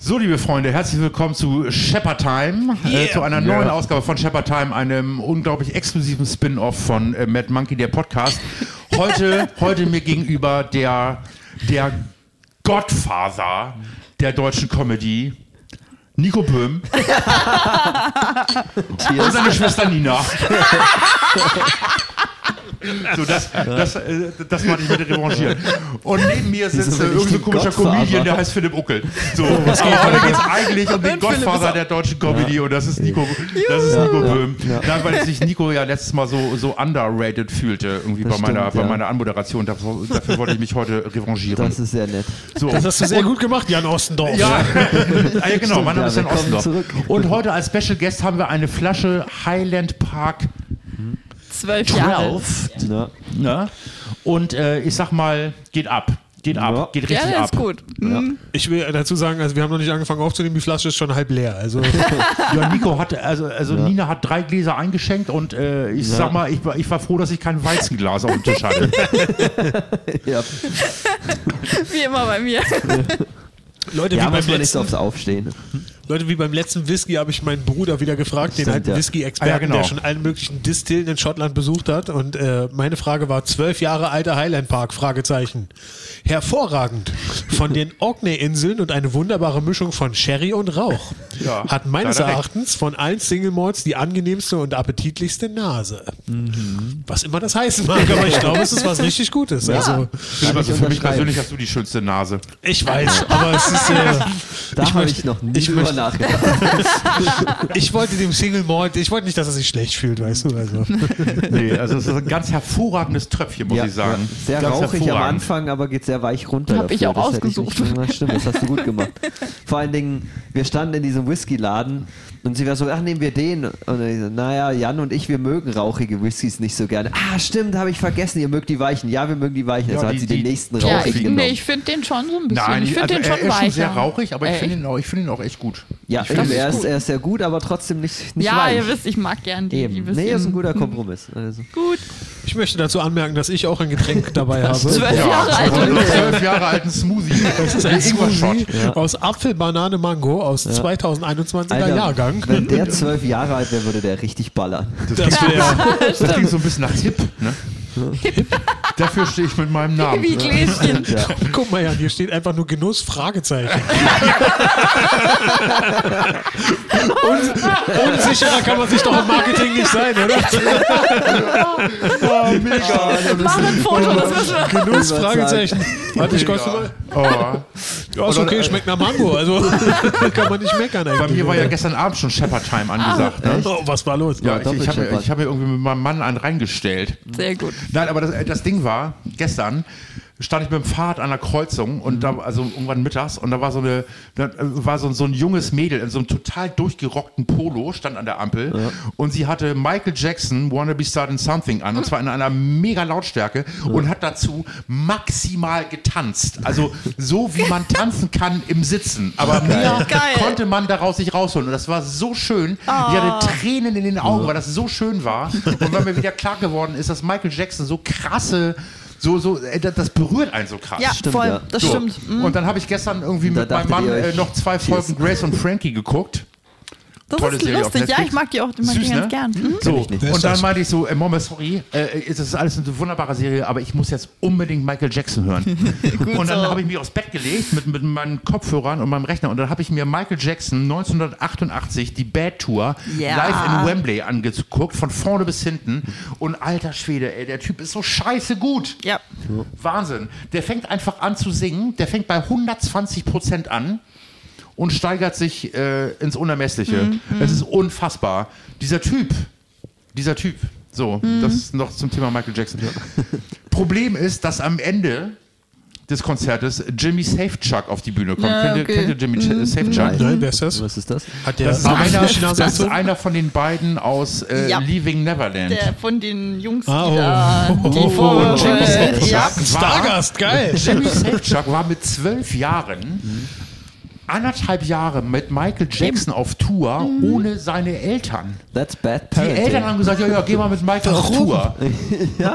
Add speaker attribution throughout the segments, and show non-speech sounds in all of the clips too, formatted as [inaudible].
Speaker 1: So, liebe Freunde, herzlich willkommen zu Shepard Time, äh, zu einer neuen Ausgabe von Shepard Time, einem unglaublich exklusiven Spin-off von äh, Mad Monkey, der Podcast.
Speaker 2: [laughs]
Speaker 1: Heute, heute mir gegenüber der, der Godfather der deutschen Comedy, Nico Böhm und seine
Speaker 2: [laughs]
Speaker 1: Schwester Nina. So, das, das, äh, das wollte ich mit revanchieren. Und neben mir sitzt
Speaker 2: Wieso bin
Speaker 1: äh,
Speaker 2: ich
Speaker 1: irgendein
Speaker 2: die
Speaker 1: komischer
Speaker 2: Godfather?
Speaker 1: Comedian, der heißt Philipp Uckel. So,
Speaker 2: Oh,
Speaker 1: aber heute geht es eigentlich um den
Speaker 3: Und Philipp ist
Speaker 1: Godfather
Speaker 3: auch-
Speaker 1: der deutschen Comedy und das ist Nico, das ist Nico
Speaker 2: ja,
Speaker 1: Böhm.
Speaker 2: ja.
Speaker 1: Nein, weil sich Nico ja letztes Mal so, so underrated fühlte, irgendwie bei,
Speaker 2: Das
Speaker 1: meiner,
Speaker 2: stimmt,
Speaker 1: bei
Speaker 2: ja.
Speaker 1: meiner Anmoderation. Dafür, dafür wollte ich mich heute revanchieren.
Speaker 2: Das ist sehr nett.
Speaker 1: So.
Speaker 3: Das hast du sehr gut gemacht, Jan Ostendorf.
Speaker 1: Ja, ah, ja genau, mein Name
Speaker 2: ja,
Speaker 1: ist Jan
Speaker 2: willkommen
Speaker 1: Ostendorf.
Speaker 2: zurück.
Speaker 1: Und heute als Special Guest haben wir eine Flasche Highland Park
Speaker 3: zwölf
Speaker 1: 12.
Speaker 2: Ja.
Speaker 1: Ne? Und äh, ich sag mal, geht ab. Geht ab.
Speaker 2: Ja.
Speaker 1: Geht
Speaker 3: Ja,
Speaker 1: richtig
Speaker 3: das
Speaker 1: ab.
Speaker 3: ist gut.
Speaker 4: Ich will dazu sagen, also wir haben noch nicht angefangen aufzunehmen, die Flasche ist schon halb leer. Also
Speaker 1: Ja, Nico hat, also, also Nina hat drei Gläser eingeschenkt und äh, ich sag mal, ich, war- ich war froh, dass ich kein Weizenglas auf dem Tisch hatte.
Speaker 2: Ja,
Speaker 3: Wie immer bei mir.
Speaker 4: [laughs] Leute,
Speaker 2: ja
Speaker 4: wie beim
Speaker 2: muss man nicht so aufs
Speaker 4: letzten,
Speaker 2: Aufstehen.
Speaker 4: Leute, wie beim letzten Whisky habe ich meinen Bruder wieder gefragt, den
Speaker 2: Stimmt,
Speaker 4: alten
Speaker 2: ja.
Speaker 4: Whisky-Experten,
Speaker 1: Ah, ja, genau.
Speaker 4: der schon allen möglichen Distillen in Schottland besucht hat. Und äh, meine Frage war, zwölf Jahre alter Highland Park, Fragezeichen. Hervorragend. Von den Orkney-Inseln und eine wunderbare Mischung von Sherry und Rauch.
Speaker 1: Ja,
Speaker 4: hat meines
Speaker 1: leider recht.
Speaker 4: Erachtens von allen Single Malts die angenehmste und appetitlichste Nase.
Speaker 2: Mhm.
Speaker 4: Was immer das heißen mag, aber ich glaube, es ist was richtig Gutes. Also,
Speaker 1: Philipp, also für mich
Speaker 2: unterschreiben.
Speaker 1: persönlich hast du die schönste Nase.
Speaker 4: Ich weiß, aber es ist. Äh,
Speaker 2: Da habe ich
Speaker 4: möchte-
Speaker 2: noch nie
Speaker 4: ich
Speaker 2: drüber
Speaker 4: möchte-
Speaker 2: nachgedacht.
Speaker 4: ich wollte dem Single Malt, ich wollte nicht, dass er sich schlecht fühlt, weißt du? Also.
Speaker 1: Nee, also es ist ein ganz hervorragendes Tröpfchen, muss
Speaker 2: Ja,
Speaker 1: ich sagen.
Speaker 2: ja. Sehr
Speaker 1: ganz
Speaker 2: rauchig am
Speaker 1: hervorragend.
Speaker 2: Anfang, aber geht sehr weich runter.
Speaker 3: Hab ich
Speaker 2: dafür.
Speaker 3: auch
Speaker 2: Das hätte ich
Speaker 3: ausgesucht.
Speaker 2: nicht- Na, stimmt, das hast du gut gemacht. Vor allen Dingen, wir standen in diesem Whisky-Laden und sie war so, ach, nehmen wir den. Und ich so, naja, Jan und ich, wir mögen rauchige Whiskys nicht so gerne. Ah, stimmt, habe ich vergessen, ihr mögt die weichen. Ja, wir mögen die weichen. Also
Speaker 1: Ja,
Speaker 2: hat
Speaker 1: die-
Speaker 2: sie
Speaker 1: die-
Speaker 2: den nächsten
Speaker 3: Ja,
Speaker 2: rauchig
Speaker 3: ich,
Speaker 2: genommen.
Speaker 3: nee, ich finde den schon so ein bisschen.
Speaker 1: Nein,
Speaker 3: ich finde
Speaker 1: also
Speaker 3: den
Speaker 1: er
Speaker 3: schon
Speaker 1: ist schon
Speaker 3: weicher.
Speaker 1: sehr rauchig, aber ich
Speaker 3: Ey.
Speaker 1: finde ihn, auch- ich find ihn auch echt gut.
Speaker 2: Ja,
Speaker 1: ich find,
Speaker 3: ist
Speaker 2: er, ist,
Speaker 3: gut.
Speaker 2: er ist sehr gut, aber trotzdem nicht, nicht
Speaker 3: Ja,
Speaker 2: weich.
Speaker 3: ihr wisst, ich mag gern die. die
Speaker 2: Eben.
Speaker 3: bisschen-
Speaker 2: Nee, ist ein guter Kompromiss. Also.
Speaker 3: Gut.
Speaker 4: Ich möchte dazu anmerken, dass ich auch ein Getränk dabei habe.
Speaker 3: Zwölf Jahre alt.
Speaker 1: also einen zwölf Jahre
Speaker 2: [laughs]
Speaker 1: alten Smoothie. Das ist
Speaker 4: Ein
Speaker 1: Ingwer
Speaker 4: Smoothie
Speaker 1: Shot.
Speaker 4: aus Apfel, Banane, Mango aus 2021er Jahrgang.
Speaker 2: wenn der zwölf Jahre alt wäre, würde der richtig ballern.
Speaker 4: [laughs] Das wäre
Speaker 1: Das klingt so ein bisschen nach Hip, ne? Dafür stehe ich mit meinem Namen.
Speaker 3: [laughs]
Speaker 2: [laughs]
Speaker 3: Wie Gläschen.
Speaker 4: Guck mal, Jan, hier steht einfach nur
Speaker 1: [laughs]
Speaker 4: Genuss, Fragezeichen. Un unsicherer kann man sich doch im Marketing nicht sein, oder?
Speaker 3: Mach ein Foto, das müssen wir.
Speaker 4: Genuss, Fragezeichen. Warte, ich koste mal.
Speaker 1: Ja. Oh.
Speaker 4: Ja, ist okay, schmeckt nach Mango. Also [laughs] kann man nicht meckern eigentlich.
Speaker 1: Bei mir war ja gestern Abend schon Shepherd Time angesagt.
Speaker 2: Ah.
Speaker 1: Ne?
Speaker 4: Oh, was war los?
Speaker 1: Ja, ich, ich habe
Speaker 2: Doppel-Shepherd.
Speaker 1: ich hab mir irgendwie mit meinem Mann einen reingestellt.
Speaker 3: Sehr gut.
Speaker 1: Nein, aber das, äh, das Ding war, gestern stand ich mit dem Fahrrad an der Kreuzung
Speaker 3: Mhm.
Speaker 1: und da, also irgendwann mittags und da war so eine, da äh, war so, so ein junges Mädel in so einem total durchgerockten Polo, stand an der Ampel und sie hatte Michael Jackson Wanna Be Starting Something an und zwar in einer mega Lautstärke und hat dazu maximal getanzt. Also so wie
Speaker 3: [laughs]
Speaker 1: man tanzen kann im Sitzen. Aber mehr
Speaker 3: Geil.
Speaker 1: konnte man daraus sich rausholen. Und das war so schön. Ich
Speaker 3: Ah.
Speaker 1: hatte Tränen in den Augen, weil das so schön war. Und weil mir wieder klar geworden ist, dass Michael Jackson so krasse, so, so, äh, das das berührt einen so krass.
Speaker 3: Ja,
Speaker 2: Stimmt,
Speaker 3: voll.
Speaker 2: ja.
Speaker 3: Das
Speaker 1: So.
Speaker 3: stimmt. Mm,
Speaker 1: Und dann habe ich gestern irgendwie
Speaker 2: Da
Speaker 1: mit meinem
Speaker 2: dachtet
Speaker 1: Mann
Speaker 2: ihr
Speaker 1: äh,
Speaker 2: euch,
Speaker 1: noch zwei Folgen Grace und Frankie geguckt.
Speaker 3: Das
Speaker 1: Tolle
Speaker 3: ist
Speaker 1: Serie auf
Speaker 3: lustig. Ja,
Speaker 1: Netflix.
Speaker 3: ich mag die auch. Die mag ich
Speaker 1: Süß,
Speaker 3: ganz
Speaker 1: ne?
Speaker 3: gern. Mhm.
Speaker 1: So,
Speaker 2: ich nicht.
Speaker 1: und
Speaker 4: Das
Speaker 1: dann
Speaker 4: ist-
Speaker 1: meinte ich so, äh, Mama, sorry, äh, es ist alles eine wunderbare Serie, aber ich muss jetzt unbedingt Michael Jackson
Speaker 3: [laughs]
Speaker 1: hören. und dann
Speaker 3: so.
Speaker 1: habe ich mich aufs Bett gelegt mit, mit meinen Kopfhörern und meinem Rechner und dann habe ich mir Michael Jackson 1988, die Bad Tour,
Speaker 3: Ja.
Speaker 1: live in Wembley angeguckt, von vorne bis hinten. Und alter Schwede, ey, der Typ ist so scheiße gut.
Speaker 3: Ja.
Speaker 1: Wahnsinn. Der fängt einfach an zu singen, der fängt bei 120 Prozent an und steigert sich äh, ins Unermessliche.
Speaker 3: Mhm,
Speaker 1: es ist unfassbar. Dieser Typ, dieser Typ, so,
Speaker 3: Mhm.
Speaker 1: das noch zum Thema Michael
Speaker 3: [laughs]
Speaker 1: Jackson. Problem ist, dass am Ende des Konzertes Jimmy Safechuck auf die Bühne kommt.
Speaker 3: Ja,
Speaker 1: kennt, ihr,
Speaker 3: okay. Mhm.
Speaker 1: kennt ihr Jimmy Ch- Safechuck?
Speaker 4: Nein, wer ist das?
Speaker 2: Was ist das?
Speaker 4: Hat der
Speaker 1: Das ist,
Speaker 4: Ach,
Speaker 1: einer,
Speaker 4: die Schnauze
Speaker 1: das ist
Speaker 4: gezogen?
Speaker 1: einer von den beiden aus äh,
Speaker 3: Ja.
Speaker 1: Leaving Neverland.
Speaker 3: Der von den Jungs, die
Speaker 4: Ah, oh.
Speaker 1: [laughs]
Speaker 3: da
Speaker 1: Oh,
Speaker 3: die
Speaker 1: Jimmy
Speaker 3: Vorwürfe.
Speaker 1: Safechuck
Speaker 3: Ja.
Speaker 1: war-
Speaker 4: Stargast, geil.
Speaker 1: Jimmy Safechuck war mit zwölf Jahren anderthalb Jahre mit Michael Jackson auf Tour
Speaker 3: Mhm.
Speaker 1: ohne seine Eltern.
Speaker 2: That's bad
Speaker 1: Die Eltern
Speaker 2: parenting.
Speaker 1: haben gesagt, ja, ja, geh mal mit Michael auf
Speaker 3: [laughs]
Speaker 1: Tour.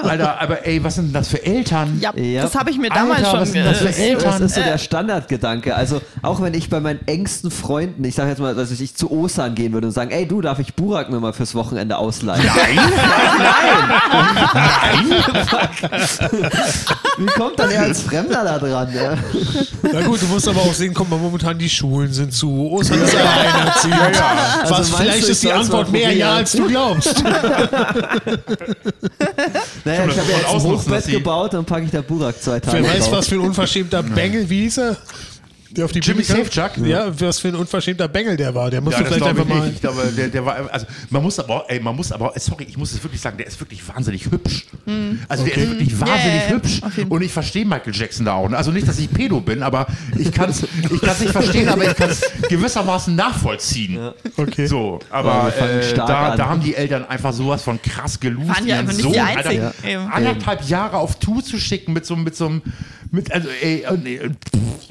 Speaker 1: Alter, aber ey, was sind denn das für Eltern?
Speaker 3: Ja,
Speaker 2: Ja.
Speaker 3: das habe ich mir damals
Speaker 1: Alter, was
Speaker 3: schon
Speaker 1: sind das für
Speaker 3: ge-
Speaker 1: Eltern?
Speaker 2: Das ist so der Standardgedanke. Also auch wenn ich bei meinen engsten Freunden, ich sage jetzt mal, dass ich zu Osan gehen würde und sagen, ey du, darf ich Burak mir mal fürs Wochenende ausleihen?
Speaker 1: Nein,
Speaker 2: Wie kommt dann
Speaker 1: [laughs]
Speaker 2: er als Fremder da dran? Ja?
Speaker 4: Na gut, du musst aber auch sehen, guck mal, momentan die Schulen sind zu. Ostern ist alleinerziehend.
Speaker 2: Also
Speaker 4: Was,
Speaker 2: meinst
Speaker 4: vielleicht
Speaker 2: du,
Speaker 4: ist die
Speaker 2: ich soll's mal
Speaker 4: Antwort mehr
Speaker 2: probieren?
Speaker 4: ja, als du glaubst.
Speaker 2: Naja, ich
Speaker 1: das
Speaker 2: habe ja
Speaker 1: muss
Speaker 2: jetzt
Speaker 1: man
Speaker 2: ein
Speaker 1: ausnutzen, dass
Speaker 2: Hochbett
Speaker 1: sie-
Speaker 2: gebaut und packe ich da Burak zwei Tage
Speaker 4: Wer weiß,
Speaker 2: drauf.
Speaker 4: was für ein unverschämter Bengel, wie hieß er? Der auf die
Speaker 1: Jimmy
Speaker 4: Bühne kam?
Speaker 1: Safechuck?
Speaker 4: Ja, was für ein unverschämter Bengel der war. Der musst
Speaker 1: Ja,
Speaker 4: du
Speaker 1: das
Speaker 4: vielleicht
Speaker 1: glaube
Speaker 4: einfach
Speaker 1: ich
Speaker 4: mal.
Speaker 1: nicht. Ich glaube, der, der war, also man muss aber, ey, man muss aber, sorry, ich muss es wirklich sagen, der ist wirklich wahnsinnig hübsch. Also der ist wirklich wahnsinnig
Speaker 3: Hm. Ja, ja, ja,
Speaker 1: hübsch. Und ich verstehe Michael Jackson da auch. Also nicht, dass ich Pedo bin, aber ich kann
Speaker 3: [laughs]
Speaker 1: es ich kann's nicht verstehen, aber ich kann es gewissermaßen nachvollziehen.
Speaker 4: Okay.
Speaker 1: So,
Speaker 2: Ja,
Speaker 1: aber
Speaker 2: wir Also fangen
Speaker 1: äh,
Speaker 2: stark
Speaker 1: da,
Speaker 2: an.
Speaker 1: da haben die Eltern einfach sowas von krass gelust.
Speaker 3: Waren ja
Speaker 1: ihren
Speaker 3: einfach nicht die
Speaker 1: Alter,
Speaker 3: Einzigen. Ja.
Speaker 1: anderthalb Jahre auf Tour zu schicken mit so einem, mit so einem, mit, also, ey, äh, nee, äh, pff.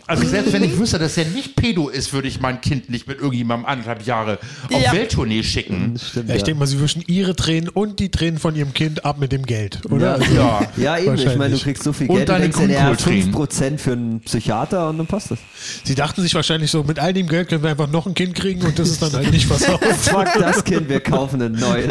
Speaker 1: also selbst
Speaker 3: Mhm.
Speaker 1: wenn ich wüsste, dass er nicht Pedo ist, würde ich mein Kind nicht mit irgendjemandem anderthalb Jahre auf
Speaker 3: Ja.
Speaker 1: Welttournee schicken.
Speaker 2: Stimmt,
Speaker 4: Ja, ich
Speaker 2: ja.
Speaker 4: denke mal, sie wischen ihre Tränen und die Tränen von ihrem Kind ab mit dem Geld, oder?
Speaker 2: Ja.
Speaker 1: Ja.
Speaker 2: Ja, eben. Ich meine, du
Speaker 4: Wahrscheinlich.
Speaker 2: kriegst so viel
Speaker 1: Und
Speaker 2: Geld, du
Speaker 1: deine
Speaker 2: denkst dir, naja, 5%
Speaker 1: Grünkohltränen.
Speaker 2: für einen Psychiater und dann passt das.
Speaker 4: Sie dachten sich wahrscheinlich so, mit all dem Geld können wir einfach noch ein Kind kriegen und das ist dann halt nicht was auf.
Speaker 1: [laughs]
Speaker 2: Fuck das Kind, wir kaufen ein neues,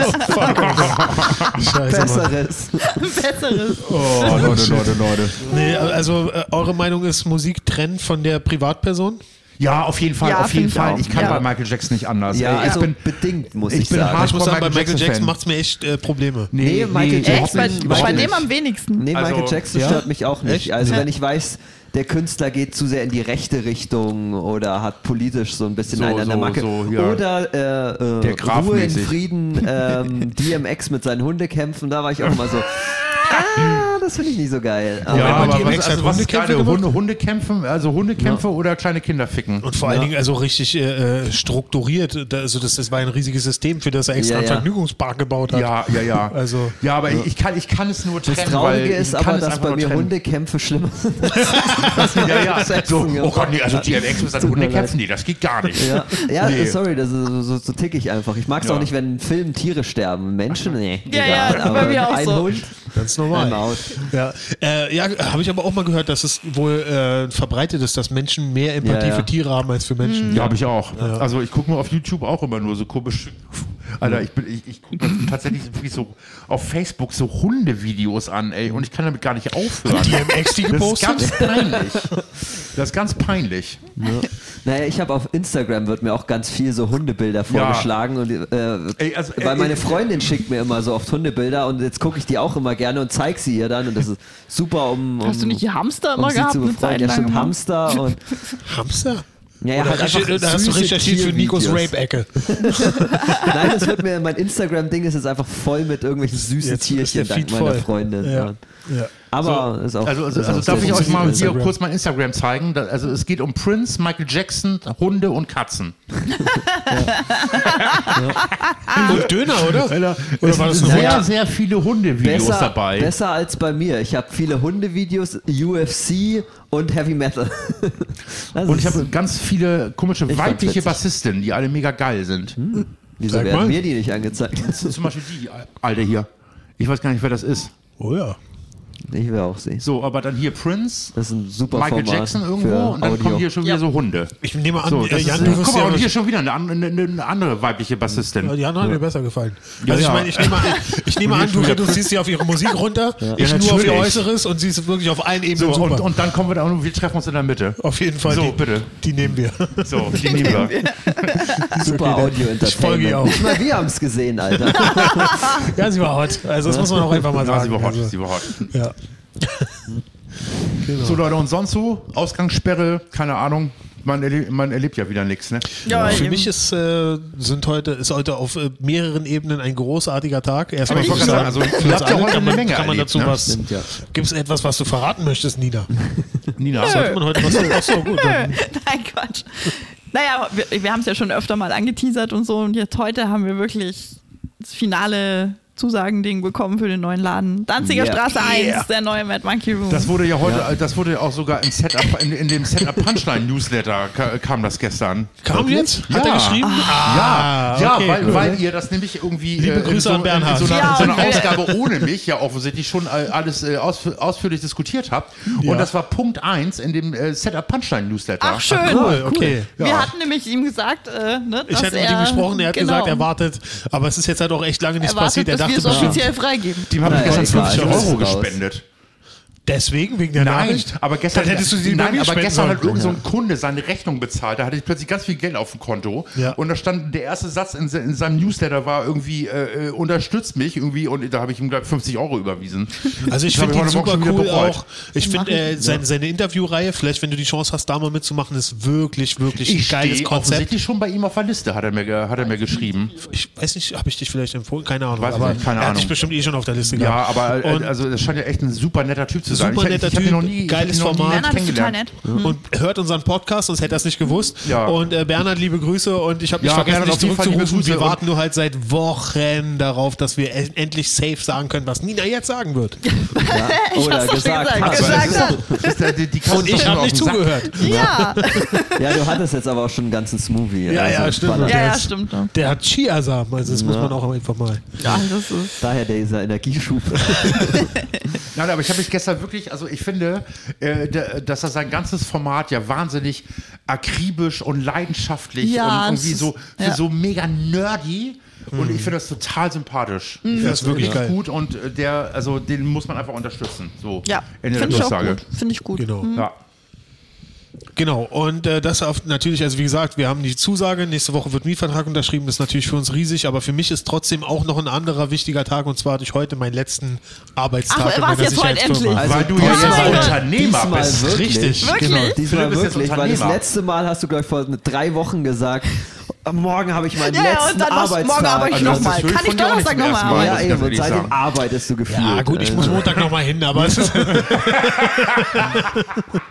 Speaker 4: Scheiße, Mann.
Speaker 2: besseres.
Speaker 3: [laughs] Besseres.
Speaker 1: Oh, [laughs] Leute, Leute, Leute.
Speaker 4: Nee, also äh, eure Meinung ist Musik trennt von der Privatperson?
Speaker 1: Ja, auf jeden Fall,
Speaker 3: Ja,
Speaker 1: auf jeden
Speaker 3: finde ich
Speaker 1: Fall.
Speaker 3: auch.
Speaker 1: Ich kann
Speaker 3: Ja.
Speaker 1: bei Michael Jackson nicht anders.
Speaker 2: Ja,
Speaker 1: ey, ich
Speaker 2: also
Speaker 1: bin,
Speaker 2: bedingt, muss
Speaker 1: ich
Speaker 2: ich,
Speaker 1: bin
Speaker 2: sagen.
Speaker 1: hart-
Speaker 4: Ich muss
Speaker 1: Hardcore
Speaker 4: sagen, bei
Speaker 1: Michael
Speaker 4: Michael Jackson
Speaker 1: Jackson-Fan.
Speaker 4: macht es mir echt äh, Probleme.
Speaker 2: Nee, Michael
Speaker 1: überhaupt
Speaker 2: Jackson-
Speaker 3: Echt? Bei,
Speaker 1: nicht, überhaupt
Speaker 3: bei dem
Speaker 1: nicht.
Speaker 3: am wenigsten.
Speaker 2: Nee, Michael
Speaker 1: Also,
Speaker 2: Jackson
Speaker 4: ja.
Speaker 2: stört mich auch nicht.
Speaker 4: Echt?
Speaker 2: Also
Speaker 4: Ja.
Speaker 2: wenn ich weiß, der Künstler geht zu sehr in die rechte Richtung oder hat politisch so ein bisschen
Speaker 1: So,
Speaker 2: einen an der
Speaker 1: so,
Speaker 2: Macke.
Speaker 1: so, ja.
Speaker 2: Oder äh, äh,
Speaker 1: Der Graf
Speaker 2: Ruhe in
Speaker 1: mäßig.
Speaker 2: Frieden,
Speaker 1: [laughs]
Speaker 2: ähm, DMX mit seinen Hundekämpfen, da war ich auch immer so, ah, das finde ich nicht so geil. Aber
Speaker 1: Ja,
Speaker 4: Wenn man die
Speaker 1: aber was,
Speaker 4: Max hat
Speaker 1: also was ist
Speaker 4: Hundekämpfe
Speaker 1: gerade
Speaker 4: gemacht?
Speaker 1: Hunde, Hundekämpfe, also Hundekämpfe oder kleine Kinder ficken?
Speaker 4: Und vor allen Dingen also richtig äh, äh, strukturiert. Da- Also das, das war ein riesiges System, für das er extra
Speaker 2: Ja,
Speaker 4: einen
Speaker 2: ja.
Speaker 4: Vergnügungspark gebaut hat.
Speaker 1: Ja, ja, ja.
Speaker 4: Also-
Speaker 1: ja, aber ich, ich, kann, ich kann es nur
Speaker 2: das
Speaker 1: trennen. weil
Speaker 2: Traurige
Speaker 1: ich
Speaker 2: ist
Speaker 1: kann
Speaker 2: aber,
Speaker 1: es
Speaker 2: dass
Speaker 1: einfach
Speaker 2: bei
Speaker 1: nur
Speaker 2: mir
Speaker 1: trennen.
Speaker 2: Hundekämpfe schlimmer sind.
Speaker 1: [laughs] Ja,
Speaker 2: [laughs]
Speaker 1: ja. So,
Speaker 2: Schätzungen, ja.
Speaker 1: oh Gott, nee, also DMX mit seinen
Speaker 2: Tut mir
Speaker 1: Hundekämpfen, nee, das geht gar nicht.
Speaker 2: Ja, ja
Speaker 1: Nee.
Speaker 2: sorry, das ist so, so, so tick ich einfach. Ich mag es
Speaker 1: Ja.
Speaker 2: auch nicht, wenn in Filmen Tiere sterben. Menschen, nee.
Speaker 3: Ja,
Speaker 2: egal.
Speaker 3: ja,
Speaker 2: aber
Speaker 3: bei mir auch
Speaker 2: ein
Speaker 3: so.
Speaker 2: Hund,
Speaker 4: Ganz
Speaker 2: I'm
Speaker 4: normal.
Speaker 2: out.
Speaker 4: Ja, äh, ja habe ich aber auch mal gehört, dass es wohl äh, verbreitet ist, dass Menschen mehr Empathie
Speaker 2: Ja, ja.
Speaker 4: für Tiere haben als für Menschen.
Speaker 1: Ja, habe ich auch. Also ich gucke mir auf YouTube auch immer nur so komisch. Alter, ich, bin, ich, ich gucke mir tatsächlich wirklich so auf Facebook so Hundevideos an, ey, und ich kann damit gar nicht aufhören.
Speaker 4: DMX die
Speaker 1: Das ist ganz
Speaker 4: gepostet?
Speaker 1: peinlich. Das ist ganz peinlich.
Speaker 2: Naja, ich habe auf Instagram wird mir auch ganz viel so Hundebilder vorgeschlagen und äh,
Speaker 1: Ey, also,
Speaker 2: weil
Speaker 1: ey,
Speaker 2: meine
Speaker 1: ey,
Speaker 2: Freundin schickt mir immer so oft Hundebilder und jetzt gucke ich die auch immer gerne und zeig sie ihr dann und das ist super um, um
Speaker 3: Hast du nicht die Hamster immer
Speaker 2: um sie
Speaker 3: gehabt?
Speaker 2: zu
Speaker 3: Eine
Speaker 2: befreien.
Speaker 3: Zeit
Speaker 2: Ja,
Speaker 3: lang ne?
Speaker 2: stimmt,
Speaker 3: immer?
Speaker 2: Hamster und
Speaker 4: Hamster?
Speaker 2: ja, ja,
Speaker 4: Da,
Speaker 2: halt einfach
Speaker 4: recherchiert- da hast du
Speaker 2: süße
Speaker 4: recherchiert für Nikos
Speaker 2: Tiervideos.
Speaker 4: Rape-Ecke.
Speaker 2: Nein, das wird mir mein Instagram Ding ist jetzt einfach voll mit irgendwelchen süßen
Speaker 4: Jetzt ist
Speaker 2: Tierchen
Speaker 4: der
Speaker 2: dank
Speaker 4: Feed
Speaker 2: meiner
Speaker 4: voll.
Speaker 2: Freundin.
Speaker 4: Ja. Ja.
Speaker 2: Aber ist auch
Speaker 1: Also, also,
Speaker 2: ist
Speaker 1: also
Speaker 2: auch
Speaker 1: darf
Speaker 2: sehr
Speaker 1: ich euch
Speaker 2: süß.
Speaker 1: mal hier
Speaker 4: Instagram.
Speaker 1: kurz mein Instagram zeigen? Da, also es geht um Prince, Michael Jackson, Hunde und Katzen.
Speaker 4: Und Döner, oder? Oder
Speaker 1: [laughs]
Speaker 4: war das ein
Speaker 1: sehr,
Speaker 4: Hund?
Speaker 1: sehr viele Hunde-Videos
Speaker 2: besser,
Speaker 1: dabei.
Speaker 2: besser als bei mir. Ich habe viele Hundevideos, UFC und Heavy Metal. [laughs] Das
Speaker 1: Und ich
Speaker 2: ist-
Speaker 1: habe ganz viele komische
Speaker 2: fand's
Speaker 1: weibliche
Speaker 2: witzig. Hm.
Speaker 1: Bassistinnen, die alle mega geil sind.
Speaker 2: Wieso
Speaker 4: Sag
Speaker 2: werden
Speaker 4: mal.
Speaker 2: mir die nicht angezeigt? [laughs]
Speaker 1: Zum Beispiel die alte hier. Ich weiß gar nicht, wer das ist.
Speaker 4: Oh ja.
Speaker 2: Ich will auch sehen.
Speaker 1: So, aber dann hier Prince,
Speaker 2: Das ist ein super
Speaker 1: Michael
Speaker 2: Format
Speaker 1: Jackson
Speaker 2: für
Speaker 1: irgendwo und dann
Speaker 2: Audio.
Speaker 1: kommen hier schon wieder
Speaker 3: Ja.
Speaker 1: so Hunde.
Speaker 4: Ich nehme an,
Speaker 1: So,
Speaker 4: äh,
Speaker 1: das
Speaker 4: Jan,
Speaker 1: ist,
Speaker 4: du wirst
Speaker 1: guck
Speaker 4: ja
Speaker 1: mal, und hier schon wieder eine, an- eine, eine andere weibliche Bassistin.
Speaker 4: Jan hat mir besser gefallen.
Speaker 1: Ja,
Speaker 4: also ich
Speaker 1: ja.
Speaker 4: meine, ich nehme an, ich nehme an du
Speaker 1: schon wieder-
Speaker 4: reduzierst sie auf ihre Musik runter, ich
Speaker 1: Ja,
Speaker 4: nur auf ihr
Speaker 1: natürlich.
Speaker 4: Äußeres und sie ist wirklich auf allen Ebenen
Speaker 1: So,
Speaker 4: super.
Speaker 1: und, und dann kommen wir da und wir treffen uns in der Mitte.
Speaker 4: auf jeden Fall.
Speaker 1: So,
Speaker 4: die,
Speaker 1: bitte.
Speaker 4: Die nehmen wir. [laughs]
Speaker 1: So, die nehmen wir.
Speaker 2: Super Audio Entertainment.
Speaker 4: Ich folge ihr auch.
Speaker 2: Nicht mal wir haben es gesehen,
Speaker 1: [laughs]
Speaker 2: Alter.
Speaker 4: Ja, sie war hot. Also das muss man auch einfach mal
Speaker 1: Ja,
Speaker 4: sagen.
Speaker 1: sie war hot,
Speaker 4: Also,
Speaker 1: sie war hot.
Speaker 4: ja.
Speaker 1: So Leute, und sonst so? Ausgangssperre, keine Ahnung. Man, erle man erlebt ja wieder nichts, ne?
Speaker 3: Ja,
Speaker 4: Für
Speaker 3: eben.
Speaker 4: mich ist, äh, sind heute, ist heute auf äh, mehreren Ebenen ein großartiger Tag. Erstmal
Speaker 1: Aber ich
Speaker 4: muss
Speaker 1: wollte gerade
Speaker 4: sagen,
Speaker 1: sagen, also,
Speaker 4: für
Speaker 1: ihr
Speaker 4: uns
Speaker 1: habt ja
Speaker 4: alle
Speaker 1: heute
Speaker 4: kann
Speaker 1: eine
Speaker 4: man,
Speaker 1: Menge
Speaker 4: kann man
Speaker 1: erlebt,
Speaker 4: dazu
Speaker 1: ne?
Speaker 4: was.
Speaker 2: Stimmt, ja.
Speaker 4: Gibt es etwas, was du verraten möchtest, Nina?
Speaker 1: Nina,
Speaker 4: Sollte man heute was. Ach so, gut. Dann.
Speaker 3: Nein, Quatsch. Naja, wir, wir haben es ja schon öfter mal angeteasert und so. Und jetzt heute haben wir wirklich das finale Zusagending bekommen für den neuen Laden. Danziger
Speaker 2: Yeah.
Speaker 3: Straße 1,
Speaker 1: Yeah.
Speaker 3: der neue Mad Monkey Room.
Speaker 1: Das wurde ja heute, das wurde ja auch sogar im Setup, in, in dem Setup Punchline Newsletter ka kam das gestern.
Speaker 4: Kam jetzt? Hat
Speaker 1: Ja. Ah.
Speaker 4: er geschrieben? Ah,
Speaker 1: Ja, ja,
Speaker 4: okay,
Speaker 1: weil,
Speaker 4: cool.
Speaker 1: weil ihr das nämlich irgendwie äh,
Speaker 4: Liebe
Speaker 1: in
Speaker 4: Grüße
Speaker 1: so,
Speaker 4: an Bernhard.
Speaker 1: In so einer,
Speaker 3: Ja,
Speaker 1: in so einer
Speaker 3: und-
Speaker 1: Ausgabe ohne mich ja offensichtlich schon äh, alles äh, ausf ausführlich diskutiert habt.
Speaker 4: Ja.
Speaker 1: Und das war Punkt 1 in dem äh, Setup Punchline Newsletter.
Speaker 3: Ach, schön.
Speaker 1: Ah,
Speaker 4: Cool, okay.
Speaker 3: Wir
Speaker 1: Ja.
Speaker 3: hatten nämlich ihm gesagt, äh, ne,
Speaker 4: Ich
Speaker 3: dass
Speaker 4: hatte
Speaker 3: er,
Speaker 4: mit ihm gesprochen, er hat
Speaker 3: genau,
Speaker 4: gesagt, er wartet, aber es ist jetzt halt auch echt lange nichts
Speaker 3: er wartet,
Speaker 4: passiert.
Speaker 3: bis
Speaker 4: Er
Speaker 3: wir
Speaker 4: dachte
Speaker 3: es
Speaker 4: bestimmt,
Speaker 3: offiziell freigeben.
Speaker 1: Dem habe ich
Speaker 2: Naja,
Speaker 1: gestern
Speaker 2: egal,
Speaker 1: 50
Speaker 2: alles
Speaker 1: Euro
Speaker 2: raus.
Speaker 1: gespendet.
Speaker 4: deswegen, wegen der
Speaker 1: also Nein,
Speaker 4: Nachricht.
Speaker 1: aber gestern,
Speaker 4: Dann hättest du sie bei
Speaker 1: nein,
Speaker 4: mir
Speaker 1: aber
Speaker 4: spenden
Speaker 1: gestern
Speaker 4: sollen.
Speaker 1: hat irgendein so ein Kunde seine Rechnung bezahlt. Da hatte ich plötzlich ganz viel Geld auf dem Konto.
Speaker 4: Ja.
Speaker 1: Und da stand der erste Satz in, se- in seinem Newsletter war irgendwie, äh, äh, unterstützt mich irgendwie. Und da habe ich ihm gleich 50 Euro überwiesen.
Speaker 4: [laughs] Also ich
Speaker 1: Das hab
Speaker 4: finde ihn
Speaker 1: heute Morgen
Speaker 4: super
Speaker 1: schon wieder
Speaker 4: cool
Speaker 1: bereut.
Speaker 4: auch. Ich finde äh, seine, seine Interviewreihe, vielleicht wenn du die Chance hast, da mal mitzumachen, ist wirklich, wirklich
Speaker 1: Ich
Speaker 4: ein geiles
Speaker 1: stehe
Speaker 4: Konzept.
Speaker 1: offensichtlich schon bei ihm auf der Liste, hat er mir, ge- hat er mir geschrieben.
Speaker 4: Ich weiß nicht, habe ich dich vielleicht empfohlen? Keine Ahnung.
Speaker 1: Weiß ich
Speaker 4: aber
Speaker 1: nicht, keine
Speaker 4: er hat
Speaker 1: Ahnung.
Speaker 4: dich bestimmt eh schon auf der Liste
Speaker 1: Ja,
Speaker 4: gehabt.
Speaker 1: aber äh,
Speaker 4: Und-
Speaker 1: also das scheint ja echt ein super netter Typ zu sein.
Speaker 4: Super
Speaker 1: ich,
Speaker 4: netter
Speaker 1: ich, ich hab ihn
Speaker 4: Typ,
Speaker 1: noch nie, ich hab ihn
Speaker 4: geiles
Speaker 1: noch nie
Speaker 4: Format.
Speaker 3: Nein, nein, das ist total
Speaker 1: kennengelernt.
Speaker 3: nett.
Speaker 4: und hört unseren Podcast, sonst hätte er es nicht gewusst.
Speaker 1: Ja.
Speaker 4: Und äh, Bernhard, liebe Grüße und ich habe nicht
Speaker 1: Ja,
Speaker 4: vergessen,
Speaker 1: Bernhard,
Speaker 4: dich
Speaker 1: auf jeden Fall liebe
Speaker 4: zurückzurufen. Wir
Speaker 1: Grüße.
Speaker 4: warten nur halt seit Wochen darauf, dass wir en- endlich safe sagen können, was Nina jetzt sagen wird.
Speaker 2: Oder
Speaker 3: hab's doch schon
Speaker 2: gesagt. hast.
Speaker 3: gesagt.
Speaker 1: Aber
Speaker 3: Gesagt
Speaker 1: Also, es ist
Speaker 3: hat.
Speaker 1: doch- es ist der- die- die Katze
Speaker 4: Und
Speaker 1: ist doch
Speaker 4: ich
Speaker 1: schon
Speaker 4: habe
Speaker 1: auf
Speaker 4: nicht
Speaker 1: dem Sack.
Speaker 4: zugehört.
Speaker 3: Ja,
Speaker 2: Ja, du hattest jetzt aber auch schon einen ganzen Smoothie. Also,
Speaker 4: Ja, ja, stimmt.
Speaker 2: Baller.
Speaker 3: [laughs]
Speaker 4: Der
Speaker 3: ja, ja,
Speaker 4: ist-
Speaker 3: stimmt.
Speaker 4: Der hat Chiasamen, also das muss man auch einfach mal.
Speaker 3: Ja, das ist,
Speaker 2: Daher dieser Energieschub.
Speaker 1: Nein, aber ich habe mich gestern wirklich, also ich finde, äh, da- dass er sein ganzes Format ja wahnsinnig akribisch und leidenschaftlich
Speaker 3: Ja,
Speaker 1: und
Speaker 3: es
Speaker 1: irgendwie
Speaker 3: ist-
Speaker 1: so, für
Speaker 3: ja.
Speaker 1: so mega nerdy. Und ich finde das total sympathisch.
Speaker 3: Mhm.
Speaker 1: Ich finde
Speaker 4: Das ist wirklich geil.
Speaker 1: gut und äh, der, also den muss man einfach unterstützen. So,
Speaker 3: ja,
Speaker 1: Ende der
Speaker 3: finde ich auch
Speaker 1: Durchsage.
Speaker 3: gut. Mhm. Finde ich gut.
Speaker 4: Genau.
Speaker 1: Ja.
Speaker 4: Genau, und äh, das auf, natürlich, also wie gesagt, wir haben die Zusage, nächste Woche wird Mietvertrag unterschrieben, das ist natürlich für uns riesig, aber für mich ist trotzdem auch noch ein anderer wichtiger Tag und zwar hatte ich heute meinen letzten Arbeitstag
Speaker 3: Ach,
Speaker 4: in
Speaker 3: war's
Speaker 4: meiner
Speaker 3: jetzt heute endlich?
Speaker 4: Sicherheitsfirma.
Speaker 2: Also,
Speaker 1: Weil du ja jetzt
Speaker 2: diesmal-
Speaker 1: ein Unternehmer
Speaker 2: diesmal
Speaker 1: bist.
Speaker 2: Wirklich,
Speaker 4: Richtig,
Speaker 3: Wirklich?
Speaker 4: genau.
Speaker 2: Diesmal
Speaker 1: Philipp ist jetzt
Speaker 2: wirklich, weil das
Speaker 1: Unternehmer.
Speaker 2: letzte Mal hast du, glaube ich, vor drei Wochen gesagt, morgen habe ich meinen
Speaker 3: Ja, ja,
Speaker 2: letzten
Speaker 3: und dann machst-
Speaker 2: Arbeitstag.
Speaker 3: morgen arbeite ich
Speaker 1: Also das
Speaker 3: nochmal.
Speaker 1: ist schön
Speaker 3: Kann ich
Speaker 1: von dir auch nicht
Speaker 3: Donnerstag
Speaker 1: zum
Speaker 3: nochmal
Speaker 1: ersten Mal.
Speaker 3: arbeiten?
Speaker 2: ja,
Speaker 1: das
Speaker 2: eben,
Speaker 1: kann
Speaker 2: und
Speaker 1: ich
Speaker 2: seitdem
Speaker 1: sagen.
Speaker 2: arbeitest du gefühlt.
Speaker 4: Ja, gut, ich muss
Speaker 2: Also,
Speaker 4: Montag nochmal hin, aber es ist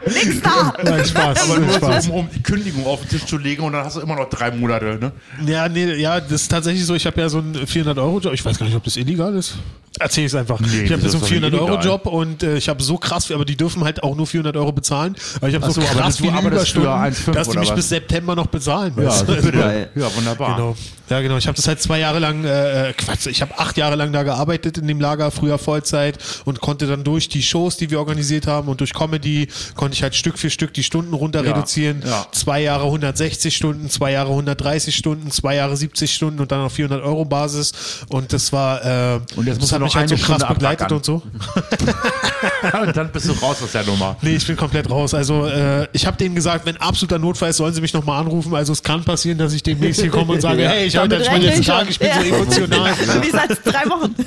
Speaker 3: Nix da!
Speaker 4: Nein, [laughs] Spaß.
Speaker 1: Aber
Speaker 3: [laughs]
Speaker 1: nur
Speaker 4: Spaß.
Speaker 1: so, um, um die Kündigung auf den Tisch zu legen und dann hast du immer noch drei Monate. Ne?
Speaker 4: Ja, nee, ja, das ist tatsächlich so. Ich habe ja so einen 400-Euro-Job. Ich weiß gar nicht, ob das illegal ist. Erzähl es einfach. ich habe
Speaker 1: das
Speaker 4: so
Speaker 1: ist doch
Speaker 4: einen
Speaker 1: nicht
Speaker 4: 400-Euro-Job und äh, ich habe so krass, viel- aber die dürfen halt auch nur 400 Euro bezahlen. Aber ich habe so,
Speaker 1: Ach so, aber
Speaker 4: krass
Speaker 1: du
Speaker 4: viele
Speaker 1: arbeitest für
Speaker 4: Überstunden,
Speaker 1: 1,5
Speaker 4: dass die
Speaker 1: oder
Speaker 4: mich
Speaker 1: was?
Speaker 4: bis September noch bezahlen müssen. [laughs]
Speaker 2: geil.
Speaker 1: Ja, wunderbar.
Speaker 4: Genau. Ja, genau. Ich habe das halt zwei Jahre lang, äh, Quatsch, ich habe acht Jahre lang da gearbeitet in dem Lager, früher Vollzeit und konnte dann durch die Shows, die wir organisiert haben und durch Comedy, konnte ich halt Stück für Stück die Stunden runter
Speaker 1: Ja,
Speaker 4: reduzieren.
Speaker 1: ja.
Speaker 4: Zwei Jahre 160 Stunden, zwei Jahre 130 Stunden, zwei Jahre 70 Stunden und dann auf 400 Euro Basis und das war, äh,
Speaker 1: Und jetzt
Speaker 4: das
Speaker 1: musst du
Speaker 4: hat
Speaker 1: noch
Speaker 4: mich halt so
Speaker 1: eine
Speaker 4: krass
Speaker 1: Stunde
Speaker 4: begleitet
Speaker 1: abbackern.
Speaker 4: und so.
Speaker 1: [laughs] und dann bist du raus aus der Nummer.
Speaker 4: Nee, ich bin komplett raus. Also äh, ich habe denen gesagt, wenn absoluter Notfall ist, sollen sie mich nochmal anrufen. Also es kann passieren, dass ich demnächst
Speaker 1: [laughs]
Speaker 4: hier komme und sage,
Speaker 2: Ja.
Speaker 4: hey, ich habe
Speaker 3: Damit
Speaker 4: jetzt meinen letzten
Speaker 3: rechne
Speaker 4: Tag,
Speaker 3: ich
Speaker 4: ich bin
Speaker 3: schon.
Speaker 4: so emotional.
Speaker 3: Wie seit drei Wochen. [laughs]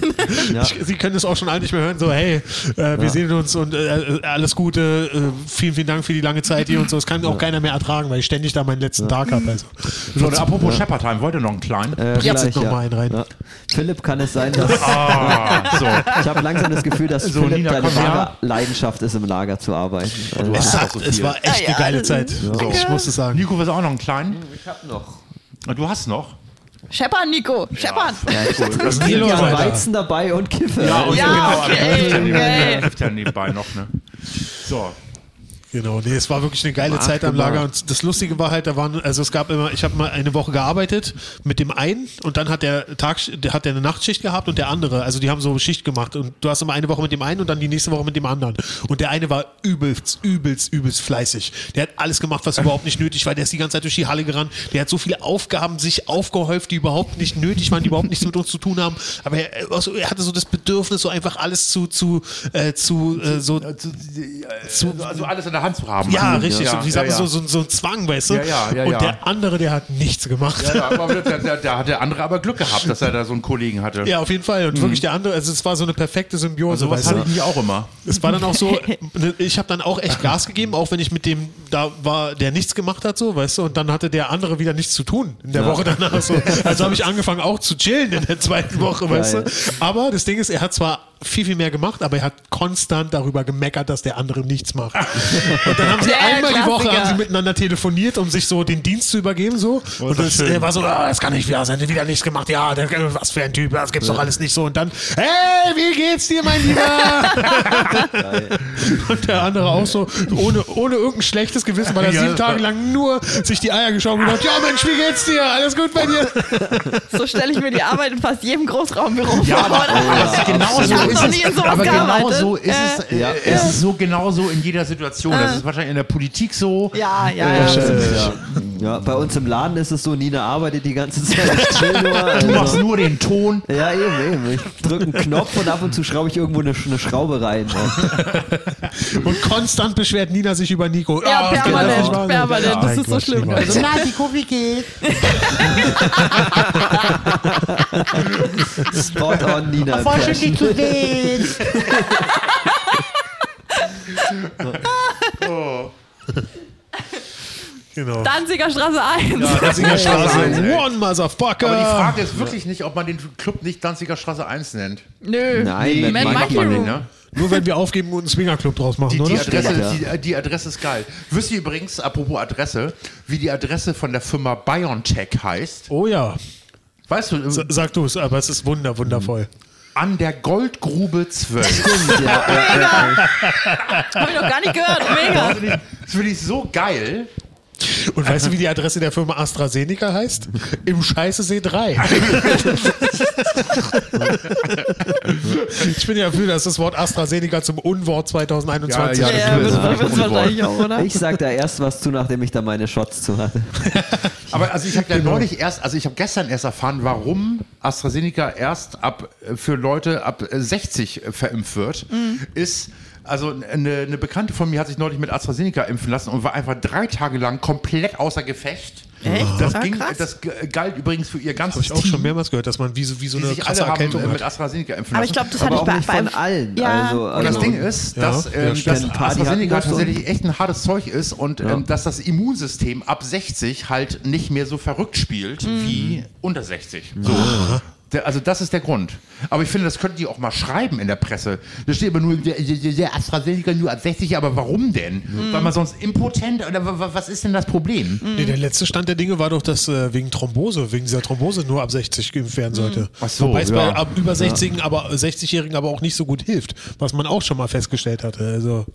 Speaker 2: Äh,
Speaker 4: Ich, sie können es auch schon alle nicht mehr hören, so hey, äh, wir sehen uns und äh, alles Gute, äh, vielen, vielen Dank für die lange Zeit hier und so. Das kann auch keiner mehr ertragen, weil ich ständig da meinen letzten Tag habe. Also.
Speaker 1: So, und apropos Shepardheim, wollt ihr noch einen kleinen?
Speaker 2: äh,
Speaker 4: Jetzt
Speaker 2: vielleicht,
Speaker 4: noch mal einen rein.
Speaker 2: Ja. Philipp, kann es sein, dass
Speaker 1: Ah, so.
Speaker 2: ich habe langsam das Gefühl, dass
Speaker 1: [laughs] So,
Speaker 2: Philipp
Speaker 1: Nina,
Speaker 2: deine
Speaker 1: komm her.
Speaker 2: wahre Leidenschaft ist, im Lager zu arbeiten. Also,
Speaker 4: Es,
Speaker 1: hast
Speaker 4: hat,
Speaker 1: auch so
Speaker 4: es
Speaker 1: viel.
Speaker 4: war echt
Speaker 3: Ja, also,
Speaker 4: eine
Speaker 3: ja.
Speaker 4: geile Zeit. So. Ich muss es sagen.
Speaker 1: Nico, willst du auch noch einen kleinen?
Speaker 2: ich habe noch
Speaker 1: Na, Du hast noch.
Speaker 3: Scheppern, Nico, scheppern!
Speaker 1: Das
Speaker 4: Nilo-
Speaker 1: Nilo.
Speaker 4: los,
Speaker 2: ja,
Speaker 4: Alter?
Speaker 2: Weizen dabei und Kiffe.
Speaker 1: und
Speaker 3: Ja,
Speaker 1: genau,
Speaker 3: okay,
Speaker 1: aber das hilft ja-
Speaker 3: okay.
Speaker 1: das hilft ja nebenbei noch, ne? So.
Speaker 4: Genau, nee, es war wirklich eine geile
Speaker 2: Acht
Speaker 4: Zeit am
Speaker 2: gemacht.
Speaker 4: Lager. Und das Lustige war halt, da waren, also es gab immer, ich habe mal eine Woche gearbeitet mit dem einen und dann hat der Tag, der hat der eine Nachtschicht gehabt und der andere. Also die haben so Schicht gemacht und du hast immer eine Woche mit dem einen und dann die nächste Woche mit dem anderen. Und der eine war übelst, übelst, übelst fleißig. Der hat alles gemacht, was überhaupt nicht nötig war. Der ist die ganze Zeit durch die Halle gerannt. Der hat so viele Aufgaben sich aufgehäuft, die überhaupt nicht nötig waren, die überhaupt nichts mit uns zu tun haben. Aber er, also er hatte so das Bedürfnis, so einfach alles zu, zu, äh, zu, äh, so
Speaker 1: Also alles in der Hand zu haben.
Speaker 4: ja, richtig. So, wie sagt
Speaker 1: ja, Also,
Speaker 4: man, so, so, so ein Zwang, weißt du?
Speaker 1: Ja, ja, ja,
Speaker 4: und
Speaker 1: ja.
Speaker 4: der andere, der hat nichts gemacht.
Speaker 1: Ja, ja, aber da, da, da hat der andere aber Glück gehabt, dass er da so einen Kollegen hatte.
Speaker 4: [laughs] Ja, auf jeden Fall. Und wirklich der andere, also es war so eine perfekte Symbiose.
Speaker 1: So Mhm. Also was
Speaker 4: weißt du?
Speaker 1: hatte ich mich auch immer.
Speaker 4: Es war dann
Speaker 3: [laughs]
Speaker 4: auch so, ne, ich habe dann auch echt Gas gegeben, auch wenn ich mit dem da war, der nichts gemacht hat, so, weißt du, und dann hatte der andere wieder nichts zu tun in der Woche danach. So. Also habe ich angefangen auch zu chillen in der zweiten Woche, weißt du.
Speaker 2: Geil.
Speaker 4: Aber das Ding ist, er hat zwar viel, viel mehr gemacht, aber er hat konstant darüber gemeckert, dass der andere nichts macht. Und dann haben sie
Speaker 3: Der
Speaker 4: einmal die Woche
Speaker 3: Klassiker.
Speaker 4: haben sie miteinander telefoniert, um sich so den Dienst zu übergeben. So.
Speaker 1: Oh,
Speaker 4: und
Speaker 1: ist das
Speaker 4: das
Speaker 1: schön.
Speaker 4: äh, war so, ah, das kann nicht wahr sein, wieder nichts gemacht. Ja, der, äh, was für ein Typ, das gibt's doch alles nicht so. Und dann, hey, wie geht's dir, mein Lieber? und der andere auch so, ohne, ohne irgendein schlechtes Gewissen, weil er
Speaker 1: Ja.
Speaker 4: sieben Tage lang nur sich die Eier geschaukelt hat. Ja, Mensch, wie geht's dir? Alles gut bei dir?
Speaker 3: So stelle ich mir die Arbeit in fast jedem Großraumbüro
Speaker 1: Ja,
Speaker 3: vor.
Speaker 1: aber,
Speaker 3: oder?
Speaker 1: aber genau
Speaker 3: Ich
Speaker 1: so
Speaker 3: hab
Speaker 1: ist
Speaker 3: noch nie in
Speaker 1: es.
Speaker 3: sowas
Speaker 1: Aber genau
Speaker 3: gearbeitet.
Speaker 1: so ist es.
Speaker 2: Ja.
Speaker 1: äh, Es ist so genau so in jeder Situation. Das ist wahrscheinlich in der Politik so.
Speaker 3: Ja, ja, ja.
Speaker 2: Ja. ja, bei uns im Laden ist es so, Nina arbeitet die ganze Zeit.
Speaker 1: [laughs]
Speaker 2: Ich chill nur,
Speaker 1: Du machst
Speaker 2: also.
Speaker 1: nur den Ton.
Speaker 2: Ja, eben, eben. Ich drücke einen Knopf und ab und zu schraube ich irgendwo eine, eine Schraube rein. Ja.
Speaker 4: Und konstant beschwert Nina sich über Nico. Ah, genau.
Speaker 3: Ja,
Speaker 4: das
Speaker 3: permanent,
Speaker 4: geht nicht
Speaker 1: genau.
Speaker 4: wahr sein.
Speaker 3: permanent. Das
Speaker 4: Nein,
Speaker 3: ist so
Speaker 4: Quatsch,
Speaker 3: schlimm.
Speaker 4: niemals.
Speaker 3: Also,
Speaker 5: Na, die Kurve geht.
Speaker 2: Spot on, Nina.
Speaker 5: Voll schön, dich zu sehen.
Speaker 3: [laughs]
Speaker 4: Genau.
Speaker 3: Danziger Straße 1.
Speaker 4: Danziger Straße.
Speaker 1: Ja, ey.
Speaker 4: One Motherfucker.
Speaker 1: Aber die Frage ist wirklich nicht, ob man den Club nicht Danziger Straße 1 nennt.
Speaker 3: Nö.
Speaker 2: Nein, Mad
Speaker 3: Mad
Speaker 2: Monkey
Speaker 3: Monkey
Speaker 1: man
Speaker 3: Room.
Speaker 1: nicht, ne?
Speaker 4: Nur wenn wir aufgeben und einen Swingerclub draus machen,
Speaker 1: Die, die,
Speaker 4: oder?
Speaker 1: Adresse,
Speaker 2: Ja.
Speaker 1: die, die Adresse ist geil. Wisst ihr übrigens, apropos Adresse, wie die Adresse von der Firma BioNTech heißt?
Speaker 4: Oh ja,
Speaker 1: Weißt du,
Speaker 4: S sag du es, aber es ist wunder, wundervoll.
Speaker 1: an der Goldgrube
Speaker 2: [laughs]
Speaker 1: 12.
Speaker 2: Stimmt, ja, ja, ja.
Speaker 3: [laughs] Hab ich noch gar
Speaker 1: [laughs]
Speaker 3: nicht gehört. Mega.
Speaker 1: Das finde ich so geil.
Speaker 4: Und weißt du, wie die Adresse der Firma AstraZeneca heißt? Im Scheißesee 3. ich bin ja dafür, dass das Wort AstraZeneca zum Unwort 2021
Speaker 1: Ja,
Speaker 4: wird.
Speaker 1: das
Speaker 3: Ja,
Speaker 1: ist-
Speaker 3: wird
Speaker 1: das ist
Speaker 3: wird's
Speaker 1: unwohl.
Speaker 3: wahrscheinlich auch, oder?
Speaker 2: Ich sag da erst was zu, nachdem ich da meine Shots zu hatte.
Speaker 1: Aber also ich habe ja neulich erst, also ich habe gestern erst erfahren, warum AstraZeneca erst ab äh, für Leute ab äh, 60 verimpft wird, ist also eine, eine Bekannte von mir hat sich neulich mit AstraZeneca impfen lassen und war einfach drei Tage lang komplett außer Gefecht.
Speaker 3: Echt?
Speaker 1: Das,
Speaker 3: Ah,
Speaker 1: ging,
Speaker 3: krass.
Speaker 1: das g- galt übrigens für ihr
Speaker 4: Habe
Speaker 1: ganzes
Speaker 4: ich auch
Speaker 1: Team,
Speaker 4: schon mehrmals gehört, dass man wie so, wie so
Speaker 1: die
Speaker 4: eine
Speaker 1: sich
Speaker 4: krasse
Speaker 1: alle haben äh,
Speaker 4: Erkältung
Speaker 1: mit
Speaker 4: hat.
Speaker 1: AstraZeneca impfen
Speaker 3: Aber
Speaker 1: lassen.
Speaker 3: ich glaube, das
Speaker 2: Aber
Speaker 3: hatte
Speaker 2: auch
Speaker 3: ich
Speaker 2: nicht
Speaker 3: bei,
Speaker 2: von
Speaker 3: bei
Speaker 2: allen.
Speaker 3: Ja.
Speaker 2: Also,
Speaker 1: Und das
Speaker 2: also,
Speaker 1: Ding ist, dass,
Speaker 4: ja,
Speaker 1: ähm,
Speaker 4: stimmt.
Speaker 1: dass
Speaker 2: Ein paar, die
Speaker 1: AstraZeneca
Speaker 2: hatten das und-
Speaker 1: tatsächlich echt ein hartes Zeug ist und ähm, dass das Immunsystem ab 60 halt nicht mehr so verrückt spielt wie unter 60. So.
Speaker 4: Ah.
Speaker 1: Der- Also das ist der Grund. Aber ich finde, das könnten die auch mal schreiben in der Presse. Da steht immer nur der, der, der AstraZeneca nur ab 60, aber warum denn? Weil man sonst impotent oder wa- wa- was ist denn das Problem?
Speaker 4: Nee, der letzte Stand der Dinge war doch, dass äh, wegen Thrombose, wegen dieser Thrombose nur ab 60 geimpft werden sollte.
Speaker 1: Hm. Ach so,
Speaker 4: Wobei es
Speaker 1: ja.
Speaker 4: bei ab über 60 aber 60-Jährigen aber auch nicht so gut hilft, was man auch schon mal festgestellt hatte. Also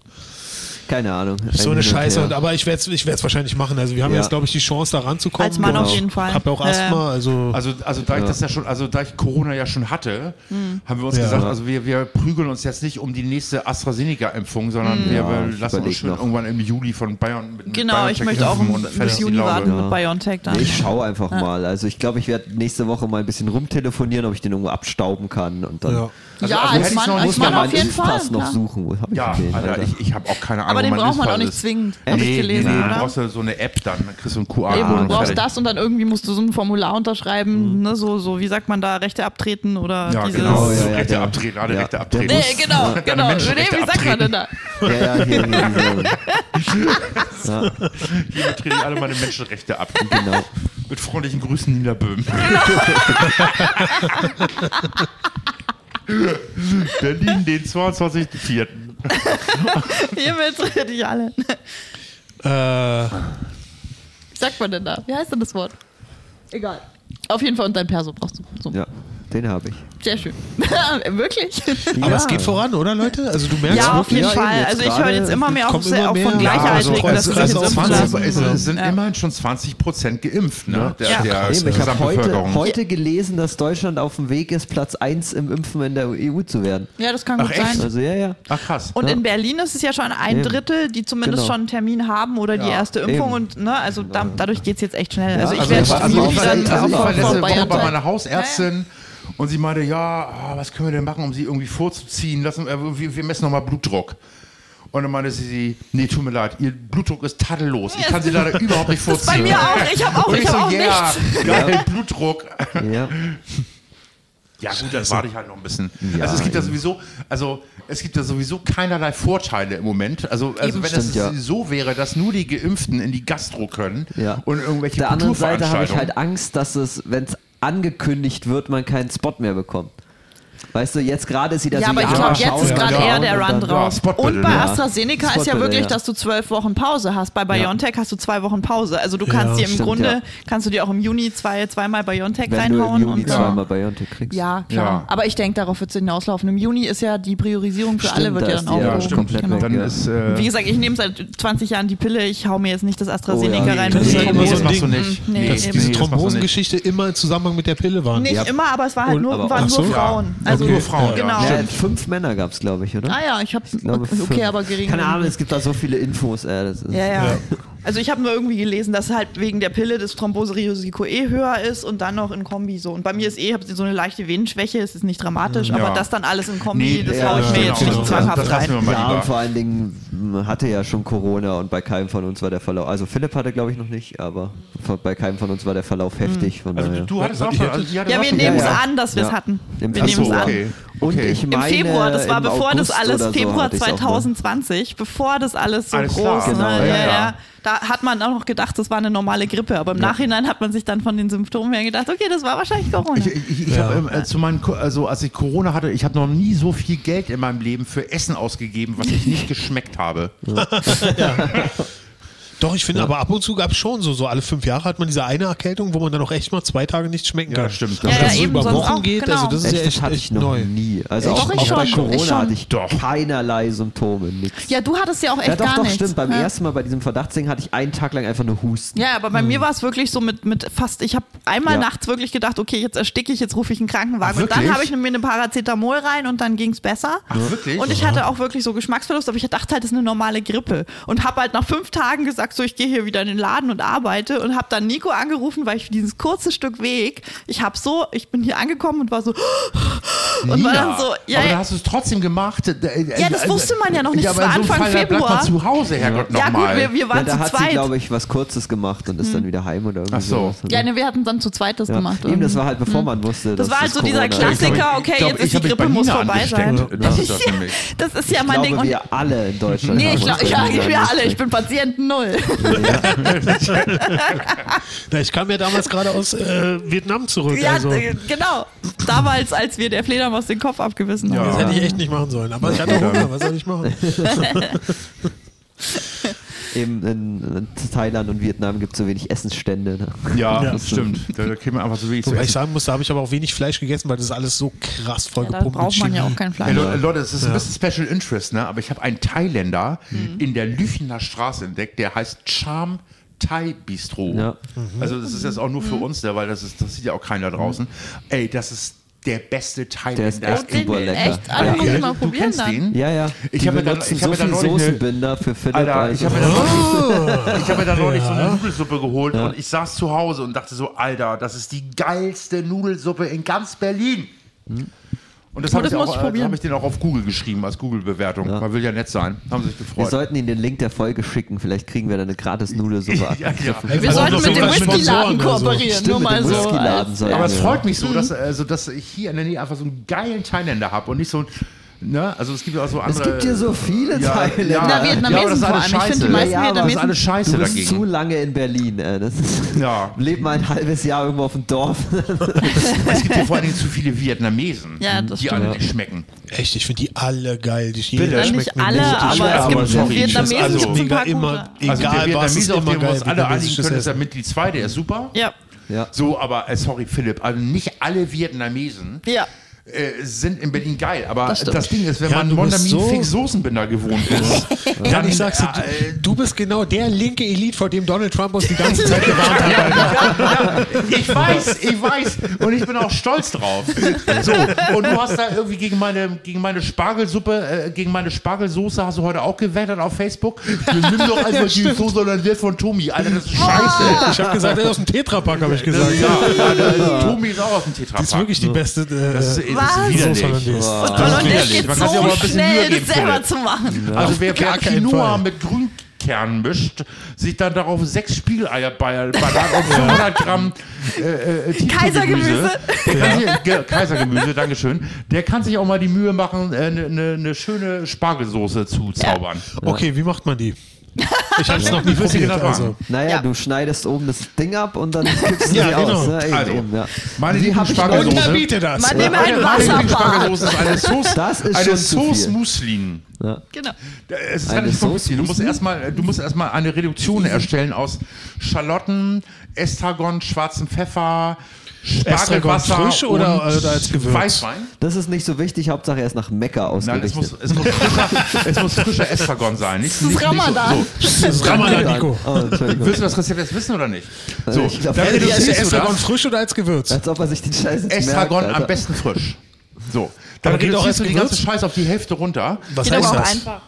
Speaker 2: keine Ahnung.
Speaker 4: so eine
Speaker 2: Ein Hin und
Speaker 4: Scheiße.
Speaker 2: Her.
Speaker 4: Und, aber ich werde es ich werd's wahrscheinlich machen. Also wir haben
Speaker 2: Ja.
Speaker 4: jetzt, glaube ich, die Chance, da ranzukommen.
Speaker 3: Als Mann
Speaker 4: Und
Speaker 3: auf jeden Fall.
Speaker 4: Ich habe auch Asthma, also.
Speaker 1: Also, also da ich das ja schon, also da ich Corona ja schon hatte,
Speaker 3: Mhm.
Speaker 1: haben wir uns
Speaker 4: Ja.
Speaker 1: gesagt, also wir, wir prügeln uns jetzt nicht um die nächste AstraZeneca-Impfung, sondern wir,
Speaker 2: Ja,
Speaker 1: wir
Speaker 2: ich
Speaker 1: lassen uns
Speaker 2: überleg
Speaker 1: schön
Speaker 2: noch.
Speaker 1: irgendwann im Juli von Bayern mit mit
Speaker 3: Mhm. Genau, ich
Speaker 1: BioNTech
Speaker 3: möchte auch
Speaker 1: impfen
Speaker 3: im
Speaker 1: fest die
Speaker 3: Juni
Speaker 1: Laube.
Speaker 3: warten mit BioNTech dann.
Speaker 2: Nee, ich schaue einfach mal. Also ich glaube, ich werde nächste Woche mal ein bisschen rumtelefonieren, ob ich den irgendwo abstauben kann und dann
Speaker 4: Ja.
Speaker 1: Also-
Speaker 3: ja,
Speaker 1: also hätte
Speaker 3: als
Speaker 1: ich
Speaker 3: Mann,
Speaker 1: noch-
Speaker 3: als
Speaker 1: muss
Speaker 3: Mann
Speaker 2: meinen
Speaker 3: auf jeden Fall.
Speaker 2: Impfpass noch
Speaker 3: ja.
Speaker 2: suchen. Wo hab ich
Speaker 1: Ja,
Speaker 2: den,
Speaker 1: Alter,
Speaker 2: Alter?
Speaker 1: ich, ich habe auch keine Ahnung.
Speaker 3: Aber den
Speaker 1: wo mein
Speaker 3: braucht man
Speaker 1: Impfpass
Speaker 3: auch nicht
Speaker 1: ist.
Speaker 3: zwingend.
Speaker 1: Nee,
Speaker 3: Hab ich gelesen,
Speaker 1: nee, du
Speaker 3: oder?
Speaker 1: brauchst ja so eine App dann, dann kriegst du einen
Speaker 3: Eben,
Speaker 1: QR-Code.
Speaker 3: du brauchst
Speaker 1: fertig.
Speaker 3: das und dann irgendwie musst du so ein Formular unterschreiben, ne, so, so, wie sagt man da, Rechte abtreten oder
Speaker 1: Ja,
Speaker 3: dieses.
Speaker 1: genau.
Speaker 2: Oh, ja, ja,
Speaker 1: Rechte
Speaker 2: ja.
Speaker 1: abtreten, alle
Speaker 2: Ja.
Speaker 1: Rechte abtreten.
Speaker 2: Der
Speaker 3: Nee, genau,
Speaker 1: Deine
Speaker 3: genau. Nee,
Speaker 1: Menschenrechte
Speaker 3: wie sagt man
Speaker 1: abtreten.
Speaker 3: denn da? [laughs]
Speaker 2: Ja, ja, hier, hier, hier.
Speaker 4: [laughs]
Speaker 1: Hier trete ich alle meine Menschenrechte ab.
Speaker 2: Genau.
Speaker 1: Mit freundlichen Grüßen, Nina [laughs] Böhm. Berlin, den 22.04.
Speaker 3: Hiermit [laughs] rede ich alle.
Speaker 4: Äh,
Speaker 3: Wie sagt man denn da? Wie heißt denn das Wort? Egal. Auf jeden Fall und dein Perso brauchst du. So.
Speaker 2: Ja, den habe ich.
Speaker 3: Sehr schön. [laughs] Wirklich?
Speaker 4: aber es geht voran, oder Leute? Also du merkst
Speaker 3: Ja, auf
Speaker 4: wirklich.
Speaker 2: wirklich? Ja,
Speaker 3: jeden
Speaker 2: eben,
Speaker 3: Fall.
Speaker 2: jetzt
Speaker 3: Also ich höre
Speaker 2: gerade
Speaker 3: jetzt immer mehr auf,
Speaker 4: kommt immer
Speaker 3: auch
Speaker 4: mehr.
Speaker 3: von
Speaker 4: Ja, also
Speaker 3: Gleichheitigen, dass
Speaker 4: es-
Speaker 3: sie sich jetzt
Speaker 4: also
Speaker 3: impfen
Speaker 1: 20,
Speaker 3: lassen.
Speaker 1: es es sind
Speaker 3: Ja.
Speaker 1: immerhin schon 20 Prozent geimpft, ne? Der,
Speaker 3: Ja.
Speaker 1: der
Speaker 2: Eben, ich habe heute,
Speaker 1: Gesamtbevölkerung.
Speaker 2: heute gelesen, dass Deutschland auf dem Weg ist, Platz 1 im Impfen in der EU zu werden.
Speaker 3: Ja, das kann
Speaker 1: Ach,
Speaker 3: gut
Speaker 1: echt?
Speaker 3: sein.
Speaker 2: Also ja, ja.
Speaker 1: Ach krass.
Speaker 3: Und in Berlin ist es ja schon ein
Speaker 2: Eben.
Speaker 3: Drittel, die zumindest
Speaker 2: Genau.
Speaker 3: schon einen Termin haben oder die
Speaker 1: Ja,
Speaker 3: erste Impfung.
Speaker 2: eben.
Speaker 3: Und ne, also da, dadurch geht es jetzt echt schnell. also ich
Speaker 2: also
Speaker 3: werde
Speaker 2: das war-
Speaker 3: also
Speaker 2: also
Speaker 3: Juli
Speaker 2: ich war-
Speaker 3: dann
Speaker 1: also ich
Speaker 3: auch
Speaker 1: war
Speaker 3: von-
Speaker 1: letzte
Speaker 3: von
Speaker 1: Woche
Speaker 3: Bayern.
Speaker 1: bei meiner Hausärztin und sie meinte, ja, ah, was können wir denn machen, um sie irgendwie vorzuziehen? Lassen, äh, wir, wir messen nochmal Blutdruck. Und dann meinte sie, nee, tut mir leid, ihr Blutdruck ist tadellos. Ich kann sie leider überhaupt nicht
Speaker 3: Bei
Speaker 1: vorziehen.
Speaker 3: mir auch. Ich habe auch,
Speaker 1: Und
Speaker 3: Oh, ich
Speaker 1: ich
Speaker 3: hab
Speaker 1: so,
Speaker 3: auch
Speaker 1: yeah,
Speaker 3: nichts.
Speaker 1: geil, Blutdruck.
Speaker 2: ja.
Speaker 1: Ja gut, dann warte ich halt noch ein bisschen. also es gibt ja sowieso, also es gibt ja sowieso keinerlei Vorteile im Moment. Also, also
Speaker 3: Eben.
Speaker 1: wenn es
Speaker 2: Stimmt, ja.
Speaker 1: so wäre, dass nur die Geimpften in die Gastro können
Speaker 2: ja.
Speaker 1: und irgendwelche
Speaker 2: der anderen Seite habe ich
Speaker 1: Kulturveranstaltungen.
Speaker 2: halt Angst, dass es, wenn es angekündigt wird, man keinen Spot mehr bekommt. Weißt du, jetzt gerade ist sie da
Speaker 3: Ja,
Speaker 2: so
Speaker 3: aber ich
Speaker 2: ja,
Speaker 3: glaube,
Speaker 2: schau
Speaker 3: jetzt ist
Speaker 2: mal
Speaker 3: gerade
Speaker 2: schauen
Speaker 3: eher der
Speaker 2: und
Speaker 3: Run
Speaker 2: dann-
Speaker 1: ja,
Speaker 3: drauf.
Speaker 1: Spotbittle,
Speaker 3: und bei
Speaker 1: ja.
Speaker 3: AstraZeneca ist ja
Speaker 2: Spotbittle,
Speaker 3: wirklich,
Speaker 2: ja.
Speaker 3: dass du zwölf Wochen Pause hast. Bei BioNTech hast du zwei Wochen Pause. Also du kannst dir im
Speaker 2: stimmt,
Speaker 3: Grunde,
Speaker 2: ja.
Speaker 3: kannst du dir auch im Juni zwei, zweimal BioNTech
Speaker 2: Wenn du im
Speaker 3: reinhauen.
Speaker 2: Juni
Speaker 3: und so.
Speaker 2: zweimal Biontech kriegst.
Speaker 3: Ja, klar.
Speaker 1: Ja.
Speaker 3: Aber ich denke, darauf wird es hinauslaufen. Im Juni ist ja die Priorisierung für
Speaker 2: Stimmt,
Speaker 3: alle, wird
Speaker 2: da
Speaker 3: ja
Speaker 2: ist
Speaker 3: dann
Speaker 2: die ja
Speaker 3: auch
Speaker 2: stimmt. komplett weg,
Speaker 1: Dann
Speaker 2: ja.
Speaker 1: ist, äh,
Speaker 3: Wie gesagt, ich nehme seit 20 Jahren die Pille, ich hau mir jetzt nicht das AstraZeneca
Speaker 2: Oh ja, nee,
Speaker 3: rein.
Speaker 4: das
Speaker 3: mit
Speaker 4: ist halt
Speaker 3: Thrombose.
Speaker 4: immer so ein
Speaker 1: machst du
Speaker 4: Ding.
Speaker 1: nicht.
Speaker 3: Nee,
Speaker 4: Dass
Speaker 3: eben.
Speaker 4: diese
Speaker 1: das machst du
Speaker 4: Thrombosengeschichte immer im Zusammenhang mit der Pille waren.
Speaker 3: Nicht immer, aber es war halt nur,
Speaker 2: aber-
Speaker 3: waren
Speaker 4: Ach
Speaker 3: nur
Speaker 4: so.
Speaker 3: Frauen.
Speaker 1: Ja.
Speaker 3: Also
Speaker 1: Okay. Nur Frauen, ja.
Speaker 3: Genau.
Speaker 2: Ja, fünf Männer gab es, glaube ich, oder?
Speaker 3: Ah ja, ich habe
Speaker 2: Ich glaube, fünf.
Speaker 3: okay, aber gering.
Speaker 2: Keine Ahnung, es gibt da so viele Infos. Äh, das ist
Speaker 3: Ja, ja.
Speaker 4: Ja.
Speaker 3: Also ich habe nur irgendwie gelesen, dass halt wegen der Pille das Thromboserisiko eh höher ist und dann noch in Kombi so. Und bei mir ist eh, ich habe so eine leichte Venenschwäche, es ist nicht dramatisch, aber
Speaker 1: Ja.
Speaker 3: das dann alles in Kombi,
Speaker 1: Nee,
Speaker 3: das
Speaker 1: ja,
Speaker 3: hau ich
Speaker 1: das
Speaker 3: mir
Speaker 1: stimmt
Speaker 3: jetzt
Speaker 1: auch.
Speaker 2: genau.
Speaker 3: nicht
Speaker 1: Das-
Speaker 3: zwanghaft
Speaker 1: das lassen
Speaker 3: rein.
Speaker 1: wir mal
Speaker 2: Ja,
Speaker 1: lieber.
Speaker 2: und vor allen Dingen man hatte ja schon Corona und bei keinem von uns war der Verlauf, also Philipp hatte glaube ich noch nicht, aber von- bei keinem von uns war der Verlauf heftig. Von
Speaker 1: Also
Speaker 2: daher.
Speaker 1: du, du hattest
Speaker 4: Ja,
Speaker 1: auch
Speaker 4: wir-
Speaker 1: also, die hatte
Speaker 3: Ja,
Speaker 1: auch
Speaker 3: Hm. wir
Speaker 1: schon-
Speaker 3: nehmen es
Speaker 2: ja.
Speaker 3: an, dass wir es
Speaker 2: Ja.
Speaker 3: hatten.
Speaker 2: Im
Speaker 3: Wir
Speaker 1: Ach
Speaker 3: nehmen
Speaker 1: so,
Speaker 3: es an.
Speaker 1: okay.
Speaker 2: Und
Speaker 1: okay.
Speaker 2: ich
Speaker 3: Im
Speaker 2: meine,
Speaker 3: Februar, das war
Speaker 2: im
Speaker 3: bevor das
Speaker 2: August
Speaker 3: alles,
Speaker 2: oder so
Speaker 3: Februar
Speaker 2: hatte ich's auch noch.
Speaker 3: 2020, bevor das alles so
Speaker 1: Alles
Speaker 3: groß,
Speaker 1: klar.
Speaker 2: Genau,
Speaker 3: ne?
Speaker 2: ja,
Speaker 3: ja,
Speaker 1: ja.
Speaker 3: ja. da hat man auch noch gedacht, das war eine normale Grippe, aber im Nachhinein hat man sich dann von den Symptomen her gedacht, okay, das war wahrscheinlich Corona.
Speaker 1: Ich, ich, ich
Speaker 4: Ja.
Speaker 1: habe ähm, äh, zu meinen, Ko- also als ich Corona hatte, ich habe noch nie so viel Geld in meinem Leben für Essen ausgegeben, was
Speaker 2: [laughs]
Speaker 1: ich nicht geschmeckt habe.
Speaker 4: Doch, ich finde, aber ab und zu gab es schon so, so alle fünf Jahre hat man diese eine Erkältung, wo man dann auch echt mal zwei Tage nicht schmecken
Speaker 1: Ja,
Speaker 4: kann.
Speaker 1: stimmt.
Speaker 4: Dass
Speaker 1: Ja,
Speaker 4: das
Speaker 3: ja,
Speaker 4: so
Speaker 3: eben,
Speaker 4: über
Speaker 3: sonst
Speaker 4: Wochen
Speaker 3: auch,
Speaker 4: geht,
Speaker 3: genau.
Speaker 4: also das ist
Speaker 2: Echt,
Speaker 4: ja echt,
Speaker 2: das hatte
Speaker 4: echt
Speaker 2: ich noch
Speaker 4: neu.
Speaker 2: nie. Also
Speaker 3: Doch,
Speaker 2: auch,
Speaker 3: ich
Speaker 2: auch bei
Speaker 3: schon, ich schon.
Speaker 2: Corona hatte ich
Speaker 1: Doch.
Speaker 2: keinerlei Symptome, nix.
Speaker 3: ja, du hattest ja auch echt
Speaker 2: ja, doch,
Speaker 3: gar
Speaker 2: doch,
Speaker 3: nichts. ne?
Speaker 2: stimmt. Beim
Speaker 3: ja.
Speaker 2: ersten Mal bei diesem Verdachtsding hatte ich einen Tag lang einfach nur Husten.
Speaker 3: Ja, aber bei mir war es wirklich so mit, mit fast, ich habe einmal
Speaker 2: Ja.
Speaker 3: nachts wirklich gedacht, okay, jetzt ersticke ich, jetzt rufe ich einen Krankenwagen.
Speaker 1: Ach,
Speaker 3: und dann
Speaker 1: wirklich?
Speaker 3: habe ich mir eine Paracetamol rein und dann ging's besser.
Speaker 1: Ach, wirklich?
Speaker 3: Und ich hatte auch wirklich so Geschmacksverlust, aber ich dachte halt, das ist eine normale Grippe. Und habe halt nach fünf Tagen gesagt, so ich gehe hier wieder in den Laden und arbeite und habe dann Nico angerufen, weil ich für dieses kurze Stück Weg, ich habe so, ich bin hier angekommen und war so, und war dann so, ja,
Speaker 1: aber da
Speaker 3: ja,
Speaker 1: hast du es trotzdem gemacht. Äh, äh,
Speaker 3: Ja, das
Speaker 1: also-
Speaker 3: wusste man ja noch nicht.
Speaker 1: Ja,
Speaker 3: Das
Speaker 1: aber in
Speaker 3: war
Speaker 1: so einem
Speaker 3: Anfang
Speaker 1: Fall, da bleibt
Speaker 3: Februar.
Speaker 1: Man zu Hause, Herrgott,
Speaker 3: ja gut,
Speaker 1: nochmal.
Speaker 3: wir, wir waren
Speaker 2: ja, da
Speaker 3: zu
Speaker 2: hat sie,
Speaker 3: zweit. Hm.
Speaker 2: glaube ich, was Kurzes gemacht und ist dann wieder heim oder irgendwie
Speaker 1: Ach so.
Speaker 2: sowas.
Speaker 3: ja, ne, wir hatten dann zu zweit das
Speaker 2: Ja.
Speaker 3: gemacht.
Speaker 2: Eben, das
Speaker 3: irgendwie.
Speaker 2: war halt, bevor man wusste,
Speaker 3: Das
Speaker 2: dass
Speaker 3: war halt
Speaker 2: es
Speaker 3: so dieser
Speaker 2: Corona ist.
Speaker 1: Ich glaub, ich-
Speaker 3: Klassiker, okay,
Speaker 1: ich glaub,
Speaker 3: jetzt
Speaker 1: ich
Speaker 3: ist die
Speaker 1: hab mich bei
Speaker 3: Grippe, muss
Speaker 1: Nina
Speaker 3: vorbei sein.
Speaker 1: angesteckt. Das ist das für mich.
Speaker 3: Das ist ja
Speaker 2: Ich
Speaker 3: mein
Speaker 2: glaube,
Speaker 3: Ding. Und
Speaker 2: wir alle in Deutschland.
Speaker 3: nee,
Speaker 2: haben
Speaker 3: ich glaube,
Speaker 2: uns
Speaker 3: ja,
Speaker 2: bei diesem
Speaker 3: wir alle. Ich
Speaker 2: angesteckt.
Speaker 3: bin Patient Null.
Speaker 4: Na, ich kam ja damals gerade aus äh, Vietnam zurück.
Speaker 3: Ja,
Speaker 4: also,
Speaker 3: äh, genau. Damals, als wir der Fledermaus den Kopf abgewissen
Speaker 1: Ja.
Speaker 3: haben.
Speaker 4: das hätte ich echt nicht machen sollen. Aber ich hatte Hunger, was soll ich machen?
Speaker 2: Eben in, in Thailand und Vietnam gibt es so wenig Essensstände.
Speaker 3: [laughs]
Speaker 2: Ne?
Speaker 1: ja,
Speaker 4: Ja.
Speaker 1: das stimmt. Da, da käme einfach so wenig zu
Speaker 4: Wobei ich
Speaker 1: essen.
Speaker 4: sagen muss, da habe ich aber auch wenig Fleisch gegessen, weil das ist alles so krass
Speaker 3: Da
Speaker 4: vollgepumpt mit
Speaker 3: braucht man
Speaker 4: Chemie.
Speaker 3: ja auch kein
Speaker 1: Ey,
Speaker 3: Fleisch.
Speaker 1: Leute, Leute, es ist ein bisschen Special Interest, ne? aber ich habe einen Thailänder
Speaker 3: Mhm.
Speaker 1: in der Lüchener Straße entdeckt, der heißt Charm Thai Bistro.
Speaker 2: Ja.
Speaker 1: Also das ist jetzt auch nur
Speaker 3: Mhm.
Speaker 1: für uns, ne? weil das, ist, das sieht ja auch keiner draußen. Ey, das ist der beste
Speaker 2: Der ist
Speaker 1: Thailänder.
Speaker 2: echt
Speaker 1: in-
Speaker 2: super lecker.
Speaker 3: echt? Alle
Speaker 1: Alter,
Speaker 3: muss ich mal
Speaker 1: du
Speaker 3: probieren
Speaker 1: kennst
Speaker 3: dann.
Speaker 1: den?
Speaker 2: Ja, ja.
Speaker 1: Ich
Speaker 2: Die
Speaker 1: habe mir da-
Speaker 2: benutzen
Speaker 1: ich habe
Speaker 2: so
Speaker 1: mir da
Speaker 2: viel
Speaker 1: neulich eine-
Speaker 2: Soßenbinder für Philipp.
Speaker 1: Alter,
Speaker 2: also.
Speaker 1: ich habe mir da Oh. neulich, [laughs] ich hab mir da neulich so eine Nudelsuppe geholt und ich saß zu Hause und dachte so, Alter, das ist die geilste Nudelsuppe in ganz Berlin. Hm. Und das
Speaker 3: Oh,
Speaker 1: habe
Speaker 3: das
Speaker 1: ich,
Speaker 3: muss
Speaker 1: auch,
Speaker 3: ich
Speaker 1: äh, da
Speaker 3: probieren.
Speaker 1: hab ich den auch auf Google geschrieben, als Google-Bewertung. Man will ja nett sein. Haben sich
Speaker 2: wir
Speaker 1: gefreut.
Speaker 2: sollten Ihnen den Link der Folge schicken. Vielleicht kriegen wir da eine gratis Nudelsuppe.
Speaker 1: [laughs] Ja, ja.
Speaker 3: Wir
Speaker 4: Also
Speaker 3: sollten
Speaker 4: noch so
Speaker 3: mit dem
Speaker 4: was mit
Speaker 3: Whiskyladen
Speaker 4: Sponsoren oder so.
Speaker 3: kooperieren, nur mal so.
Speaker 2: Whiskyladen
Speaker 3: als-
Speaker 2: sollten
Speaker 1: Aber es
Speaker 2: wir-
Speaker 1: freut
Speaker 3: Mhm.
Speaker 1: mich so, dass, also, dass ich hier in der Nähe einfach so einen geilen Thailänder habe und nicht so ein. Ne? Also es gibt ja auch so
Speaker 2: Es
Speaker 1: andere.
Speaker 2: gibt hier so viele Teile.
Speaker 3: Na, Vietnamesen
Speaker 1: aber das ist
Speaker 3: vor
Speaker 1: alles
Speaker 3: allem. Ich finde,
Speaker 1: scheiße.
Speaker 3: die meisten
Speaker 1: ja, aber das ist
Speaker 3: Vietnamesen-
Speaker 1: alles scheiße
Speaker 2: Du bist
Speaker 1: dagegen.
Speaker 2: zu lange in Berlin. Äh. Das ist
Speaker 1: [laughs] Ja.
Speaker 2: Leb mal ein halbes Jahr irgendwo auf dem Dorf. [laughs]
Speaker 1: es gibt hier vor allen Dingen zu viele Vietnamesen,
Speaker 3: Ja, das
Speaker 1: die
Speaker 3: stimmt.
Speaker 1: alle nicht schmecken.
Speaker 4: Echt, ich finde die alle geil. Die
Speaker 1: Bitte.
Speaker 4: jeder
Speaker 1: Ja,
Speaker 3: Ja,
Speaker 4: schmeckt
Speaker 3: nicht
Speaker 4: mir
Speaker 3: alle,
Speaker 4: nicht. Ich
Speaker 1: schwöre,
Speaker 3: aber es
Speaker 1: aber
Speaker 3: gibt
Speaker 1: sorry,
Speaker 3: Vietnamesen,
Speaker 1: also
Speaker 3: es gibt ein
Speaker 4: mega
Speaker 3: paar
Speaker 4: immer,
Speaker 3: gute.
Speaker 1: also
Speaker 4: egal
Speaker 1: der
Speaker 4: was, ist
Speaker 1: Vietnamese, auf
Speaker 4: immer
Speaker 1: den wir
Speaker 4: geil.
Speaker 1: uns alle einigen
Speaker 4: vietnamesisches
Speaker 1: können, ist ja
Speaker 4: Essen.
Speaker 1: mit die zweite, der ist super.
Speaker 3: Ja,
Speaker 2: ja.
Speaker 1: So, aber äh, sorry, Philipp, also nicht alle Vietnamesen
Speaker 3: ja.
Speaker 1: äh, sind in Berlin geil. Aber
Speaker 3: Das
Speaker 1: das,
Speaker 3: stimmt.
Speaker 1: Ding ist, wenn
Speaker 4: Ja,
Speaker 1: man
Speaker 4: du bist
Speaker 1: Mondamin
Speaker 4: so-
Speaker 1: Fink Soßenbinder gewohnt ist,
Speaker 4: [laughs] Ja, ich sag's dir,
Speaker 1: äh,
Speaker 4: du, du bist genau der linke Elite, vor dem Donald Trump uns die ganze Zeit gewarnt hat.
Speaker 1: Ich weiß, ich weiß. Und ich bin auch stolz drauf. So, und du hast da irgendwie gegen meine, gegen meine Spargelsuppe, äh, gegen meine Spargelsoße hast du heute auch gewettert auf Facebook. [laughs] Du nimm doch einfach die Soße und dann wird von Tomi. Alter, das ist scheiße.
Speaker 4: Ich habe gesagt, er ist aus dem Tetrapack, habe ich gesagt.
Speaker 1: Ja, Alter, also Tomi ist auch aus dem Tetrapack.
Speaker 4: Das ist wirklich die beste. Äh,
Speaker 1: Das ist,
Speaker 3: Was?
Speaker 1: das ist widerlich.
Speaker 4: Wow.
Speaker 1: Das ist
Speaker 3: Und das
Speaker 1: widerlich.
Speaker 3: geht
Speaker 1: Man kann sich aber
Speaker 3: so
Speaker 1: ein bisschen Mühe
Speaker 3: schnell,
Speaker 1: geben,
Speaker 3: das selber
Speaker 1: Philipp.
Speaker 3: zu machen.
Speaker 1: Also wer, wer
Speaker 4: gar keinen
Speaker 1: Quinoa
Speaker 4: Fall.
Speaker 1: mit Grünkernen mischt, sich dann darauf sechs Spiegeleier bei Bananen und 500 Gramm äh, äh, Tiefkühlgemüse- Der kann sich- Ge- Kaisergemüse, Dankeschön. Der kann sich auch mal die Mühe machen, eine äh, ne- ne- ne schöne Spargelsoße zu zaubern. [laughs]
Speaker 4: Okay, wie macht man die? Ich habe es noch nie
Speaker 1: Bis sie genau
Speaker 4: probiert.
Speaker 1: gedacht haben.
Speaker 4: Also.
Speaker 2: Naja,
Speaker 3: Ja.
Speaker 2: du schneidest oben das Ding ab und
Speaker 3: [laughs]
Speaker 2: dann kippst du
Speaker 4: Ja,
Speaker 2: sie
Speaker 4: genau.
Speaker 2: aus. Ne? Eben,
Speaker 1: Also,
Speaker 2: eben, ja.
Speaker 1: meine
Speaker 2: Die
Speaker 1: lieben
Speaker 2: hab ich
Speaker 1: Spargel-
Speaker 2: neulich-
Speaker 4: Unterbiete das.
Speaker 3: Man nimmt einen
Speaker 1: Meine
Speaker 3: Wasserbad.
Speaker 1: Lieblingsspargelsoße ist
Speaker 2: [laughs]
Speaker 1: eine Sauce,
Speaker 2: Das ist
Speaker 1: eine
Speaker 2: schon zu
Speaker 1: Sauce
Speaker 2: viel.
Speaker 1: Mousseline.
Speaker 2: Ja.
Speaker 3: Genau.
Speaker 1: Es ist
Speaker 2: Eine
Speaker 1: relativ
Speaker 2: Sauce
Speaker 1: kompliziert. Du musst
Speaker 2: Mousseline?
Speaker 1: erstmal, äh, du musst erstmal eine Reduktion erstellen aus Schalotten, Estragon, schwarzem Pfeffer, Spargelwasser
Speaker 4: Estragon frisch oder- äh,
Speaker 1: und
Speaker 4: oder als Gewürz?
Speaker 1: Weißwein.
Speaker 2: Das ist nicht so wichtig, Hauptsache er ist nach Mekka
Speaker 1: Nein, es muss,
Speaker 2: ausgerichtet.
Speaker 1: es muss frischer, [laughs] es muss frischer Estragon sein. Nicht,
Speaker 3: ist
Speaker 1: nicht, nicht
Speaker 3: Ramadan.
Speaker 1: So, so.
Speaker 4: Das ist Ramadan, Nico.
Speaker 2: Oh, Entschuldigung.
Speaker 1: Willst du das Rezept jetzt wissen oder nicht? So,
Speaker 2: Ich glaub,
Speaker 1: dann
Speaker 2: Ja,
Speaker 4: Entweder ist der
Speaker 1: reduzierst du
Speaker 4: Estragon
Speaker 1: das.
Speaker 4: frisch oder als Gewürz.
Speaker 2: Als ob er sich den Scheiß jetzt
Speaker 1: Estragon
Speaker 2: merkt,
Speaker 1: am
Speaker 2: Alter.
Speaker 1: besten frisch. So, dann
Speaker 4: Aber geht auch
Speaker 1: reduzierst du
Speaker 4: als
Speaker 1: die ganze
Speaker 4: Gewürz?
Speaker 1: Scheiße auf die Hälfte runter.
Speaker 4: Was
Speaker 3: Geht
Speaker 4: heißt
Speaker 3: aber auch
Speaker 4: das?
Speaker 3: einfach.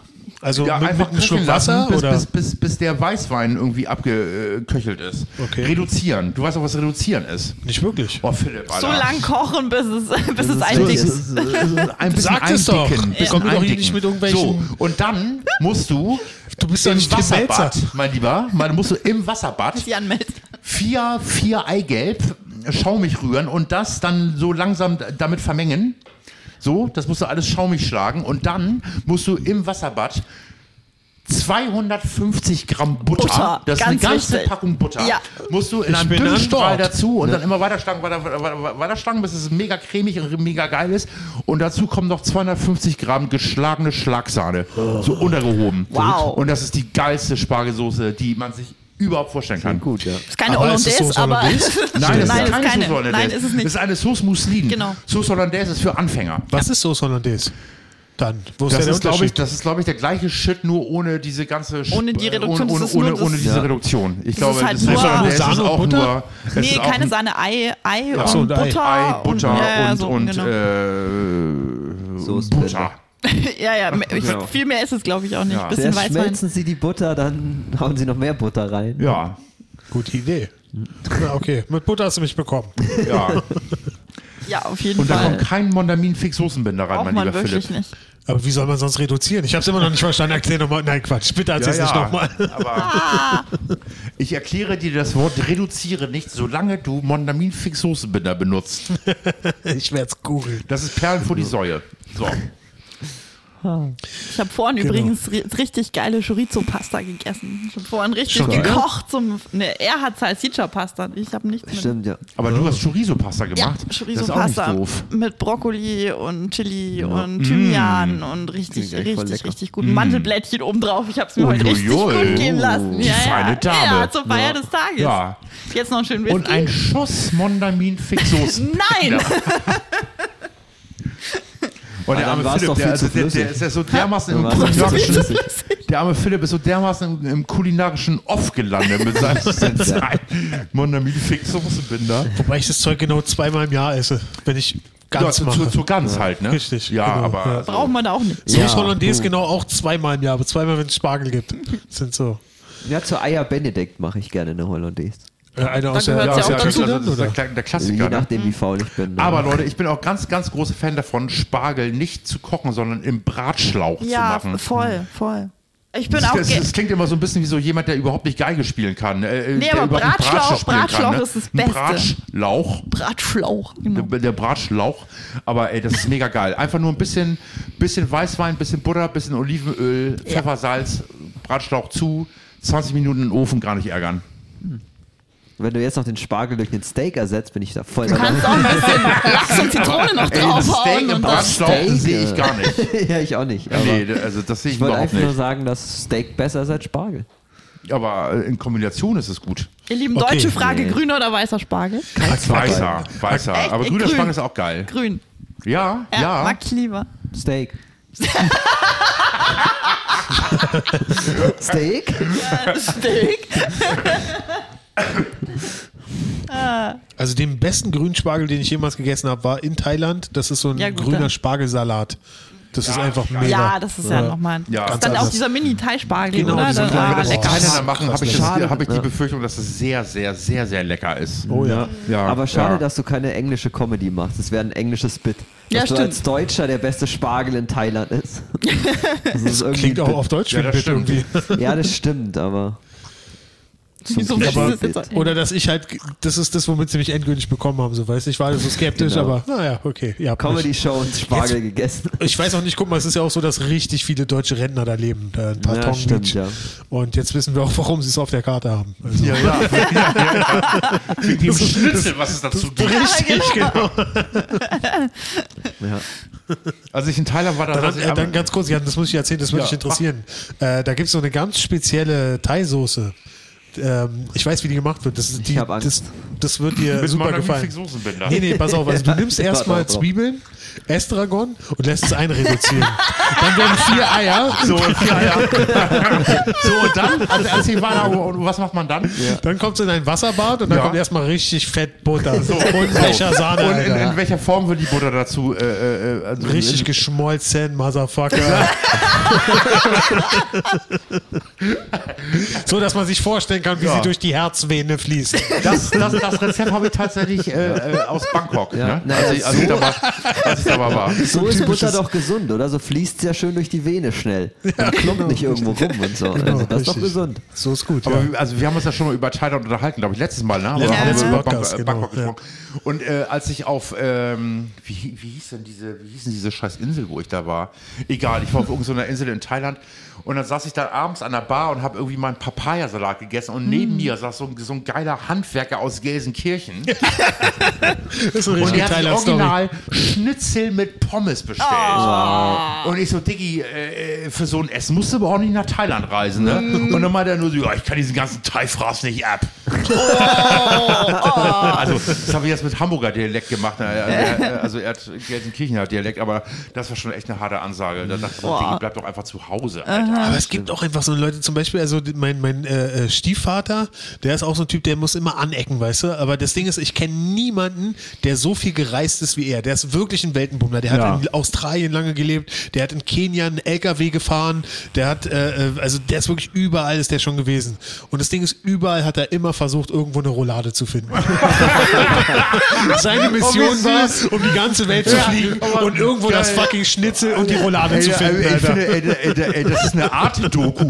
Speaker 4: Also
Speaker 1: Ja,
Speaker 4: mit, mit
Speaker 1: einfach
Speaker 4: einem Schluck
Speaker 1: köcheln
Speaker 4: Wasser
Speaker 1: lassen, bis,
Speaker 4: oder?
Speaker 1: bis, bis, bis der Weißwein irgendwie abgeköchelt ist.
Speaker 4: Okay.
Speaker 1: Reduzieren. Du weißt auch, was reduzieren ist.
Speaker 4: Nicht wirklich.
Speaker 1: Oh, Philipp, Alter.
Speaker 3: So lang kochen, bis es, bis es
Speaker 2: so-
Speaker 3: ein Ding
Speaker 2: das
Speaker 3: ist.
Speaker 2: ist-
Speaker 1: Ein bisschen
Speaker 4: Sag es doch.
Speaker 1: eindicken,
Speaker 4: Wir
Speaker 1: bisschen
Speaker 4: kommen doch hier
Speaker 1: eindicken.
Speaker 4: nicht mit irgendwelchen-
Speaker 1: So, und dann musst du.
Speaker 4: Du bist doch
Speaker 1: im
Speaker 4: nicht Tim
Speaker 1: Wasserbad,
Speaker 4: Melzer.
Speaker 1: mein Lieber. Dann musst du im Wasserbad
Speaker 3: Jan Melzer.
Speaker 1: vier, vier Eigelb schaumig rühren und das dann so langsam d- damit vermengen. So, das musst du alles schaumig schlagen und dann musst du im Wasserbad 250 Gramm Butter,
Speaker 3: Butter,
Speaker 1: das ist eine
Speaker 3: ganz
Speaker 1: ganze
Speaker 3: wichtig.
Speaker 1: Packung Butter,
Speaker 3: Ja.
Speaker 1: musst du in einem
Speaker 4: bin
Speaker 1: dünnen
Speaker 4: an
Speaker 1: Strahl
Speaker 4: Bord.
Speaker 1: dazu und dann immer weiter schlagen, weiter, weiter, weiter schlagen, bis es mega cremig und mega geil ist. Und dazu kommen noch 250 Gramm geschlagene Schlagsahne, so untergehoben.
Speaker 3: Oh. Wow.
Speaker 1: Und das ist die geilste Spargelsoße, die man sich überhaupt vorstellen kann.
Speaker 2: Gut, ja.
Speaker 3: Ist keine
Speaker 4: Aber
Speaker 3: Hollandaise,
Speaker 4: ist es Soße
Speaker 3: aber.
Speaker 4: Hollandaise?
Speaker 1: Nein, das ist
Speaker 3: ist
Speaker 1: keine,
Speaker 3: keine.
Speaker 1: Sauce Hollandaise.
Speaker 3: Nein, ist es nicht.
Speaker 1: Das ist eine Sauce Mousseline.
Speaker 3: Genau.
Speaker 1: Sauce Hollandaise ist für Anfänger.
Speaker 4: Was ist Sauce Hollandaise? Dann, wo ist
Speaker 1: Das
Speaker 4: der
Speaker 1: ist, glaube ich,
Speaker 4: Unterschied?
Speaker 1: das ist, glaube ich, der gleiche Shit, nur ohne diese ganze Sch-
Speaker 3: Ohne die Reduktion,
Speaker 1: ohne,
Speaker 3: das
Speaker 1: ohne,
Speaker 3: ist nur
Speaker 1: ohne,
Speaker 3: das-
Speaker 1: ohne diese
Speaker 2: Ja.
Speaker 1: Reduktion. Ich glaube,
Speaker 3: ist halt
Speaker 1: das
Speaker 3: nur-
Speaker 1: Sauce Hollandaise
Speaker 4: Sahne
Speaker 1: ist
Speaker 4: und
Speaker 1: auch
Speaker 4: Butter?
Speaker 1: nur. es
Speaker 3: Nee,
Speaker 1: ist auch
Speaker 3: keine
Speaker 1: ein
Speaker 3: Sahne, Ei, Ei
Speaker 4: so,
Speaker 3: und
Speaker 4: und Ei.
Speaker 3: Butter.
Speaker 1: Ei, Butter und,
Speaker 3: ja, ja, so,
Speaker 1: und,
Speaker 3: genau.
Speaker 1: äh,
Speaker 2: So ist
Speaker 1: Butter.
Speaker 3: ja, ja, me- ich,
Speaker 2: Genau.
Speaker 3: viel mehr ist es, glaube ich, auch nicht.
Speaker 1: Ja.
Speaker 3: Bisschen
Speaker 2: Zuerst
Speaker 3: Weißwein.
Speaker 2: schmelzen sie die Butter, dann hauen sie noch mehr Butter rein.
Speaker 1: Ja,
Speaker 4: Gute Idee. Na, okay, mit Butter hast du mich bekommen.
Speaker 1: ja.
Speaker 3: Ja, auf jeden
Speaker 1: Und da kommt
Speaker 3: Fall.
Speaker 1: kein Mondamin-Fix-Soßenbinder rein,
Speaker 3: Braucht
Speaker 1: mein
Speaker 3: man
Speaker 1: lieber
Speaker 3: wirklich
Speaker 1: Philipp.
Speaker 3: nicht.
Speaker 4: Aber wie soll man sonst reduzieren? Ich habe es immer noch nicht verstanden. Erklär nochmal. Nein, Quatsch. Bitte erzähl's nicht nochmal.
Speaker 1: [laughs] Aber
Speaker 3: Ah.
Speaker 1: ich erkläre dir das Wort reduziere nicht, solange du Mondamin-Fix-Soßenbinder benutzt.
Speaker 4: Ich werde es googeln.
Speaker 1: Das ist Perlen vor die Säue. So.
Speaker 3: Ich habe vorhin
Speaker 1: Genau.
Speaker 3: übrigens ri richtig geile Chorizo-Pasta gegessen. Ich habe vorhin richtig
Speaker 4: Schon wieder?
Speaker 3: gekocht zum. Ne, er hat Salsiccia-Pasta. Ich habe nichts mit.
Speaker 2: Stimmt, ja.
Speaker 1: Aber du hast Chorizo-Pasta
Speaker 3: Ja,
Speaker 1: gemacht.
Speaker 3: Chorizo-Pasta
Speaker 1: Das ist auch nicht doof. Genau.
Speaker 3: mit Brokkoli und Chili und Thymian
Speaker 1: Mm.
Speaker 3: und richtig,
Speaker 2: Klingt echt voll
Speaker 3: richtig,
Speaker 2: lecker.
Speaker 3: richtig gut. Mandelblättchen obendrauf. Ich habe es mir heute richtig
Speaker 1: Uiuiui.
Speaker 3: gut gehen lassen.
Speaker 1: Die feine Dame.
Speaker 3: Ja, zur Feier
Speaker 1: Ja.
Speaker 3: des Tages.
Speaker 1: Ja.
Speaker 3: Jetzt noch einen schönen Whisky.
Speaker 1: Und ein Schuss
Speaker 3: [laughs]
Speaker 1: Mondamin-Fixosen.
Speaker 3: Nein!
Speaker 1: Und
Speaker 2: Ah,
Speaker 1: der
Speaker 2: dann
Speaker 1: arme
Speaker 2: war's
Speaker 1: Philipp,
Speaker 2: doch viel
Speaker 1: der,
Speaker 2: zu
Speaker 1: also der, der
Speaker 2: flüssig.
Speaker 1: ist ja so dermaßen im
Speaker 2: Dann war's doch viel zu
Speaker 1: kulinarischen.
Speaker 2: flüssig.
Speaker 1: Der arme Philipp ist so dermaßen im, im kulinarischen Off gelandet mit [laughs] seinem Mondamin-Fixosenbinder.
Speaker 4: Wobei ich das Zeug genau zweimal im Jahr esse, wenn ich ganz
Speaker 1: ja,
Speaker 4: mache.
Speaker 1: zu, zu ganz halt, ne?
Speaker 4: Richtig,
Speaker 1: Ja,
Speaker 4: genau,
Speaker 1: aber.
Speaker 4: ja.
Speaker 1: also-
Speaker 3: Braucht man da auch nicht.
Speaker 4: Sauce
Speaker 2: Ja.
Speaker 1: Hm.
Speaker 4: Hollandaise genau auch zweimal im Jahr, aber zweimal, wenn es Spargel gibt. Sind so.
Speaker 2: Ja, zur Eier Benedikt mache ich gerne eine Hollandaise.
Speaker 4: Äh, Eine
Speaker 3: gehört's
Speaker 4: aus der,
Speaker 1: Ja,
Speaker 3: ja
Speaker 4: aus
Speaker 1: ist
Speaker 4: der
Speaker 1: ja
Speaker 3: auch
Speaker 4: Küche
Speaker 1: klar,
Speaker 4: dann,
Speaker 1: das ist
Speaker 4: oder?
Speaker 1: der Kle- der
Speaker 2: Je
Speaker 1: Klassiker. Ne?
Speaker 2: nachdem, wie faul ich bin.
Speaker 1: Aber Leute, ich bin auch ganz, ganz großer Fan davon, Spargel nicht zu kochen, sondern im Bratschlauch
Speaker 3: Ja,
Speaker 1: zu machen.
Speaker 3: voll, voll. Ich bin
Speaker 1: Das,
Speaker 3: auch.
Speaker 1: das,
Speaker 3: ge-
Speaker 1: das klingt immer so ein bisschen wie so jemand, der überhaupt nicht Geige spielen kann. Äh,
Speaker 3: Nee,
Speaker 1: der
Speaker 3: aber
Speaker 1: überhaupt nicht Bratsche
Speaker 3: Bratschlauch-
Speaker 1: spielen
Speaker 3: Bratschlauch
Speaker 1: ne?
Speaker 3: ist das
Speaker 1: Ein
Speaker 3: Beste.
Speaker 1: Bratschlauch.
Speaker 3: Bratschlauch. Genau.
Speaker 1: Der, der Bratschlauch, aber ey, das ist mega geil. Einfach nur ein bisschen, bisschen Weißwein, bisschen Butter, bisschen Olivenöl, Pfeffer, Salz, Bratschlauch zu, 20 Minuten in den Ofen, gar nicht ärgern.
Speaker 2: Wenn du jetzt noch den Spargel durch den Steak ersetzt, bin ich da voll
Speaker 3: Du kannst auch ein bisschen Lachs und Zitrone noch
Speaker 1: Genau. Ey, das Steak
Speaker 3: draufhauen.
Speaker 1: im
Speaker 3: und dann-
Speaker 1: Bratschlauch
Speaker 2: Steak,
Speaker 1: sehe ich
Speaker 2: ja.
Speaker 1: gar
Speaker 2: [laughs]
Speaker 1: nicht.
Speaker 2: ja, ich auch nicht. Aber
Speaker 1: Nee, also das sehe ich,
Speaker 2: ich wollte
Speaker 1: überhaupt
Speaker 2: einfach nur
Speaker 1: nicht.
Speaker 2: sagen, dass Steak besser ist als Spargel.
Speaker 1: Aber äh, in Kombination ist es gut.
Speaker 3: Ihr lieben
Speaker 4: Okay.
Speaker 3: Deutsche, Frage:
Speaker 2: Nee.
Speaker 3: grüner oder weißer Spargel?
Speaker 1: Weißer, weißer.
Speaker 3: Echt?
Speaker 1: Aber
Speaker 3: Äh,
Speaker 1: grüner
Speaker 3: grün.
Speaker 1: Spargel ist auch geil.
Speaker 3: Grün.
Speaker 1: Ja,
Speaker 3: Ja,
Speaker 1: ja.
Speaker 3: mag ich lieber.
Speaker 1: [laughs]
Speaker 2: Steak. Steak?
Speaker 3: Steak.
Speaker 4: Also den besten grünen Spargel, den ich jemals gegessen habe, war in Thailand. Das ist so ein
Speaker 3: Ja, gut,
Speaker 4: grüner
Speaker 3: dann.
Speaker 4: Spargelsalat. Das ist einfach mega.
Speaker 3: Ja, das ist ja nochmal.
Speaker 1: Ja. also
Speaker 3: Das ist dann
Speaker 4: Ganz
Speaker 3: auch
Speaker 4: anders.
Speaker 3: dieser Mini-Teilspargel,
Speaker 4: Genau,
Speaker 3: oder?
Speaker 4: dieser
Speaker 3: Dann,
Speaker 4: kleine
Speaker 3: ah,
Speaker 4: Boss.
Speaker 3: lecker.
Speaker 1: Keiner da machen, habe ich, das-
Speaker 2: Schade.
Speaker 1: hab ich die
Speaker 2: Ja.
Speaker 1: Befürchtung, dass es sehr, sehr, sehr, sehr lecker ist.
Speaker 4: Oh ja.
Speaker 3: Mhm.
Speaker 1: Ja,
Speaker 2: Aber schade,
Speaker 1: ja.
Speaker 2: dass du keine englische Comedy machst. Es wäre ein englisches Bit. Dass
Speaker 3: Ja,
Speaker 2: du
Speaker 3: stimmt.
Speaker 2: als Deutscher der beste Spargel in Thailand
Speaker 3: [laughs]
Speaker 2: ist. Das ist irgendwie
Speaker 4: Klingt
Speaker 2: ein
Speaker 4: auch
Speaker 2: Bit.
Speaker 4: auf Deutsch
Speaker 1: Ja,
Speaker 4: ja,
Speaker 1: das
Speaker 4: bitte
Speaker 1: stimmt.
Speaker 4: irgendwie.
Speaker 2: Ja, das stimmt, aber
Speaker 3: Wieso
Speaker 2: Zum
Speaker 3: willst du das
Speaker 2: Beispiel.
Speaker 3: jetzt sagen?
Speaker 4: Oder dass ich halt, das ist das, womit sie mich endgültig bekommen haben, so weißt du. Ich war so skeptisch,
Speaker 2: Genau.
Speaker 4: aber naja, okay. Ja,
Speaker 2: Comedy-Show und Spargel gegessen.
Speaker 4: Ich weiß auch nicht, guck mal, es ist ja auch so, dass richtig viele deutsche Rentner da leben, da in Patong
Speaker 2: stimmt,
Speaker 4: Beach.
Speaker 2: ja.
Speaker 4: Und jetzt wissen wir auch, warum sie es auf der Karte haben.
Speaker 2: [laughs]
Speaker 4: Also,
Speaker 1: Ja, ja. ja, ja. Mit dem
Speaker 2: genau.
Speaker 1: Schnitzel, was es dazu gibt.
Speaker 4: Richtig, genau.
Speaker 2: Ja.
Speaker 1: Als Also ich in Thailand war, da
Speaker 4: Dann,
Speaker 1: saß ich
Speaker 4: äh, dann
Speaker 1: einmal-
Speaker 4: ganz kurz, Jan, das muss ich erzählen, das würde
Speaker 1: Ja,
Speaker 4: dich interessieren. Äh, da gibt es so eine ganz spezielle Thai-Soße. Ähm, ich weiß, wie die gemacht wird. Das, ist die,
Speaker 2: hab Angst.
Speaker 4: Das, das wird dir
Speaker 1: [laughs] mit
Speaker 4: super
Speaker 1: meiner
Speaker 4: gefallen.
Speaker 1: Soßenbinder.
Speaker 4: Nee, nee, pass auf. Also du nimmst
Speaker 2: Ich [laughs] warte
Speaker 4: erstmal
Speaker 2: auch drauf.
Speaker 4: Zwiebeln, Estragon und lässt es einreduzieren. dann werden vier Eier.
Speaker 1: So, ja, ja. [laughs] so, und dann, also als ich war da, und was macht man dann?
Speaker 4: Dann kommt es in ein Wasserbad und dann
Speaker 1: Ja.
Speaker 4: kommt erstmal richtig fett Butter.
Speaker 1: So.
Speaker 4: Und
Speaker 1: So.
Speaker 4: Becher Sahne,
Speaker 1: Und in, in
Speaker 4: Alter.
Speaker 1: welcher Form wird die Butter dazu? Äh, äh, äh, also
Speaker 4: Richtig
Speaker 1: in,
Speaker 4: geschmolzen, Motherfucker.
Speaker 1: [laughs]
Speaker 4: so, dass man sich vorstellen kann, wie
Speaker 1: Ja.
Speaker 4: sie durch die
Speaker 2: [laughs]
Speaker 4: Herzvene fließt.
Speaker 1: das, das, das Rezept habe ich tatsächlich äh, äh, aus Bangkok.
Speaker 2: Ja.
Speaker 1: Ne?
Speaker 2: Naja,
Speaker 1: als, ich, als, ich da war, als ich da war, war.
Speaker 2: So ist Butter doch gesund, oder? So fließt ja schön durch die Vene schnell. Und klumpt nicht irgendwo rum und so. Also das ist doch
Speaker 4: Genau, Richtig.
Speaker 2: gesund.
Speaker 4: So ist gut.
Speaker 1: Aber
Speaker 4: ja.
Speaker 1: wir- also wir haben uns ja schon mal über Thailand unterhalten, glaube ich, letztes Mal, ne? Aber
Speaker 4: Letztes
Speaker 1: da haben wir
Speaker 4: Mal.
Speaker 1: über
Speaker 4: Podcast,
Speaker 1: Bangkok,
Speaker 4: genau,
Speaker 1: Bangkok gesprochen. Und äh, als ich auf, ähm, wie, hi- wie hieß denn diese, wie hießen diese scheiß Insel, wo ich da war? Egal, ich war auf irgendeiner Insel in Thailand und dann saß ich da abends an der Bar und habe irgendwie meinen Papayasalat gegessen und
Speaker 4: Hm.
Speaker 1: neben mir saß so, ein- so ein geiler Handwerker aus Gelsenkirchen
Speaker 4: Das ist eine
Speaker 1: und der
Speaker 4: richtige
Speaker 1: hat sich
Speaker 4: Thailand-Story.
Speaker 1: original Schnitzel mit Pommes bestellt. Und ich so, Diggi, äh, äh, für so ein Essen musst du aber auch nicht nach Thailand reisen, ne? Und dann meinte er nur so, ja, ich kann diesen ganzen Thai-Fraß nicht ab. Also, das habe ich jetzt mit Hamburger Dialekt gemacht. ne? Also, er- also er hat Gelsenkirchener Dialekt, aber das war schon echt eine harte Ansage. Da dachte ich so, Diggi, bleib doch einfach zu Hause, Alter.
Speaker 4: Aber es gibt auch einfach so Leute, zum Beispiel, also mein, mein äh, äh, Stiefvater, der ist auch so ein Typ, der muss immer anecken, weißt du? Aber das Ding ist, ich kenne niemanden, der so viel gereist ist wie er. Der ist wirklich ein Weltenbummler. Der
Speaker 1: Ja.
Speaker 4: hat in Australien lange gelebt, der hat in Kenia einen LKW gefahren, der hat, äh, äh, also der ist wirklich überall ist der schon gewesen. Und das Ding ist, überall hat er immer versucht, irgendwo eine Roulade
Speaker 1: [laughs]
Speaker 4: zu finden. Seine Mission
Speaker 1: Oh, wie
Speaker 4: war,
Speaker 1: süß.
Speaker 4: um die ganze Welt zu
Speaker 1: Ja,
Speaker 4: fliegen
Speaker 1: aber
Speaker 4: und irgendwo
Speaker 1: geil.
Speaker 4: das fucking Schnitzel und die Roulade zu
Speaker 1: Ey,
Speaker 4: finden.
Speaker 1: ey, äh, ich
Speaker 4: Alter.
Speaker 1: finde, ey, ey, ey, ey, das ist eine Arte-Doku.
Speaker 4: [laughs]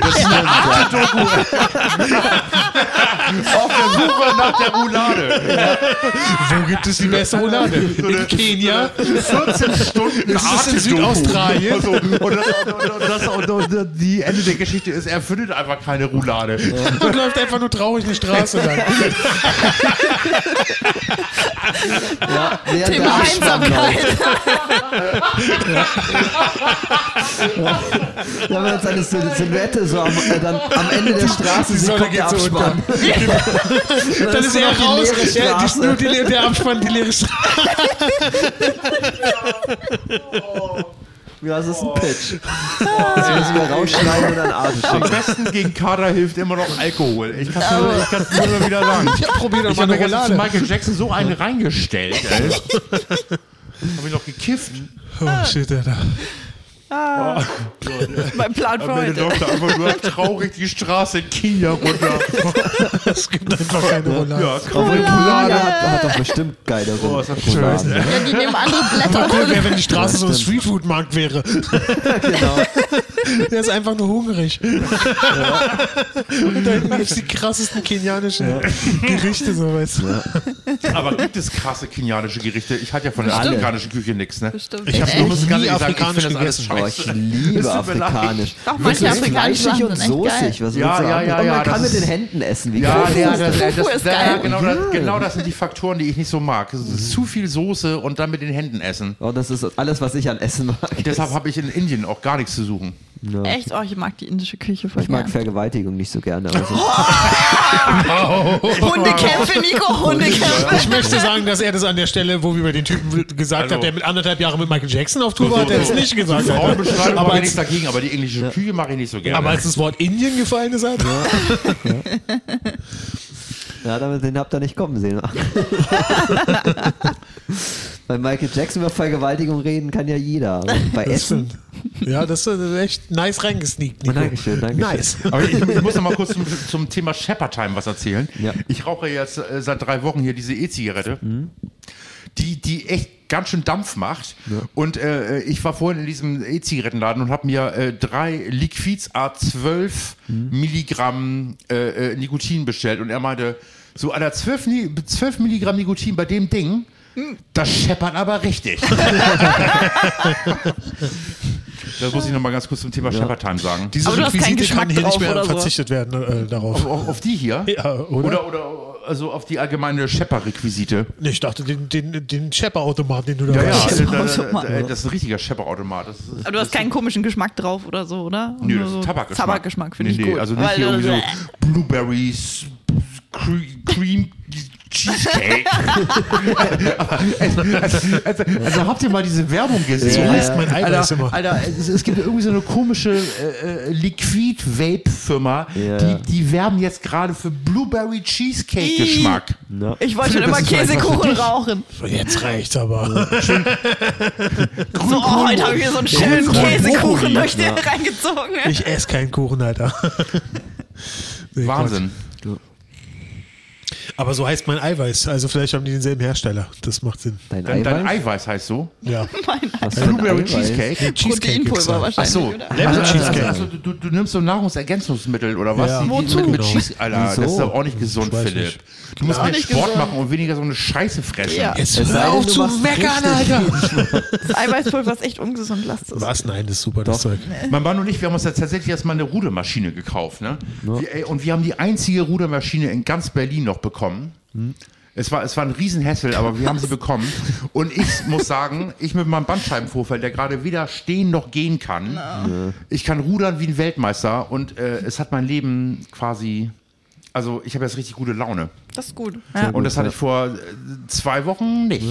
Speaker 1: Das ist eine Arte-Doku. Auf der Suche nach der Roulade.
Speaker 4: Wo gibt es die beste Roulade? [laughs] In Kenia?
Speaker 1: 14 Stunden
Speaker 4: Ist das in
Speaker 1: Arte-Doku.
Speaker 4: Südaustralien?
Speaker 1: Also, und, das, und, das, und, und die Ende der Geschichte ist, er findet einfach keine Roulade.
Speaker 4: Und läuft einfach nur traurig eine Straße [laughs] lang.
Speaker 2: Ja, während der
Speaker 3: Thema
Speaker 2: Abspann
Speaker 1: Genau.
Speaker 2: läuft.
Speaker 3: [laughs] Einsamkeit.
Speaker 2: Da haben wir jetzt eine Sil Silhouette so am, äh, dann, am Ende der Straße,
Speaker 4: Die
Speaker 2: sie
Speaker 4: Sonne
Speaker 2: kommt der
Speaker 4: geht so unter.
Speaker 2: Abspann. [laughs]
Speaker 4: Dann ist er
Speaker 2: noch die
Speaker 4: raus.
Speaker 2: leere
Speaker 4: Ja, die,
Speaker 2: Straße.
Speaker 4: nur die, leere- der Abspann, die leere Straße.
Speaker 2: Ja, das ist ein Pitch. Das müssen wir rausschneiden und dann Arte
Speaker 1: Am
Speaker 2: schicken.
Speaker 1: besten gegen Kader hilft immer noch Alkohol. Ich kann es nur, ich kann's nur immer wieder sagen.
Speaker 4: Ja, probier doch
Speaker 1: Ich
Speaker 4: mal
Speaker 1: habe
Speaker 4: eine
Speaker 1: mir zu
Speaker 4: Roulade.
Speaker 1: Michael Jackson so einen reingestellt.
Speaker 4: [laughs]
Speaker 1: Habe ich noch gekifft?
Speaker 4: Oh shit, Alter.
Speaker 3: mein Plan für
Speaker 1: Am Ende
Speaker 3: heute.
Speaker 1: läuft er einfach nur traurig die Straße in Kenia runter.
Speaker 4: Es gibt einfach keine Roulade.
Speaker 1: Ja,
Speaker 2: Obwohl
Speaker 1: cool.
Speaker 2: Roulade hat, hat doch bestimmt geile Rum.
Speaker 1: ist das scheiße.
Speaker 2: Rouladen.
Speaker 3: Ja, die nehmen andere
Speaker 4: Mal
Speaker 3: Blätter.
Speaker 4: cool wäre, wenn die Straße so ein Streetfood-Markt wäre.
Speaker 2: Genau.
Speaker 4: [laughs] Der ist einfach nur hungrig. [laughs] Und da [laughs] hinten gibt es die krassesten kenianischen Gerichte, so weißt du.
Speaker 1: Aber gibt es krasse kenianische Gerichte? Ich hatte ja von der
Speaker 2: Alle.
Speaker 1: afrikanischen Küche nichts, ne?
Speaker 3: Stimmt.
Speaker 4: Ich hab
Speaker 1: Ich
Speaker 4: noch
Speaker 1: muss
Speaker 4: nie
Speaker 1: ganz ehrlich sagen, ich
Speaker 4: afrikanisch
Speaker 1: finde das alles
Speaker 4: gegessen.
Speaker 2: Boah,
Speaker 1: scheiße.
Speaker 2: ich liebe
Speaker 1: Es tut mir leid.
Speaker 2: afrikanisch.
Speaker 3: Doch,
Speaker 2: Das
Speaker 3: manche
Speaker 2: ist fleischig
Speaker 3: afrikanische Sachen
Speaker 2: und
Speaker 3: sind echt geil.
Speaker 2: soßig. Was willst
Speaker 1: Ja,
Speaker 2: du
Speaker 1: ja,
Speaker 2: sagen?
Speaker 1: ja,
Speaker 2: und man
Speaker 1: ja,
Speaker 2: kann mit
Speaker 1: das
Speaker 2: den
Speaker 1: ist-
Speaker 2: Händen essen. Wie
Speaker 1: Ja,
Speaker 2: geil
Speaker 1: ja,
Speaker 2: ist
Speaker 1: das,
Speaker 2: das?
Speaker 1: das,
Speaker 3: Fufu
Speaker 1: das,
Speaker 3: ist geil.
Speaker 1: genau, das, genau das sind die Faktoren, die ich nicht so mag. Es ist zu viel Soße und dann mit den Händen essen.
Speaker 2: Oh, das ist alles, was ich an Essen mag.
Speaker 1: Deshalb habe ich in Indien auch gar nichts zu suchen.
Speaker 3: Echt, oh, ich mag die indische Küche voll
Speaker 2: ich mag
Speaker 3: gern.
Speaker 2: Vergewaltigung nicht so gerne. aber so-
Speaker 3: Hundekämpfe,
Speaker 1: [laughs]
Speaker 3: Nico, Hundekämpfe.
Speaker 4: Ich möchte sagen, dass er das an der Stelle, wo wir über den Typen gesagt
Speaker 1: Hallo.
Speaker 4: haben, der mit anderthalb Jahren mit Michael Jackson auf Tour war, hat er es nicht gesagt. Alter.
Speaker 1: Frauenbeschreibung
Speaker 4: Aber
Speaker 1: habe ich
Speaker 4: als,
Speaker 1: nichts dagegen, aber die englische Küche mache ich nicht so gerne.
Speaker 4: aber als das Wort Indien gefallen ist, Alter.
Speaker 2: Ja, damit den habt ihr nicht kommen
Speaker 1: [laughs]
Speaker 2: sehen. Bei Michael Jackson über Vergewaltigung reden kann ja jeder. aber Bei
Speaker 4: Das
Speaker 2: Essen.
Speaker 4: stimmt. Ja, das ist echt nice reingesneakt, Nico.
Speaker 2: Dankeschön, Dankeschön.
Speaker 4: Nice.
Speaker 1: Aber ich, ich muss noch mal kurz zum, zum Thema Shepherd Time was erzählen.
Speaker 2: Ja.
Speaker 1: Ich rauche jetzt äh, seit drei Wochen hier diese E-Zigarette, die, die echt ganz schön Dampf macht. Und äh, ich war vorhin in diesem E-Zigarettenladen und habe mir äh, drei Liquids A12 Milligramm äh, äh, Nikotin bestellt. Und er meinte, so Alter, 12, Ni- 12 Milligramm Nikotin bei dem Ding, das scheppert aber richtig. das muss ich nochmal ganz kurz zum Thema Shepard-Time sagen.
Speaker 4: Diese
Speaker 3: Aber du hast keinen
Speaker 4: Requisite kann
Speaker 3: Geschmack
Speaker 4: hier nicht
Speaker 3: drauf
Speaker 4: mehr
Speaker 3: oder so.
Speaker 4: verzichtet werden äh, darauf.
Speaker 1: Auf, auf, auf die hier?
Speaker 4: Ja, oder?
Speaker 1: Oder, oder also auf die allgemeine Schepper-Requisite.
Speaker 4: Nee, ich dachte, den, den, den Schepper-Automat, den du da
Speaker 1: Ja, ja,
Speaker 4: hast.
Speaker 1: also, da, da, da,
Speaker 3: Schepperautomat.
Speaker 1: äh, das ist ein richtiger Schepperautomat. Das ist,
Speaker 3: Aber du hast keinen komischen Geschmack drauf oder so, oder?
Speaker 1: nö,
Speaker 3: Nur
Speaker 1: das
Speaker 3: so
Speaker 1: ist Tabakgeschmack.
Speaker 3: Tabakgeschmack finde
Speaker 1: nee,
Speaker 3: ich
Speaker 1: nee,
Speaker 3: gut.
Speaker 1: Also nicht
Speaker 3: Weil,
Speaker 1: hier irgendwie
Speaker 3: äh,
Speaker 1: so Blueberries, Cre- Cream [laughs] Cheesecake. also, also, also, also habt ihr mal diese Werbung gesehen?
Speaker 4: So heißt mein Eiweiß
Speaker 1: Alter,
Speaker 4: immer.
Speaker 1: Alter es, es gibt irgendwie so eine komische äh, äh, Liquid-Vape-Firma,
Speaker 2: Ja.
Speaker 1: die, die werben jetzt gerade für Blueberry Cheesecake-Geschmack.
Speaker 3: ich wollte schon
Speaker 1: Philipp,
Speaker 3: immer
Speaker 1: [laughs] das ist vielleicht was für
Speaker 3: Käsekuchen
Speaker 1: dich.
Speaker 3: rauchen.
Speaker 4: Jetzt reicht's aber.
Speaker 3: So, oh, heute habe ich mir so einen schönen
Speaker 1: Grün-
Speaker 3: Käsekuchen
Speaker 1: Brokkoli.
Speaker 3: durch den reingezogen.
Speaker 4: Ich esse keinen Kuchen, Alter. Nee,
Speaker 1: Wahnsinn.
Speaker 4: Quatsch. Aber so heißt mein Eiweiß. Also vielleicht haben die denselben Hersteller. Das macht Sinn.
Speaker 2: Dein
Speaker 1: Dein,
Speaker 2: Eiweiß?
Speaker 1: dein Eiweiß heißt so.
Speaker 4: Ja.
Speaker 2: Was für ein
Speaker 1: Blueberry
Speaker 2: Eiweiß?
Speaker 1: Cheesecake.
Speaker 4: gibt's
Speaker 3: Proteinpulver
Speaker 4: da.
Speaker 1: Ach
Speaker 3: wahrscheinlich,
Speaker 1: so.
Speaker 3: oder?
Speaker 1: Also, also,
Speaker 4: Cheesecake.
Speaker 1: also, also, du, du nimmst so Nahrungsergänzungsmittel oder was?
Speaker 4: Ja.
Speaker 1: Die, die
Speaker 3: Wozu?
Speaker 1: Mit, mit
Speaker 4: Genau.
Speaker 1: Cheese, Alter,
Speaker 2: Wieso?
Speaker 1: das ist doch auch nicht gesund,
Speaker 4: Ich weiß
Speaker 1: Philipp.
Speaker 4: nicht.
Speaker 1: Du musst mehr
Speaker 3: nicht
Speaker 1: Sport
Speaker 3: gesund.
Speaker 1: machen und weniger so eine Scheiße fressen.
Speaker 3: Ja.
Speaker 4: Jetzt
Speaker 2: Es sei
Speaker 4: hör
Speaker 2: denn,
Speaker 4: auf
Speaker 2: du
Speaker 4: zu
Speaker 2: machst es
Speaker 4: meckern,
Speaker 2: richtig.
Speaker 4: Alter.
Speaker 3: Das Eiweißpulver ist echt ungesund, lasst es.
Speaker 4: Was? Nein, das ist super, das Zeug.
Speaker 1: Mein Mann und ich, wir haben uns ja tatsächlich erstmal eine Rudermaschine gekauft. Ne? Wir, ey, und wir haben die einzige Rudermaschine in ganz Berlin noch bekommen. Es war, es war ein Riesenhässel, aber wir haben sie bekommen. Und ich muss sagen, ich mit meinem Bandscheibenvorfall, der gerade weder stehen noch gehen kann, ich kann rudern wie ein Weltmeister und äh, es hat mein Leben quasi. Also ich habe jetzt richtig gute Laune.
Speaker 3: Das ist gut. Ja.
Speaker 1: Und das hatte ich vor äh, zwei Wochen nicht.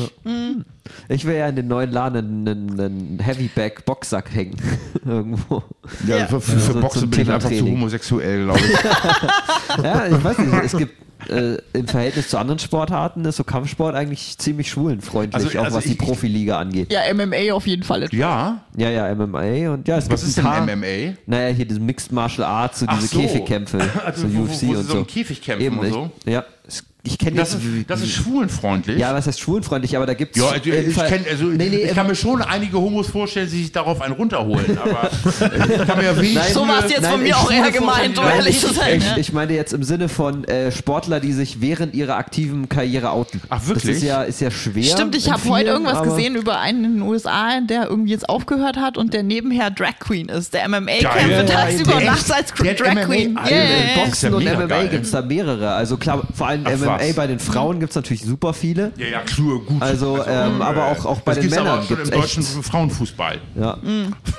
Speaker 2: Ich will ja in den neuen Laden einen, einen Heavy-Bag Boxsack hängen. [laughs] Irgendwo.
Speaker 1: Ja,
Speaker 3: Ja.
Speaker 1: Für, für,
Speaker 2: Ja, so
Speaker 1: für Boxen
Speaker 2: zum
Speaker 1: bin ich
Speaker 2: Thema
Speaker 1: einfach zu
Speaker 2: Training.
Speaker 1: homosexuell, glaube ich.
Speaker 2: Ja, ich weiß nicht, es gibt äh, im Verhältnis zu anderen Sportarten ist so Kampfsport eigentlich ziemlich schwulenfreundlich,
Speaker 1: Also-
Speaker 2: auch
Speaker 1: also
Speaker 2: was die
Speaker 1: ich-
Speaker 2: Profiliga angeht.
Speaker 3: ja, MMA auf jeden Fall.
Speaker 1: Ja.
Speaker 2: Ja, ja, MMA und ja, es
Speaker 1: Was
Speaker 2: gibt
Speaker 1: ist
Speaker 2: ein
Speaker 1: denn
Speaker 2: paar,
Speaker 1: MMA?
Speaker 2: Naja, hier diese Mixed Martial Arts, so
Speaker 1: Ach
Speaker 2: diese
Speaker 1: so.
Speaker 2: Käfigkämpfe,
Speaker 1: Also
Speaker 2: so
Speaker 1: wo- wo-
Speaker 2: UFC
Speaker 1: wo sie
Speaker 2: und
Speaker 1: so
Speaker 2: so.
Speaker 1: im Käfig kämpfen und
Speaker 2: ich,
Speaker 1: so?
Speaker 2: Ja, es- ich kenne
Speaker 1: Das
Speaker 2: jetzt-
Speaker 1: ist, das ist schwulenfreundlich.
Speaker 2: Ja, was heißt schwulenfreundlich, aber da gibt es.
Speaker 1: Ja, also, ich, kenn, also,
Speaker 2: nee, ähm, nee,
Speaker 1: ich kann mir schon einige Homos vorstellen, die sich darauf einen runterholen, aber ich kann mir wenig.
Speaker 2: Nein,
Speaker 3: So war es jetzt
Speaker 2: Nein,
Speaker 3: von mir
Speaker 2: ich-
Speaker 3: auch eher gemeint, um
Speaker 2: Nein,
Speaker 3: ehrlich
Speaker 2: ich,
Speaker 3: zu sein.
Speaker 2: ich,
Speaker 3: ne?
Speaker 2: ich meine jetzt im Sinne von äh, Sportler, die sich während ihrer aktiven Karriere outen.
Speaker 1: Ach, wirklich?
Speaker 2: Das ist ja, ist ja schwer.
Speaker 3: Stimmt, ich
Speaker 2: in
Speaker 3: habe heute
Speaker 2: vielen,
Speaker 3: irgendwas
Speaker 2: aber-
Speaker 3: gesehen über einen in den USA, der irgendwie jetzt aufgehört hat und der nebenher Drag Queen ist, der MMA
Speaker 1: Geil.
Speaker 3: kämpft tagsüber und
Speaker 1: Echt?
Speaker 3: nachts als
Speaker 1: Der hat
Speaker 3: Drag
Speaker 1: MMA
Speaker 3: Queen.
Speaker 1: alle
Speaker 3: Yeah.
Speaker 1: Bock-
Speaker 2: Boxen
Speaker 1: Ist
Speaker 2: und
Speaker 1: ja mega
Speaker 2: MMA
Speaker 1: geil.
Speaker 2: gibt es da mehrere. Also klar, vor allem
Speaker 1: Ach,
Speaker 2: MMA
Speaker 1: was.
Speaker 2: bei den Frauen gibt es natürlich super viele.
Speaker 1: Ja, ja, klar, gut. äh,
Speaker 2: Also, ähm, aber auch- auch bei den
Speaker 1: das gibt's aber
Speaker 2: Männern
Speaker 1: auch schon im
Speaker 2: gibt's echt-
Speaker 1: deutschen Frauenfußball.
Speaker 2: Ja,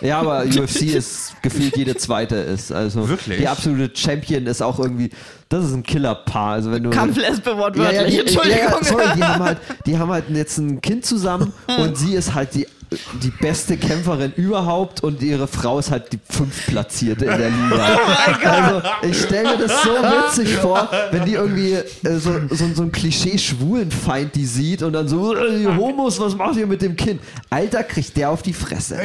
Speaker 2: ja aber UFC ist gefühlt jede zweite ist. Also
Speaker 1: Wirklich?
Speaker 2: die absolute Champion ist auch irgendwie, das ist ein Killer-Paar. Also wenn du
Speaker 3: Kampflesbe
Speaker 2: ja,
Speaker 3: wortwörtlich,
Speaker 2: ja, die,
Speaker 3: Entschuldigung.
Speaker 2: Ja, ja, sorry, die haben halt,
Speaker 3: [laughs]
Speaker 2: die haben halt jetzt ein Kind zusammen und sie ist halt die, die beste Kämpferin überhaupt und ihre Frau ist halt die fünftplatzierte in der
Speaker 3: [laughs]
Speaker 2: Liga.
Speaker 3: Oh
Speaker 2: also ich stelle mir das so witzig vor, wenn die irgendwie äh, so, so, so ein Klischee-Schwulenfeind die sieht und dann so, äh, ihr Homos, was macht ihr mit dem Kind? Alter, kriegt der auf die
Speaker 3: [laughs]
Speaker 2: Fresse.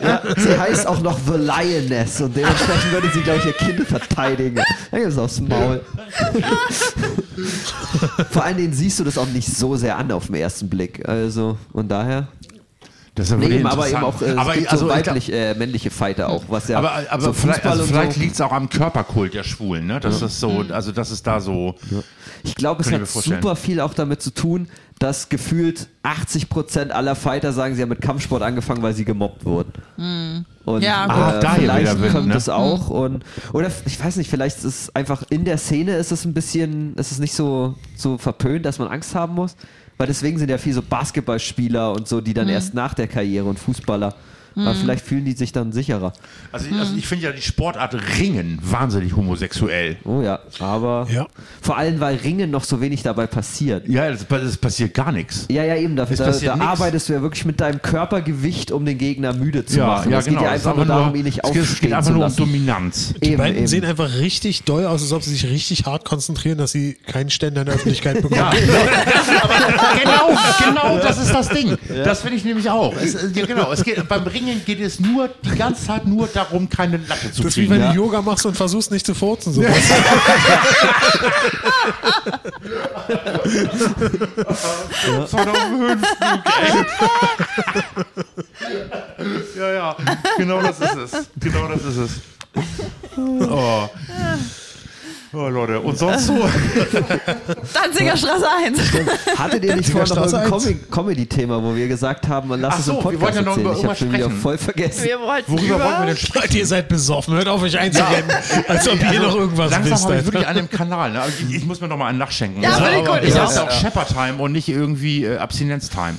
Speaker 2: Ja, sie heißt auch noch The Lioness und dementsprechend würde sie, glaube ich, ihr Kind verteidigen. Dann geht's aufs Maul. Vor allen Dingen siehst du das auch nicht so sehr an auf den ersten Blick. Also, und daher.
Speaker 1: Das ist ja
Speaker 2: Nee,
Speaker 1: wirklich
Speaker 2: eben, aber eben
Speaker 1: interessant.
Speaker 2: auch äh, es gibt
Speaker 1: also,
Speaker 2: so
Speaker 1: ich
Speaker 2: weiblich, äh, männliche Fighter auch, was ja.
Speaker 1: Aber, aber
Speaker 2: so
Speaker 1: vielleicht, also
Speaker 2: Fußball
Speaker 1: vielleicht
Speaker 2: und so. Mhm.
Speaker 1: liegt es auch am Körperkult der Schwulen, ne? Das ist so, also das ist da so.
Speaker 2: Ich glaube, es
Speaker 1: kann ich
Speaker 2: hat
Speaker 1: mir vorstellen.
Speaker 2: super viel auch damit zu tun, dass gefühlt 80% aller Fighter sagen, sie haben mit Kampfsport angefangen, weil sie gemobbt wurden. Und äh,
Speaker 3: Ja, gut.
Speaker 1: Ah, daher
Speaker 2: vielleicht
Speaker 1: wieder Wind,
Speaker 2: kommt
Speaker 1: ne?
Speaker 2: das auch und oder f- ich weiß nicht, vielleicht ist es einfach in der Szene ist es ein bisschen, ist es nicht so so verpönt, dass man Angst haben muss, weil deswegen sind ja viel so Basketballspieler und so, die dann erst nach der Karriere und Fußballer, aber vielleicht fühlen die sich dann sicherer.
Speaker 1: Also, ich- also ich finde ja die Sportart Ringen wahnsinnig homosexuell.
Speaker 2: Oh ja, aber
Speaker 4: Ja.
Speaker 2: vor allem weil Ringen noch so wenig dabei passiert. ne?
Speaker 1: Ja, das, das passiert gar nichts.
Speaker 2: Ja, ja, eben. Da,
Speaker 1: Es
Speaker 2: da,
Speaker 1: passiert
Speaker 2: da
Speaker 1: nix.
Speaker 2: arbeitest du ja wirklich mit deinem Körpergewicht, um den Gegner müde zu machen. es geht ja
Speaker 1: genau. Es ist
Speaker 2: einfach nur darum, ihn nicht
Speaker 1: es geht-
Speaker 2: aufstehen
Speaker 1: Es geht einfach
Speaker 2: zu
Speaker 1: nur um
Speaker 2: lassen.
Speaker 1: [laughs] Dominanz.
Speaker 4: Die
Speaker 2: Eben,
Speaker 4: beiden
Speaker 2: eben.
Speaker 4: sehen einfach richtig doll aus, als ob sie sich richtig hart konzentrieren, dass sie keinen Ständer in der Öffentlichkeit
Speaker 2: [laughs]
Speaker 4: bekommen.
Speaker 1: Ja, genau, genau, das ist das Ding. Das finde ich nämlich auch. Es, äh, ja, genau, es geht, beim Ring Dingen geht es nur die ganze Zeit nur darum, keine Latte zu
Speaker 4: Das ist wie
Speaker 1: kriegen.
Speaker 4: wenn
Speaker 2: Ja.
Speaker 4: du Yoga machst und versuchst nicht zu furzen. Sowas.
Speaker 1: um [laughs] Ja, ja, genau das ist es. Genau das ist es. Oh. Oh, Leute, und sonst so.
Speaker 3: Danziger Straße 1.
Speaker 1: [laughs]
Speaker 2: Hattet ihr nicht vorher
Speaker 4: Danziger
Speaker 2: noch
Speaker 4: Straße
Speaker 2: irgendein Comi- Comedy-Thema, wo wir gesagt haben, man lass
Speaker 1: Ach
Speaker 2: es im
Speaker 1: so, wir
Speaker 2: Podcast
Speaker 1: wollten ja noch
Speaker 2: erzählen?
Speaker 1: über
Speaker 2: ich hab's
Speaker 1: irgendwas
Speaker 2: schon wieder
Speaker 1: sprechen.
Speaker 2: voll vergessen.
Speaker 3: Wir wollten
Speaker 1: Worüber
Speaker 3: über
Speaker 1: wollen wir denn sprechen?
Speaker 4: Leute, ihr seid besoffen. Hört auf, euch einzurennen. Als ob
Speaker 2: Also,
Speaker 4: ihr noch irgendwas
Speaker 1: Langsam
Speaker 4: wisst.
Speaker 1: habe ich
Speaker 4: Alter.
Speaker 1: wirklich einen im Kanal. Ne? Aber Ich, ich muss mir noch mal einen nachschenken.
Speaker 3: Ja,
Speaker 1: Also,
Speaker 3: finde ich
Speaker 1: aber
Speaker 3: gut, ich
Speaker 1: es
Speaker 3: auch.
Speaker 1: ist auch Shepard-Time und nicht irgendwie äh, Abstinenz-Time.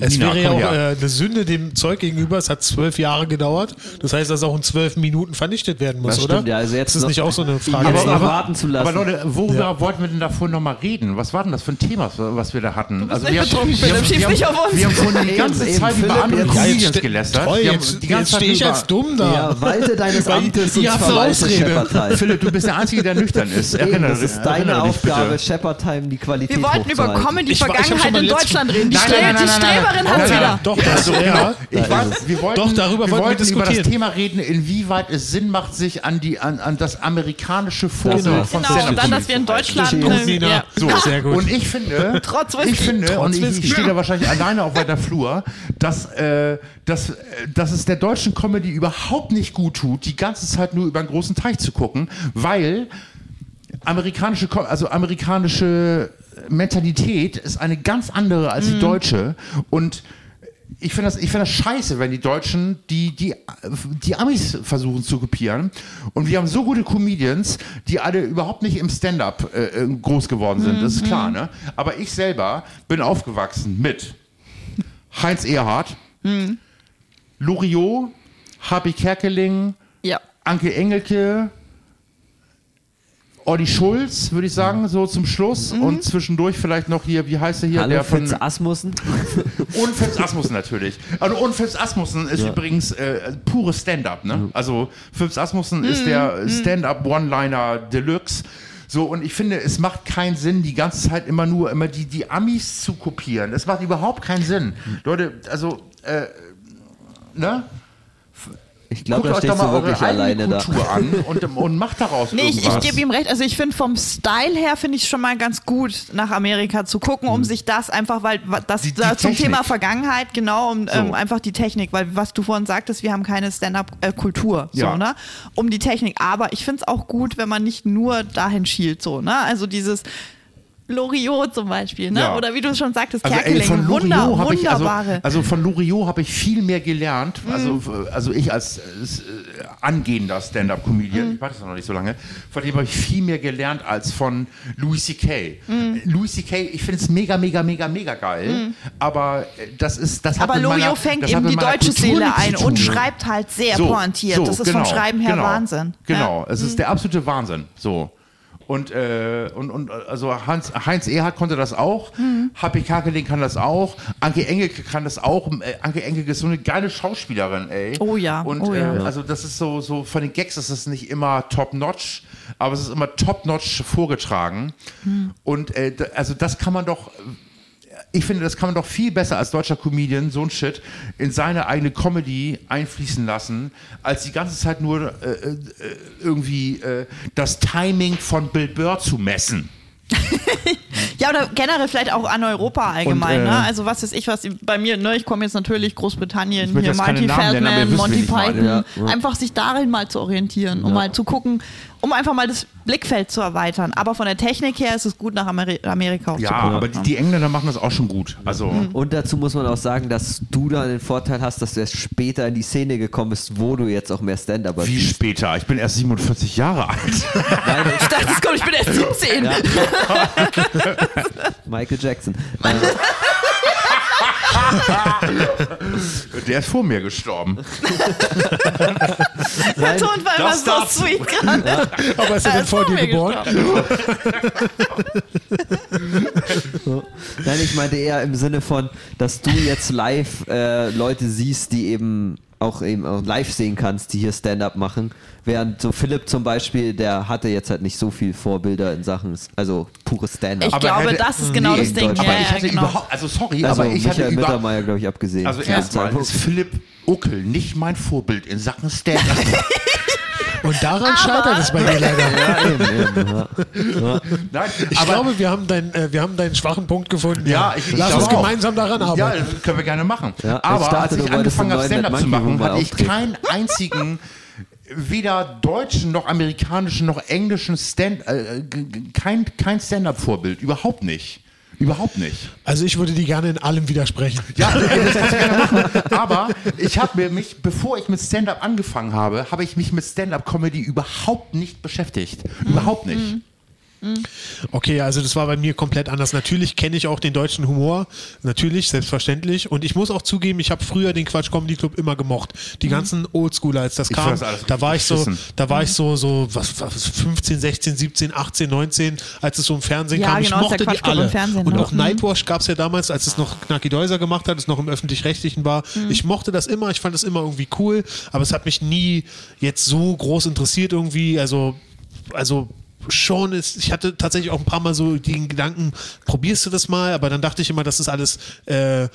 Speaker 4: Es
Speaker 1: Nina,
Speaker 4: wäre ja
Speaker 1: komm
Speaker 4: auch
Speaker 1: her.
Speaker 4: äh, eine Sünde dem Zeug gegenüber. Es hat zwölf Jahre gedauert. Das heißt, dass auch in zwölf Minuten vernichtet werden muss,
Speaker 2: Das
Speaker 4: oder?
Speaker 2: stimmt, ja, also jetzt
Speaker 4: ist das
Speaker 2: noch-
Speaker 4: nicht auch so eine Frage?
Speaker 2: Jetzt
Speaker 4: Aber-
Speaker 2: noch
Speaker 4: aber-
Speaker 2: warten zu lassen.
Speaker 1: Aber Leute, worüber wollten wir denn da vorhin nochmal reden? Was war denn das für ein Thema, was wir da hatten? Du
Speaker 3: nicht betrunken, Philipp, schieb's nicht auf uns.
Speaker 1: Wir haben vorhin die
Speaker 2: Eben,
Speaker 1: ganze
Speaker 2: eben,
Speaker 1: Zeit über
Speaker 2: Philipp,
Speaker 1: andere
Speaker 2: jetzt-
Speaker 1: Comedians
Speaker 4: ste-
Speaker 1: gelästert.
Speaker 4: Toll,
Speaker 1: Wir haben
Speaker 4: jetzt jetzt stehe ich
Speaker 1: über-
Speaker 4: als dumm da.
Speaker 2: Ja, walte
Speaker 1: [laughs]
Speaker 2: deines
Speaker 4: Weil
Speaker 2: Amtes und
Speaker 4: ihr habt eine
Speaker 2: verweise
Speaker 4: Ausrede.
Speaker 2: Shepard-Time.
Speaker 1: Philipp, du bist der Einzige, der nüchtern ist.
Speaker 2: Eben,
Speaker 1: Erinnere,
Speaker 2: das ist deine
Speaker 1: erinnere dich bitte.
Speaker 2: Aufgabe, Shepard-Time die Qualität
Speaker 3: Wir wollten über
Speaker 2: hochzuhalten.
Speaker 4: Ich war- ich hab schon
Speaker 3: Comedy-Vergangenheit
Speaker 4: beim
Speaker 3: in
Speaker 4: letzten-
Speaker 3: Deutschland reden. Die,
Speaker 1: Nein,
Speaker 3: Strä
Speaker 1: nein, nein,
Speaker 3: die
Speaker 1: nein, nein,
Speaker 3: Streberin
Speaker 1: nein,
Speaker 3: hat's
Speaker 1: nein,
Speaker 3: wieder.
Speaker 1: nein.
Speaker 4: Doch, das, ja.
Speaker 1: Ich weiß, genau. wir wollten,
Speaker 4: Doch, darüber
Speaker 1: wir
Speaker 4: wollten wir
Speaker 1: wollten über das
Speaker 4: diskutieren.
Speaker 1: Thema reden, inwieweit es Sinn macht, sich an, die, an, an das amerikanische Vorbild
Speaker 2: Genau.
Speaker 1: von
Speaker 3: Genau, und
Speaker 1: Stand-Up
Speaker 3: dann,
Speaker 1: Comedy
Speaker 3: dass wir in Deutschland.
Speaker 2: Klischee.
Speaker 4: Gut,
Speaker 3: Ne,
Speaker 4: Nina.
Speaker 3: ja.
Speaker 4: So, sehr gut.
Speaker 1: Und ich finde,
Speaker 3: Trotz Whisky.
Speaker 1: ich finde,
Speaker 4: [laughs] Trotz
Speaker 1: und ich,
Speaker 4: Whisky.
Speaker 1: ich stehe da wahrscheinlich alleine auf weiter Flur, dass, äh, dass, äh, dass es der deutschen Comedy überhaupt nicht gut tut, die ganze Zeit nur über einen großen Teich zu gucken, weil amerikanische, Co- also amerikanische Mentalität ist eine ganz andere als
Speaker 4: Mhm.
Speaker 1: die deutsche und ich finde das, ich find das scheiße, wenn die Deutschen die, die, die Amis versuchen zu kopieren. Und wir haben so gute Comedians, die alle überhaupt nicht im Stand-up äh, äh, groß geworden sind, das ist klar. Ne? Aber ich selber bin aufgewachsen mit Heinz Erhardt, Loriot, Happy Kerkeling,
Speaker 3: Ja.
Speaker 1: Anke Engelke, Olli Schulz, würde ich sagen, so zum Schluss. Und zwischendurch vielleicht noch hier, wie heißt er hier?
Speaker 2: Hallo,
Speaker 1: der von
Speaker 2: Fritz Asmussen.
Speaker 1: und Fips Asmussen natürlich. Also und Fips Asmussen ist übrigens äh, pures Stand-up. Ne? Also Fips Asmussen
Speaker 3: Mhm,
Speaker 1: ist der Stand-up One-Liner Deluxe. So, und ich finde, es macht keinen Sinn, die ganze Zeit immer nur immer die, die Amis zu kopieren. Es macht überhaupt keinen Sinn. Leute, also, äh, ne?
Speaker 2: Ich glaube, da
Speaker 1: euch doch
Speaker 2: stehst
Speaker 1: mal
Speaker 2: du
Speaker 1: eure
Speaker 2: wirklich alleine
Speaker 1: eigene
Speaker 2: da.
Speaker 1: Kultur an und, und macht daraus
Speaker 3: Nee, ich,
Speaker 1: irgendwas.
Speaker 3: ich gebe ihm recht. Also ich finde vom Style her finde ich schon mal ganz gut nach Amerika zu gucken, um sich das einfach, weil wa- das
Speaker 1: Hm. Die- die
Speaker 3: da zum
Speaker 1: Technik.
Speaker 3: Thema Vergangenheit genau, um ähm, einfach die Technik, weil was du vorhin sagtest, wir haben keine Stand-up-Kultur, so
Speaker 1: Ja.
Speaker 3: ne, um die Technik. Aber ich finde es auch gut, wenn man nicht nur dahin schielt, so ne, also dieses Loriot zum Beispiel, ne?
Speaker 1: Ja.
Speaker 3: Oder wie du schon sagtest,
Speaker 1: Also,
Speaker 3: Kerkeling,
Speaker 1: ey, von
Speaker 3: Wunder,
Speaker 1: Loriot habe ich, also,
Speaker 3: wunderbare. Mhm.
Speaker 1: also von Loriot habe ich viel mehr gelernt. Also, also ich als äh, angehender Stand-up-Comedian,
Speaker 3: Mhm.
Speaker 1: ich mache das noch nicht so lange, von dem habe ich viel mehr gelernt als von Louis C.K.
Speaker 3: Mhm.
Speaker 1: Louis C.K., ich finde es mega, mega, mega, mega geil, aber äh, das ist, das
Speaker 3: aber
Speaker 1: hat mit meiner,
Speaker 3: Loriot fängt
Speaker 1: das hat
Speaker 3: eben
Speaker 1: mit
Speaker 3: die
Speaker 1: meiner
Speaker 3: deutsche
Speaker 1: Kultur
Speaker 3: Seele
Speaker 1: nichts zu
Speaker 3: ein
Speaker 1: tun.
Speaker 3: und schreibt halt sehr pointiert. das ist vom Schreiben her
Speaker 1: genau,
Speaker 3: Wahnsinn. ne?
Speaker 1: Genau,
Speaker 3: Ja.
Speaker 1: es ist der absolute Wahnsinn. So. Und, äh, und, und also Hans, Heinz Ehrhardt konnte das auch,
Speaker 3: Mhm.
Speaker 1: HP Kakeling kann das auch, Anke Engelke kann das auch. Äh, Anke Engelke ist so eine geile Schauspielerin, ey.
Speaker 3: Oh ja,
Speaker 1: Und
Speaker 3: oh ja.
Speaker 1: Äh, also das ist so, so von den Gags ist es nicht immer top-notch, aber es ist immer top-notch vorgetragen.
Speaker 3: Mhm.
Speaker 1: Und äh, da- also das kann man doch ich finde, das kann man doch viel besser als deutscher Comedian, so ein Shit, in seine eigene Comedy einfließen lassen, als die ganze Zeit nur äh, äh, irgendwie äh, das Timing von Bill Burr zu messen.
Speaker 3: Ja, oder generell vielleicht auch an Europa allgemein.
Speaker 1: Und, äh,
Speaker 3: ne? Also was ist ich, was bei mir, ne, ich komme jetzt natürlich Großbritannien,
Speaker 1: Ich möchte
Speaker 3: hier
Speaker 1: jetzt keine
Speaker 3: Monty
Speaker 1: Namen nennen, aber ihr wisst,
Speaker 3: Feldman,
Speaker 1: wen
Speaker 3: Monty
Speaker 1: ich meine.
Speaker 3: Python.
Speaker 2: Ja, ja.
Speaker 3: Einfach sich darin mal zu orientieren, um mal zu gucken, um einfach mal das Blickfeld zu erweitern. Aber von der Technik her ist es gut, nach Ameri Amerika
Speaker 1: Ja,
Speaker 3: aufzugucken.
Speaker 1: aber die, die Engländer machen das auch schon gut. Also,
Speaker 2: Und dazu muss man auch sagen, dass du da den Vorteil hast, dass du erst später in die Szene gekommen bist, wo du jetzt auch mehr Stand-Up
Speaker 1: wie
Speaker 2: hast.
Speaker 1: später? Ich bin erst 47 Jahre alt.
Speaker 3: Ich dachte, das kommt, ich bin erst 17.
Speaker 2: Ja. Michael Jackson.
Speaker 1: [laughs]
Speaker 2: [laughs]
Speaker 1: Der ist vor mir gestorben.
Speaker 3: Der Ton war immer
Speaker 1: Das
Speaker 3: so
Speaker 1: darfst du.
Speaker 3: sweet gerade.
Speaker 4: aber ist er
Speaker 3: Er
Speaker 4: denn
Speaker 3: ist
Speaker 4: vor
Speaker 3: vor
Speaker 4: dir
Speaker 3: mir
Speaker 4: geboren?
Speaker 2: Nein, ich meinte eher im Sinne von, dass du jetzt live äh, Leute siehst, die eben auch eben auch live sehen kannst, die hier Stand-up machen. Während so Philipp zum Beispiel, der hatte jetzt halt nicht so viel Vorbilder in Sachen, also pures Stand-up.
Speaker 3: Ich glaube, das ist genau das Ding.
Speaker 1: Aber
Speaker 3: Ja,
Speaker 1: ich
Speaker 3: ja,
Speaker 1: hatte
Speaker 3: genau.
Speaker 1: überhaupt, also sorry,
Speaker 2: Also
Speaker 1: aber ich
Speaker 2: Michael
Speaker 1: hatte über,
Speaker 2: Mittermeier, glaube ich, abgesehen.
Speaker 1: Also
Speaker 2: Zu dem
Speaker 1: erstmal
Speaker 2: Zeitpunkt.
Speaker 1: ist Philipp Uckel nicht mein Vorbild in Sachen Stand-up.
Speaker 4: Und daran scheitert
Speaker 3: [laughs]
Speaker 4: es bei dir leider.
Speaker 2: Ja, eben, eben, ja.
Speaker 1: [laughs] Nein,
Speaker 4: Ich glaube, wir haben, dein, äh, wir haben deinen schwachen Punkt gefunden.
Speaker 1: ja, ich, ich
Speaker 4: Lass
Speaker 1: glaube
Speaker 4: uns
Speaker 1: auch.
Speaker 4: gemeinsam daran
Speaker 1: Ja,
Speaker 4: arbeiten.
Speaker 1: das können wir gerne machen.
Speaker 2: Ja, ich
Speaker 1: aber
Speaker 2: dachte, du
Speaker 1: als ich
Speaker 2: wolltest
Speaker 1: angefangen
Speaker 2: einen neuen
Speaker 1: habe, Stand-up
Speaker 2: Monkey
Speaker 1: zu
Speaker 2: Room
Speaker 1: machen,
Speaker 2: mal
Speaker 1: hatte ich
Speaker 2: auftreten.
Speaker 1: keinen einzigen weder deutschen noch amerikanischen noch englischen Stand äh, g- g- kein kein Stand-up Vorbild überhaupt nicht. Überhaupt nicht.
Speaker 4: Also ich würde dir gerne in allem widersprechen.
Speaker 1: Ja, ey, das kannst du gerne machen. Aber ich habe mir mich, bevor ich mit Stand-up angefangen habe, habe ich mich mit Stand-up-Comedy überhaupt nicht beschäftigt. Überhaupt nicht.
Speaker 4: Mhm. Okay, also das war bei mir komplett anders. Natürlich kenne ich auch den deutschen Humor, natürlich, selbstverständlich. Und ich muss auch zugeben, ich habe früher den Quatsch Comedy Club immer gemocht. Die ganzen Oldschooler, als das
Speaker 1: Mhm. Ich Mhm.
Speaker 4: kam,
Speaker 1: fand das alles
Speaker 4: da war ich so,
Speaker 1: beschissen.
Speaker 4: da war ich so, so was, was, 15, 16, 17, 18, 19, als es so im Fernsehen
Speaker 3: Ja,
Speaker 4: kam.
Speaker 3: genau,
Speaker 4: ich
Speaker 3: als der
Speaker 4: mochte die
Speaker 3: Quatsch Club
Speaker 4: alle.
Speaker 3: im Fernsehen
Speaker 4: Und
Speaker 3: war.
Speaker 4: auch
Speaker 3: Mhm.
Speaker 4: Nightwash gab es ja damals, als es noch Knacki Deuser gemacht hat, es noch im öffentlich-rechtlichen war. Ich mochte das immer, ich fand das immer irgendwie cool, aber es hat mich nie jetzt so groß interessiert irgendwie. Also, also schon ist, ich hatte tatsächlich auch ein paar Mal so den Gedanken, probierst du das mal, aber dann dachte ich immer, das ist alles, äh,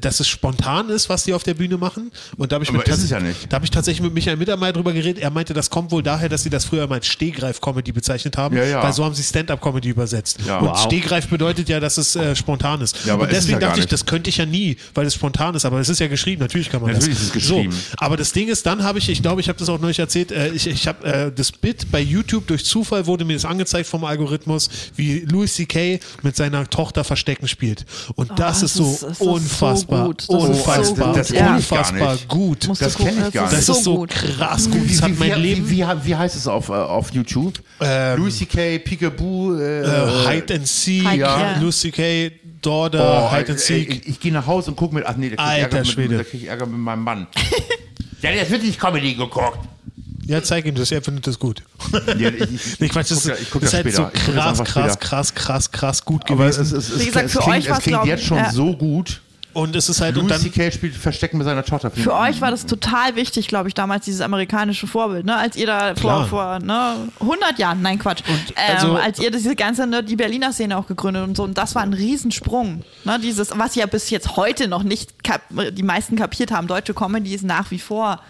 Speaker 4: dass es spontan ist, was die auf der Bühne machen. Und da habe ich
Speaker 1: Aber
Speaker 4: mit
Speaker 1: ist es
Speaker 4: tats-
Speaker 1: ja nicht.
Speaker 4: da habe ich tatsächlich mit Michael Mittermeier drüber geredet. Er meinte, das kommt wohl daher, dass sie das früher mal als Stehgreif-Comedy bezeichnet haben,
Speaker 1: Ja, ja.
Speaker 4: weil so haben sie Stand-Up-Comedy übersetzt.
Speaker 1: Ja.
Speaker 4: Und
Speaker 1: Wow.
Speaker 4: Stehgreif bedeutet ja, dass es äh, spontan ist.
Speaker 1: Ja, aber
Speaker 4: und
Speaker 1: ist es
Speaker 4: deswegen
Speaker 1: ja gar
Speaker 4: dachte ich,
Speaker 1: nicht.
Speaker 4: das könnte ich ja nie, weil es spontan ist. Aber es ist ja geschrieben, natürlich kann man
Speaker 1: Natürlich
Speaker 4: das.
Speaker 1: ist es geschrieben.
Speaker 4: So, aber das Ding ist, dann habe ich, ich glaube, ich habe das auch neulich erzählt, äh, ich, ich habe äh, das Bit bei YouTube durch Zufall wurde mir das angezeigt vom Algorithmus, wie Louis C.K. mit seiner Tochter Verstecken spielt. Und
Speaker 3: Oh,
Speaker 4: das
Speaker 3: das
Speaker 4: ist so
Speaker 3: ist- das ist so
Speaker 4: unfassbar,
Speaker 3: gut. Das ist so
Speaker 4: unfassbar,
Speaker 1: gut. Das
Speaker 4: unfassbar,
Speaker 1: kenn ich gar
Speaker 4: unfassbar
Speaker 1: nicht.
Speaker 4: gut.
Speaker 3: Musst
Speaker 1: Das
Speaker 3: du gucken,
Speaker 1: kenn ich gar nicht.
Speaker 4: Das ist so krass gut. Das hat mein Leben. Ähm.
Speaker 1: Wie, wie, wie heißt es auf, äh, auf YouTube? Louis C.K., Peekaboo, äh,
Speaker 4: äh, Hide and Seek,
Speaker 3: Hide, ja.
Speaker 4: Lucy Kay, Daughter,
Speaker 1: oh,
Speaker 4: Hide
Speaker 1: ey,
Speaker 4: and Seek.
Speaker 1: Ich, ich gehe nach Hause und gucke mit. Ach nee, da krieg ich
Speaker 4: Alter
Speaker 1: Ärger mit,
Speaker 4: Schwede.
Speaker 1: da krieg ich Ärger mit meinem Mann. [laughs] ja, jetzt wird nicht Comedy geguckt.
Speaker 4: ja, zeig ihm das, er findet das gut. [laughs]
Speaker 1: Ja, ich, ich,
Speaker 4: Ich weiß,
Speaker 1: guck
Speaker 4: das ist,
Speaker 1: ja- ich guck
Speaker 4: das
Speaker 1: ja
Speaker 4: ist halt so
Speaker 1: später. Ich guck das
Speaker 4: krass,
Speaker 1: einfach
Speaker 4: krass,
Speaker 1: später.
Speaker 4: krass, krass, krass gut
Speaker 1: Aber es,
Speaker 4: gewesen.
Speaker 1: ist- es, es,
Speaker 3: Wie gesagt,
Speaker 1: es
Speaker 3: für
Speaker 1: klingt,
Speaker 3: euch war's,
Speaker 1: es klingt
Speaker 3: glaub
Speaker 1: jetzt
Speaker 3: ich,
Speaker 1: schon
Speaker 3: ja.
Speaker 1: so gut.
Speaker 4: und es ist halt, und
Speaker 1: Louis
Speaker 4: dann,
Speaker 1: C.K. spielt Verstecken mit seiner Tochter.
Speaker 3: Für
Speaker 4: Hm.
Speaker 3: euch war das total wichtig, glaube ich, damals dieses amerikanische Vorbild, ne? als ihr da
Speaker 4: Klar.
Speaker 3: vor, vor ne? 100 Jahren, nein Quatsch, ähm,
Speaker 4: also-
Speaker 3: als ihr diese ganze ne, die Berliner Szene auch gegründet und so und das war ein Riesensprung, ne? dieses, was ja bis jetzt heute noch nicht kap die meisten kapiert haben, deutsche Comedy ist nach wie vor,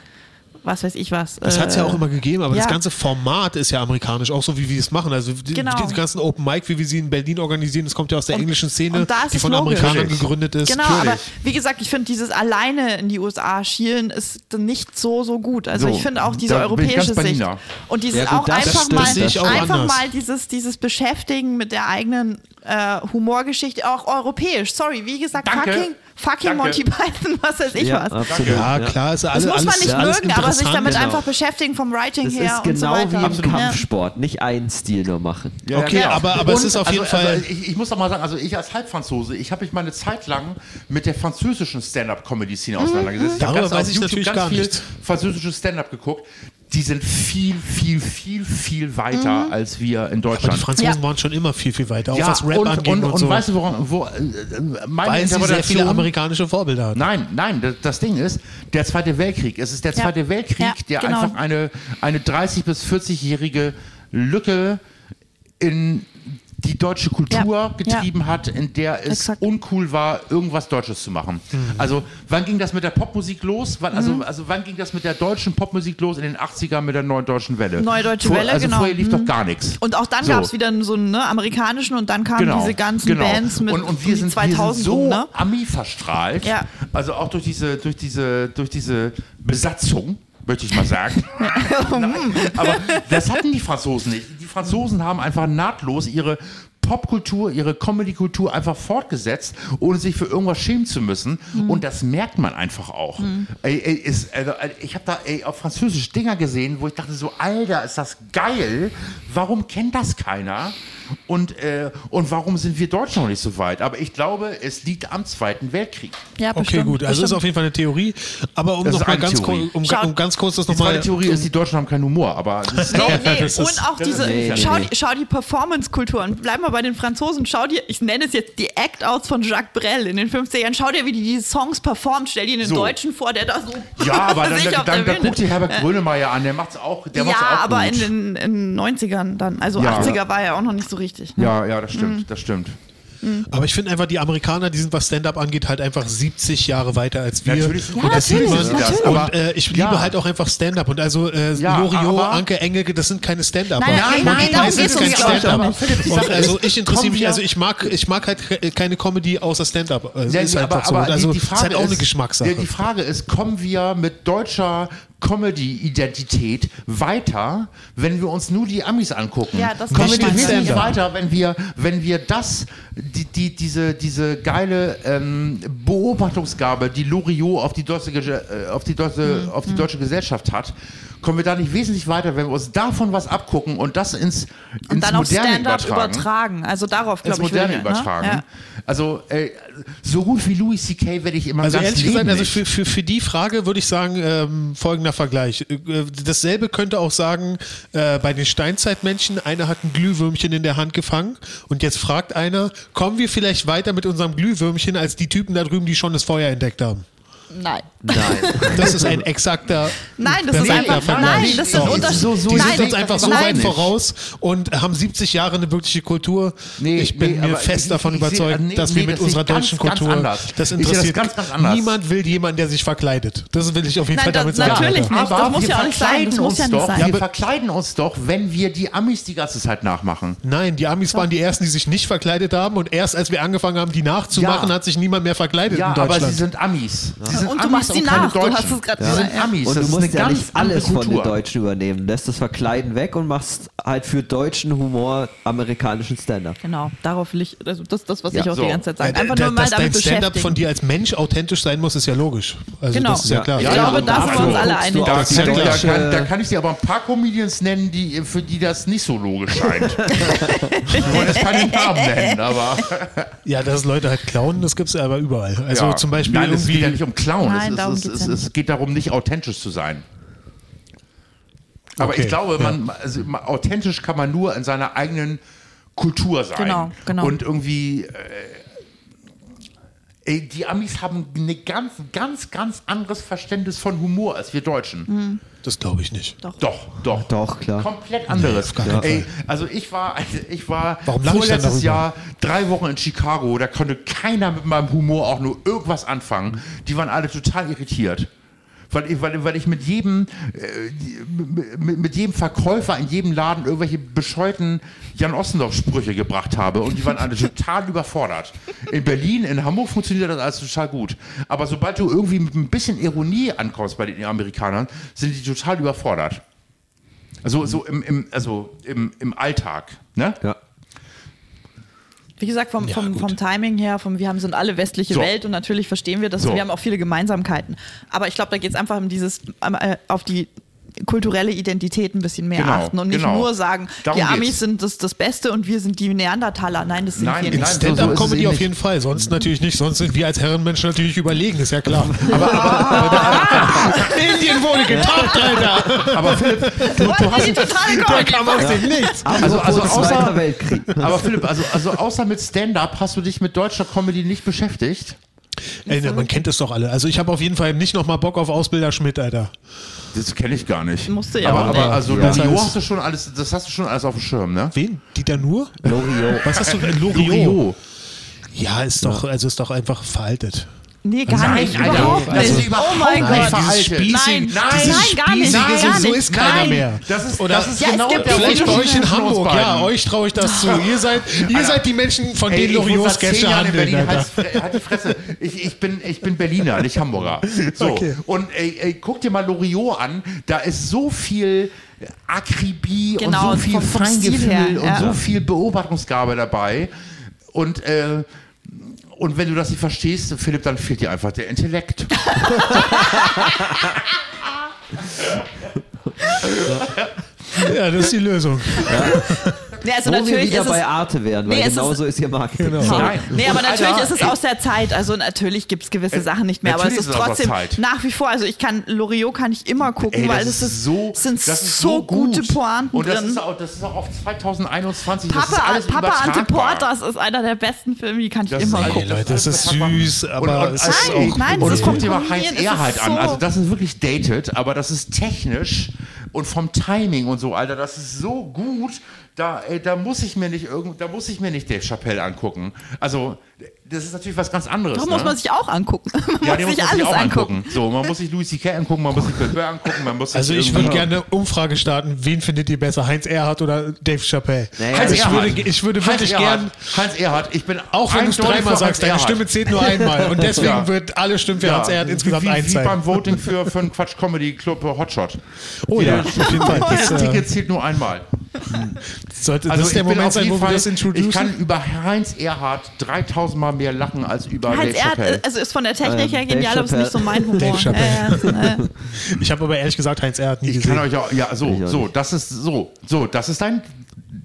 Speaker 3: was weiß ich was.
Speaker 4: das hat es ja
Speaker 3: äh,
Speaker 4: auch immer gegeben, aber das
Speaker 3: ja.
Speaker 4: ganze Format ist ja amerikanisch, auch so wie wir es machen. Also die,
Speaker 3: Genau.
Speaker 4: die ganzen Open Mic, wie wir sie in Berlin organisieren, das kommt ja aus der englischen Szene,
Speaker 3: und da ist
Speaker 4: die
Speaker 3: es
Speaker 4: von
Speaker 3: logisch.
Speaker 4: Amerikanern gegründet ist.
Speaker 3: Genau, aber wie gesagt, ich finde dieses alleine in die USA schielen ist dann nicht so so gut. Also
Speaker 1: So,
Speaker 3: ich finde auch diese
Speaker 1: da bin ich ganz
Speaker 3: europäische
Speaker 1: bei
Speaker 3: Sicht
Speaker 1: Nina.
Speaker 3: und dieses
Speaker 2: Ja, gut,
Speaker 3: auch
Speaker 2: das
Speaker 3: einfach
Speaker 2: stimmt,
Speaker 4: das sehe ich
Speaker 3: mal
Speaker 4: auch
Speaker 3: einfach
Speaker 4: anders.
Speaker 3: mal dieses dieses Beschäftigen mit der eigenen äh, Humorgeschichte auch europäisch. Sorry, wie gesagt,
Speaker 1: Danke.
Speaker 3: fucking fucking
Speaker 1: Danke.
Speaker 3: Monty Python, was weiß ich
Speaker 2: ja,
Speaker 3: was.
Speaker 2: absolut.
Speaker 4: Ja, klar, ist
Speaker 3: Das
Speaker 4: alle,
Speaker 3: muss
Speaker 4: alles,
Speaker 3: man nicht
Speaker 4: alles
Speaker 3: mögen, aber sich damit
Speaker 4: interessant.
Speaker 2: genau.
Speaker 3: einfach beschäftigen vom Writing
Speaker 2: Das
Speaker 3: her
Speaker 2: ist
Speaker 3: und so
Speaker 2: genau wie
Speaker 3: weiter.
Speaker 2: im
Speaker 3: Ja.
Speaker 2: Kampfsport. Nicht einen Stil nur machen.
Speaker 1: Ja,
Speaker 4: Okay,
Speaker 1: ja, genau.
Speaker 4: aber- aber es ist auf
Speaker 1: also,
Speaker 4: jeden Fall-
Speaker 1: Also ich, ich muss doch mal sagen, also ich als Halbfranzose, ich habe mich meine Zeit lang mit der französischen Stand-up-Comedy-Szene auseinandergesetzt. Ich hab
Speaker 4: Mhm. Darüber
Speaker 1: ganz auf
Speaker 4: weiß ich
Speaker 1: YouTube
Speaker 4: natürlich
Speaker 1: ganz
Speaker 4: gar
Speaker 1: viel
Speaker 4: nichts.
Speaker 1: französisches Stand-up geguckt. Die sind viel, viel, viel, viel weiter als wir in
Speaker 4: Mhm. Aber die
Speaker 1: Deutschland.
Speaker 4: Franzosen
Speaker 3: Ja.
Speaker 4: waren schon immer viel, viel weiter, auch was Rap angeht
Speaker 1: und,
Speaker 4: und,
Speaker 1: und,
Speaker 4: so.
Speaker 1: weißt du, woran, wo, äh, meine
Speaker 4: weil sie sehr viele
Speaker 1: Interpretation-
Speaker 4: amerikanische Vorbilder hatten.
Speaker 1: Nein, nein, das, das Ding ist, der Zweite Weltkrieg. Es ist der Zweite Weltkrieg,
Speaker 3: Ja,
Speaker 1: der
Speaker 3: genau.
Speaker 1: einfach eine, eine 30- bis 40-jährige Lücke in die deutsche Kultur
Speaker 3: Ja,
Speaker 1: getrieben hat, in der es
Speaker 3: Exakt.
Speaker 1: uncool war, irgendwas Deutsches zu machen. Also wann ging das mit der Popmusik los? Wann, also,
Speaker 3: Mhm.
Speaker 1: also wann ging das mit der deutschen Popmusik los? In den 80ern mit der neuen deutschen Welle.
Speaker 3: Neue Deutsche
Speaker 1: Vor,
Speaker 3: Welle,
Speaker 1: also
Speaker 3: genau.
Speaker 1: vorher lief doch gar nichts.
Speaker 3: Und auch dann
Speaker 1: So. Genau.
Speaker 3: gab es wieder so einen ne, amerikanischen und dann kamen diese ganzen Bands mit
Speaker 1: und, und wir
Speaker 3: um die
Speaker 1: sind,
Speaker 3: 2000
Speaker 1: wir sind so
Speaker 3: rum, ne?
Speaker 1: Ami verstrahlt.
Speaker 3: Ja.
Speaker 1: Also auch durch diese, durch diese, durch diese Besatzung, möchte ich mal
Speaker 3: [laughs]
Speaker 1: sagen. Nein, aber das hatten die Franzosen nicht. Die Franzosen haben einfach nahtlos ihre Popkultur, ihre Comedykultur einfach fortgesetzt, ohne sich für irgendwas schämen zu müssen. Und das merkt man einfach auch. Ey, ey, ist, also, ey, ich habe da ey, auf Französisch Dinger gesehen, wo ich dachte so, Alter, ist das geil. Warum kennt das keiner? Und, äh, und warum sind wir Deutschen noch nicht so weit? Aber ich glaube, es liegt am Zweiten Weltkrieg.
Speaker 3: Ja,
Speaker 4: Okay,
Speaker 3: bestimmt,
Speaker 4: gut. Also
Speaker 3: bestimmt.
Speaker 4: das ist auf jeden Fall eine Theorie. Aber um
Speaker 1: Das ist
Speaker 4: nochmal
Speaker 1: eine
Speaker 4: ganz,
Speaker 1: Theorie.
Speaker 4: kurz- um,
Speaker 3: Schaut-
Speaker 4: um ganz kurz das
Speaker 1: Die zweite
Speaker 4: nochmal
Speaker 1: Theorie ist, die Deutschen haben keine Humor, aber das ist
Speaker 3: Nee, nee,
Speaker 4: Das ist-
Speaker 3: und auch diese,
Speaker 2: Nee,
Speaker 3: schau,
Speaker 2: nee.
Speaker 3: Die, schau die Performance-Kultur an. Bleib mal bei den Franzosen. Schau dir, ich nenne es jetzt die Act-Outs von Jacques Brel in den 50er Jahren. Schau dir, wie die diese Songs performt. Stell dir einen
Speaker 1: So.
Speaker 3: Deutschen vor, der da so [laughs]
Speaker 1: Ja, aber dann,
Speaker 3: sich
Speaker 1: dann,
Speaker 3: auf der
Speaker 1: dann, dann
Speaker 3: Bühne-
Speaker 1: guckt ihr Herbert Grönemeyer an, der macht's auch, der
Speaker 3: Ja,
Speaker 1: macht's auch
Speaker 3: aber
Speaker 1: gut.
Speaker 3: in den in 90ern dann. Also
Speaker 1: Ja.
Speaker 3: 80er war er auch noch nicht so richtig.
Speaker 1: ja, ja, das stimmt, das stimmt.
Speaker 4: Aber ich finde einfach, die Amerikaner, die sind, was Stand-Up angeht, halt einfach 70 Jahre weiter als wir.
Speaker 1: Natürlich sind
Speaker 4: und
Speaker 1: die
Speaker 4: das sieht
Speaker 1: natürlich
Speaker 4: man.
Speaker 1: sind das,
Speaker 4: Und
Speaker 1: aber-
Speaker 4: äh, ich
Speaker 1: ja.
Speaker 4: liebe halt auch einfach Stand-Up. Und also äh,
Speaker 1: Ja,
Speaker 4: Loriot,
Speaker 1: aber-
Speaker 4: Anke Engelke, das sind keine Stand-Upper.
Speaker 3: Nein, nein,
Speaker 4: Und
Speaker 3: nein,
Speaker 4: die
Speaker 3: darum
Speaker 4: sind
Speaker 3: geht's
Speaker 4: kein
Speaker 3: uns, glaub ich,
Speaker 4: Stand-Upper.
Speaker 1: auch nicht. Philipp, die
Speaker 4: Und
Speaker 1: Sache
Speaker 4: also
Speaker 1: ist,
Speaker 4: ich interessiere
Speaker 1: kommen
Speaker 4: mich,
Speaker 1: wir-
Speaker 4: also ich mag, ich mag halt ke- keine Comedy außer Stand-Up. Also,
Speaker 1: Ja,
Speaker 4: ist
Speaker 1: aber-
Speaker 4: einfach so.
Speaker 1: aber
Speaker 4: Und also
Speaker 1: die- die
Speaker 4: es ist halt
Speaker 1: Frage
Speaker 4: auch eine
Speaker 1: ist-
Speaker 4: Geschmackssache.
Speaker 1: ja, Die Frage ist, kommen wir mit deutscher Comedy-Identität weiter, wenn wir uns nur die Amis angucken?
Speaker 3: Ja, das
Speaker 1: kommen wir
Speaker 4: stimmt.
Speaker 1: nicht wirklich
Speaker 4: Stand-up.
Speaker 1: weiter, wenn wir, wenn wir das, die, die, diese, diese geile ähm, Beobachtungsgabe, die Loriot auf die deutsche, Ge- äh, auf die
Speaker 3: Mhm.
Speaker 1: deutsche, auf die deutsche Gesellschaft hat, kommen wir da nicht wesentlich weiter, wenn wir uns davon was abgucken und das ins, ins
Speaker 3: Und dann auf
Speaker 1: Moderne
Speaker 3: Stand-Up
Speaker 1: übertragen
Speaker 3: übertragen. Also darauf,
Speaker 1: ins
Speaker 3: glaube ich, will
Speaker 1: Moderne
Speaker 3: ich, ne?
Speaker 1: übertragen.
Speaker 3: Ja.
Speaker 1: Also äh, so gut wie Louis C.K. werde ich immer
Speaker 4: Also
Speaker 1: ganz
Speaker 4: ehrlich gesagt,
Speaker 1: Leben
Speaker 4: also
Speaker 1: nicht.
Speaker 4: für, für, für die Frage würde ich sagen, ähm, folgender Vergleich. Äh, Dasselbe könnte auch sagen, äh, bei den Steinzeitmenschen, einer hat ein Glühwürmchen in der Hand gefangen und jetzt fragt einer, kommen wir vielleicht weiter mit unserem Glühwürmchen als die Typen da drüben, die schon das Feuer entdeckt haben?
Speaker 3: Nein.
Speaker 4: Das ist
Speaker 1: [laughs]
Speaker 4: ein exakter
Speaker 3: Nein, das ist
Speaker 4: perfekter
Speaker 3: einfach-
Speaker 4: Vergleich.
Speaker 3: nein, das sind
Speaker 4: Doch.
Speaker 3: Unterschied-
Speaker 1: So, so
Speaker 4: Die
Speaker 1: sehe
Speaker 3: nein,
Speaker 1: ich
Speaker 4: sind uns
Speaker 1: das
Speaker 4: einfach so
Speaker 1: überhaupt
Speaker 4: weit
Speaker 1: nicht.
Speaker 4: voraus und haben 70 Jahre eine wirkliche Kultur.
Speaker 1: Nee,
Speaker 4: ich bin
Speaker 1: nee,
Speaker 4: mir
Speaker 1: aber
Speaker 4: fest
Speaker 1: ich-
Speaker 4: davon
Speaker 1: ich sehe-
Speaker 4: überzeugt,
Speaker 1: nee,
Speaker 4: dass
Speaker 1: nee,
Speaker 4: wir mit
Speaker 1: das sehe ich
Speaker 4: unserer
Speaker 1: ganz,
Speaker 4: deutschen
Speaker 1: ganz
Speaker 4: Kultur
Speaker 1: anders. Ich
Speaker 4: das
Speaker 1: sehe das
Speaker 4: interessiert.
Speaker 1: ganz, ganz anders.
Speaker 4: Niemand will jemanden, der sich verkleidet. Das will ich auf jeden
Speaker 3: Nein,
Speaker 4: Fall
Speaker 3: da-
Speaker 4: damit sagen.
Speaker 3: natürlich
Speaker 4: Alter.
Speaker 3: nicht. Das muss
Speaker 1: wir
Speaker 3: ja auch nicht sein. Das
Speaker 1: verkleiden
Speaker 3: muss ja
Speaker 1: uns
Speaker 3: nicht
Speaker 1: doch,
Speaker 3: sein.
Speaker 1: Wir
Speaker 4: aber-
Speaker 1: verkleiden uns doch, wenn wir die Amis die ganze Zeit nachmachen.
Speaker 4: Nein, die Amis waren die ersten, die sich nicht verkleidet haben und erst als wir angefangen haben, die nachzumachen,
Speaker 1: Ja.
Speaker 4: hat sich niemand mehr verkleidet in
Speaker 1: Ja, aber
Speaker 4: Deutschland.
Speaker 1: sie sind Amis. Sie sind
Speaker 3: Und du
Speaker 1: Amis
Speaker 3: machst die
Speaker 1: und keine
Speaker 3: nach. Du
Speaker 1: Deutschen.
Speaker 3: hast es gerade
Speaker 1: Sie sind
Speaker 3: gesagt.
Speaker 2: Und
Speaker 1: Amis. das
Speaker 2: du
Speaker 1: ist eine
Speaker 2: musst ja
Speaker 1: ganz
Speaker 2: nicht
Speaker 1: andere
Speaker 2: alles von den
Speaker 1: Kultur.
Speaker 2: Deutschen übernehmen. Lässt das Verkleiden weg und machst halt für deutschen Humor amerikanischen Stand-up.
Speaker 3: Genau, darauf will ich, also das, das was
Speaker 2: Ja,
Speaker 3: ich auch
Speaker 1: so. Äh,
Speaker 3: die ganze Zeit
Speaker 4: Ja,
Speaker 3: sage. Einfach
Speaker 4: da-
Speaker 3: nur mal
Speaker 4: dass dein
Speaker 3: damit
Speaker 4: Stand-up
Speaker 3: beschäftigen.
Speaker 4: von dir als Mensch authentisch sein muss, ist ja logisch. Also
Speaker 3: Genau.
Speaker 4: das ist ja,
Speaker 3: Ja.
Speaker 4: klar.
Speaker 3: Ich glaube,
Speaker 1: also
Speaker 3: da sind wir uns
Speaker 1: guckst
Speaker 3: alle
Speaker 1: du
Speaker 3: einig.
Speaker 1: Da,
Speaker 4: Das ist ja
Speaker 1: kann, da,
Speaker 4: klar.
Speaker 1: kann, da kann ich dir aber ein paar Comedians nennen, die, für die das nicht so logisch
Speaker 3: [laughs]
Speaker 1: scheint. [laughs] ich wollte jetzt keinen Namen nennen, aber.
Speaker 4: Ja, dass Leute halt klauen, das gibt es aber überall. Also
Speaker 1: Ja.
Speaker 4: zum Beispiel
Speaker 1: Nein, es
Speaker 4: irgendwie.
Speaker 1: geht ja nicht um Clown.
Speaker 3: Nein,
Speaker 1: es,
Speaker 3: darum
Speaker 1: ist,
Speaker 3: geht's
Speaker 1: es,
Speaker 3: ja
Speaker 1: es, es geht darum, nicht authentisch zu sein. Aber
Speaker 4: Okay,
Speaker 1: ich glaube,
Speaker 4: ja.
Speaker 1: man, also, ma- authentisch kann man nur in seiner eigenen Kultur sein.
Speaker 3: Genau, genau.
Speaker 1: Und irgendwie. Äh, ey, die Amis haben ein ganz, ganz, ganz anderes Verständnis von Humor als wir Deutschen.
Speaker 3: Hm.
Speaker 4: das glaube ich nicht.
Speaker 1: Doch, doch.
Speaker 2: Doch, klar.
Speaker 1: Komplett anderes.
Speaker 4: auf gar keinen
Speaker 1: Ey, also ich war, ich war
Speaker 4: Warum lache ich denn
Speaker 1: vorletztes
Speaker 4: darüber?
Speaker 1: Jahr drei Wochen in Chicago, da konnte keiner mit meinem Humor auch nur irgendwas anfangen. Die waren alle total irritiert. Weil ich, weil, weil ich mit jedem, äh, die- mit, mit jedem Verkäufer in jedem Laden irgendwelche bescheuten Jan Ossendorf-Sprüche gebracht habe und die waren alle total [laughs] überfordert. In Berlin, in Hamburg funktioniert das alles total gut. Aber sobald du irgendwie mit ein bisschen Ironie ankommst bei den Amerikanern, sind die total überfordert. Also so im, im, also im, im Alltag. Ne?
Speaker 2: Ja.
Speaker 3: Wie gesagt, vom,
Speaker 4: Ja,
Speaker 3: vom,
Speaker 4: gut.
Speaker 3: vom Timing her, vom wir haben so eine alle westliche
Speaker 1: So.
Speaker 3: Welt und natürlich verstehen wir das.
Speaker 1: So.
Speaker 3: Wir haben auch viele Gemeinsamkeiten. Aber ich glaube, da geht es einfach um dieses, ähm, äh, auf die kulturelle Identität ein bisschen mehr
Speaker 1: Genau,
Speaker 3: achten und nicht
Speaker 1: genau.
Speaker 3: nur sagen,
Speaker 1: Darum
Speaker 3: die Amis
Speaker 1: geht's.
Speaker 3: sind das, das Beste und wir sind die Neandertaler. Nein, das sind
Speaker 1: Nein,
Speaker 3: wir
Speaker 1: in
Speaker 3: nicht.
Speaker 1: Nein, so- so ist es
Speaker 4: Stand-up-Comedy
Speaker 1: eben
Speaker 4: auf
Speaker 1: nicht.
Speaker 4: jeden Fall, sonst natürlich nicht. Sonst sind wir als Herrenmenschen natürlich überlegen, ist
Speaker 1: [laughs]
Speaker 4: ja klar. Indien wurde getoppt, Alter!
Speaker 1: Aber Philipp, du, du
Speaker 3: Wollt
Speaker 1: hast.
Speaker 3: ihr die totale
Speaker 4: Da
Speaker 3: Comedy?
Speaker 4: kam aus dem Nichts.
Speaker 1: Also, also
Speaker 2: Apropos Zweiter [laughs]
Speaker 1: außer,
Speaker 2: Weltkrieg.
Speaker 1: aber Philipp, also, also außer mit Stand-up hast du dich mit deutscher Comedy nicht beschäftigt.
Speaker 4: Ey, na, man kennt es doch alle. Also ich habe auf jeden Fall nicht nochmal Bock auf Ausbilder Schmidt, Alter.
Speaker 1: Das kenne ich gar nicht.
Speaker 3: Musst du ja
Speaker 1: aber,
Speaker 3: auch
Speaker 1: aber
Speaker 3: nicht.
Speaker 1: also
Speaker 4: Ja.
Speaker 1: Loriot hast du schon alles, das hast du schon alles auf dem Schirm, ne?
Speaker 4: Wen? Dieter Nur?
Speaker 2: Loriot.
Speaker 4: Was hast du? Äh, Loriot.
Speaker 1: Loriot.
Speaker 4: Ja, ist doch, also ist doch einfach veraltet.
Speaker 3: Nee, gar
Speaker 1: Nein,
Speaker 3: nicht.
Speaker 1: Alter.
Speaker 3: Überhaupt
Speaker 1: Also-
Speaker 3: nicht. oh
Speaker 1: Überhaupt
Speaker 3: mein
Speaker 1: nicht.
Speaker 3: Gott.
Speaker 1: veraltet.
Speaker 3: Nein,
Speaker 4: spießige-
Speaker 1: nein,
Speaker 4: dieses
Speaker 3: nein, gar nicht,
Speaker 4: spießige,
Speaker 3: nein, gar
Speaker 4: so
Speaker 3: nicht.
Speaker 4: ist keiner
Speaker 1: Nein,
Speaker 4: mehr.
Speaker 1: das ist-
Speaker 4: Oder
Speaker 1: das ist
Speaker 3: Ja, es genau gibt der
Speaker 4: vielleicht
Speaker 1: Unterschied
Speaker 4: bei euch
Speaker 1: zwischen
Speaker 4: in
Speaker 1: uns
Speaker 4: Hamburg. Ja,
Speaker 1: beiden.
Speaker 4: euch traue ich
Speaker 1: [laughs]
Speaker 4: das zu. Ihr seid, ihr seid die Menschen, von denen
Speaker 1: ich wohne
Speaker 4: Loriot
Speaker 1: seit zehn
Speaker 4: Sketche
Speaker 1: Jahren in
Speaker 4: handeln,
Speaker 1: Berlin,
Speaker 4: Alter.
Speaker 1: halt, halt die Fresse. Ich, ich, bin, ich bin Berliner, nicht
Speaker 3: [laughs]
Speaker 1: Hamburger. So.
Speaker 4: Okay.
Speaker 1: Und ey, ey, guck dir mal Loriot an, da ist so viel Akribie
Speaker 3: Genau,
Speaker 1: und so viel
Speaker 3: vom- vom Stil
Speaker 1: Feingefühl
Speaker 3: her,
Speaker 1: und
Speaker 3: ja.
Speaker 1: so viel Beobachtungsgabe dabei. Und, äh, und wenn du das nicht verstehst, Philipp, dann fehlt dir einfach der Intellekt.
Speaker 4: Ja, das ist die Lösung.
Speaker 3: Nee, also
Speaker 2: wo wir
Speaker 3: natürlich
Speaker 2: wieder
Speaker 3: ist es-
Speaker 2: bei Arte wären, weil
Speaker 3: Nee, es ist-
Speaker 2: genauso ist ihr Marketing.
Speaker 4: Genau.
Speaker 1: Nein.
Speaker 3: Nee, aber
Speaker 1: Und
Speaker 3: natürlich
Speaker 1: Alter,
Speaker 3: ist es
Speaker 1: ey.
Speaker 3: aus der Zeit. Also natürlich gibt es gewisse
Speaker 1: Äh,
Speaker 3: Sachen nicht mehr, aber es
Speaker 1: natürlich
Speaker 3: ist
Speaker 1: ist es aus der Zeit.
Speaker 3: trotzdem nach wie vor. Also ich kann Loriot kann ich immer gucken,
Speaker 1: Ey,
Speaker 3: weil
Speaker 1: das
Speaker 3: es
Speaker 1: ist
Speaker 3: ist,
Speaker 1: so,
Speaker 3: es sind
Speaker 1: das ist
Speaker 3: so
Speaker 1: so gut.
Speaker 3: gute Pointen
Speaker 1: Und das
Speaker 3: drin.
Speaker 1: ist auch, das ist auch auf 2021. das ist
Speaker 3: Papa,
Speaker 1: alles
Speaker 3: Papa
Speaker 1: übertragbar.
Speaker 3: Anteportas ist einer der besten Filme, die kann ich
Speaker 1: Das
Speaker 3: immer
Speaker 1: ist-
Speaker 3: gucken.
Speaker 4: Ey, Leute, das ist süß, aber es ist
Speaker 1: ey,
Speaker 3: auch nein,
Speaker 1: und
Speaker 3: es
Speaker 1: es
Speaker 3: ist
Speaker 1: kommt dir mal
Speaker 3: komponiert,
Speaker 1: Heinz
Speaker 3: es ist
Speaker 1: Erhard
Speaker 3: so-
Speaker 1: an. Also das ist wirklich dated, aber das ist technisch und vom Timing und so, Alter, das ist so gut. Da, ey, da muss ich mir nicht irgend, da muss ich mir nicht Dave Chappelle angucken. Also das ist natürlich was ganz anderes.
Speaker 3: Darum
Speaker 1: ne?
Speaker 3: muss man sich auch angucken. [laughs] Man
Speaker 1: ja, den muss
Speaker 3: muss sich
Speaker 1: man
Speaker 3: alles
Speaker 1: sich auch
Speaker 3: angucken.
Speaker 1: angucken. So, man muss sich Louis C.K. angucken, man muss sich Bill Burr angucken, man muss
Speaker 4: [laughs]
Speaker 1: sich
Speaker 4: Also ich
Speaker 1: irgendwie- [laughs]
Speaker 4: würde gerne eine Umfrage starten. Wen findet ihr besser, Heinz Erhardt oder Dave Chappelle?
Speaker 2: Naja,
Speaker 4: Also ich,
Speaker 1: Erhard.
Speaker 4: würde, ich würde
Speaker 1: Heinz
Speaker 4: wirklich
Speaker 1: Erhard.
Speaker 4: gern,
Speaker 1: Heinz Erhard, ich bin
Speaker 4: auch wenn du es
Speaker 1: eindeutig
Speaker 4: dreimal
Speaker 1: für
Speaker 4: sagst,
Speaker 1: Heinz
Speaker 4: deine
Speaker 1: Erhard.
Speaker 4: Stimme zählt nur einmal. Und
Speaker 1: [laughs]
Speaker 4: deswegen
Speaker 1: Ja.
Speaker 4: wird alle Stimmen für Heinz Erhardt insgesamt
Speaker 1: wie,
Speaker 4: eins
Speaker 1: wie
Speaker 4: sein.
Speaker 1: beim Voting für, für einen Quatsch-Comedy-Club äh, Hotshot.
Speaker 4: Oh ja, auf jeden Fall. Das,
Speaker 1: Das
Speaker 4: äh,
Speaker 1: Ticket zählt nur einmal.
Speaker 4: sollte
Speaker 1: Also
Speaker 4: das ist der
Speaker 1: ich bin
Speaker 4: Moment
Speaker 1: auf
Speaker 4: sein, wo
Speaker 1: jeden
Speaker 4: wir
Speaker 1: Fall,
Speaker 4: das introducen.
Speaker 1: ich kann über Heinz Erhardt 3000 Mal mehr lachen als über
Speaker 3: Heinz
Speaker 1: Dave Chappelle.
Speaker 3: Erhard also ist von der Technik
Speaker 2: Ähm,
Speaker 3: her
Speaker 2: Dave
Speaker 3: genial, aber ist nicht so
Speaker 2: Chappelle.
Speaker 3: mein Humor.
Speaker 4: Dave Chappelle.
Speaker 3: Ja, ja, ja.
Speaker 4: Ich habe aber ehrlich gesagt Heinz Erhardt nie
Speaker 1: Ich
Speaker 4: gesehen.
Speaker 1: kann euch auch, ja,
Speaker 2: Ich
Speaker 1: so,
Speaker 2: auch
Speaker 1: so,
Speaker 2: nicht.
Speaker 1: das ist so, so, das ist dein,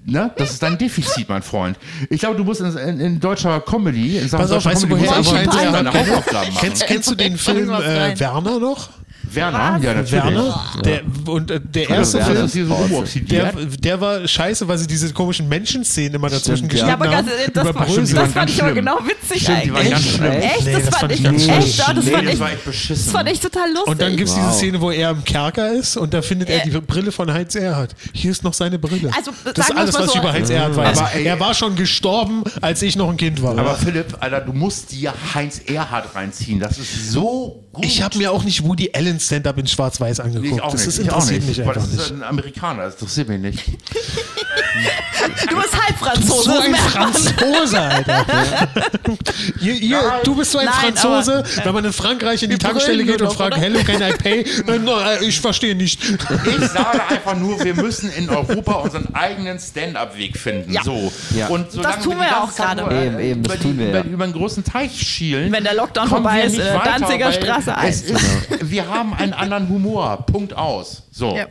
Speaker 1: ne, das ist dein Defizit, mein Freund. Ich glaube, du musst in, in, in deutscher Comedy, in Sachen
Speaker 4: Pass auf,
Speaker 1: deutscher
Speaker 4: weißt du,
Speaker 1: Comedy,
Speaker 4: woher
Speaker 1: musst
Speaker 4: ich
Speaker 1: du
Speaker 4: Heinz
Speaker 1: einfach deine
Speaker 4: Erhardt kenne?
Speaker 1: Hausaufgaben machen.
Speaker 4: Kennst, kennst du den Film äh, Werner noch?
Speaker 1: Werner, ja, natürlich.
Speaker 4: Werner? Der, und äh, der erste
Speaker 1: Also, Das
Speaker 2: Werner.
Speaker 4: Film,
Speaker 1: ist dieses
Speaker 4: Der,
Speaker 1: Rumoxidiert.
Speaker 4: der war scheiße, weil sie diese komischen Menschenszenen immer dazwischen
Speaker 2: Stimmt, ja.
Speaker 4: geschnitten
Speaker 3: ja, aber ganz,
Speaker 4: haben.
Speaker 3: das,
Speaker 4: Genau. über
Speaker 3: das,
Speaker 4: Brösel.
Speaker 1: waren
Speaker 3: fand ich
Speaker 1: ganz
Speaker 3: aber
Speaker 1: schlimm.
Speaker 3: genau witzig
Speaker 1: Stimmt, die waren
Speaker 3: eigentlich.
Speaker 1: ganz schlimm.
Speaker 3: Echt?
Speaker 4: Nee,
Speaker 3: das,
Speaker 4: das
Speaker 3: fand
Speaker 4: fand
Speaker 3: ich
Speaker 4: ich ganz
Speaker 3: echt,
Speaker 4: schlimm.
Speaker 3: ja, das,
Speaker 1: Nee,
Speaker 3: fand
Speaker 1: das
Speaker 3: ich,
Speaker 1: war echt beschissen.
Speaker 3: das fand ich total lustig.
Speaker 4: und dann gibt es diese
Speaker 2: Wow.
Speaker 4: Szene, wo er im Kerker ist und da findet er
Speaker 3: Äh.
Speaker 4: die Brille von Heinz Erhardt. Hier ist noch seine Brille.
Speaker 3: Also,
Speaker 4: das
Speaker 3: sagen
Speaker 4: ist
Speaker 3: wir
Speaker 4: alles,
Speaker 3: mal
Speaker 4: was
Speaker 3: so,
Speaker 4: ich über Heinz Erhardt weiß.
Speaker 1: Mhm. Aber, ey,
Speaker 4: er war schon gestorben, als ich noch ein Kind war.
Speaker 1: Aber Philipp, Alter, du musst dir Heinz Erhardt reinziehen. Das ist so gut.
Speaker 4: ich habe mir auch nicht Woody Allen Stand-Up in Schwarz-Weiß angeguckt.
Speaker 1: Nee, ich auch
Speaker 4: das
Speaker 1: nicht.
Speaker 4: ist
Speaker 1: ich auch
Speaker 4: interessiert
Speaker 1: nicht.
Speaker 4: mich
Speaker 1: weil
Speaker 4: einfach
Speaker 1: das ist
Speaker 4: nicht.
Speaker 1: ein Amerikaner, das interessiert mich nicht.
Speaker 3: du bist halb Franzose.
Speaker 4: So
Speaker 3: das
Speaker 4: ein
Speaker 3: merkt man. [laughs]
Speaker 4: Franzose, Alter. ihr, ihr,
Speaker 1: Nein.
Speaker 4: du bist so ein
Speaker 3: Nein,
Speaker 4: Franzose, wenn man in Frankreich in die Tankstelle
Speaker 3: brüllen
Speaker 4: geht und
Speaker 3: doch,
Speaker 4: fragt,
Speaker 3: oder?
Speaker 4: hello, can I
Speaker 3: [laughs]
Speaker 4: pay? Äh, no, äh, ich verstehe nicht.
Speaker 1: Ich sage einfach nur, wir müssen in Europa unseren eigenen Stand-up-Weg finden.
Speaker 3: Ja.
Speaker 1: So.
Speaker 2: Ja.
Speaker 1: Und solange
Speaker 3: Das tun
Speaker 1: die
Speaker 3: wir ja
Speaker 1: ganze
Speaker 3: auch
Speaker 1: Zeit
Speaker 3: gerade.
Speaker 1: nur, äh,
Speaker 2: Eben, eben, das
Speaker 1: über
Speaker 2: tun wir
Speaker 1: Über,
Speaker 2: ja.
Speaker 1: über einen großen Teich schielen.
Speaker 3: Wenn der Lockdown
Speaker 1: kommen
Speaker 3: vorbei
Speaker 1: wir
Speaker 3: ist,
Speaker 1: nicht
Speaker 3: äh,
Speaker 1: weiter,
Speaker 3: Danziger
Speaker 1: weil
Speaker 3: Straße
Speaker 1: es
Speaker 3: 1.
Speaker 1: ist, [laughs] Wir haben einen anderen Humor. Punkt aus. So.
Speaker 3: Ja.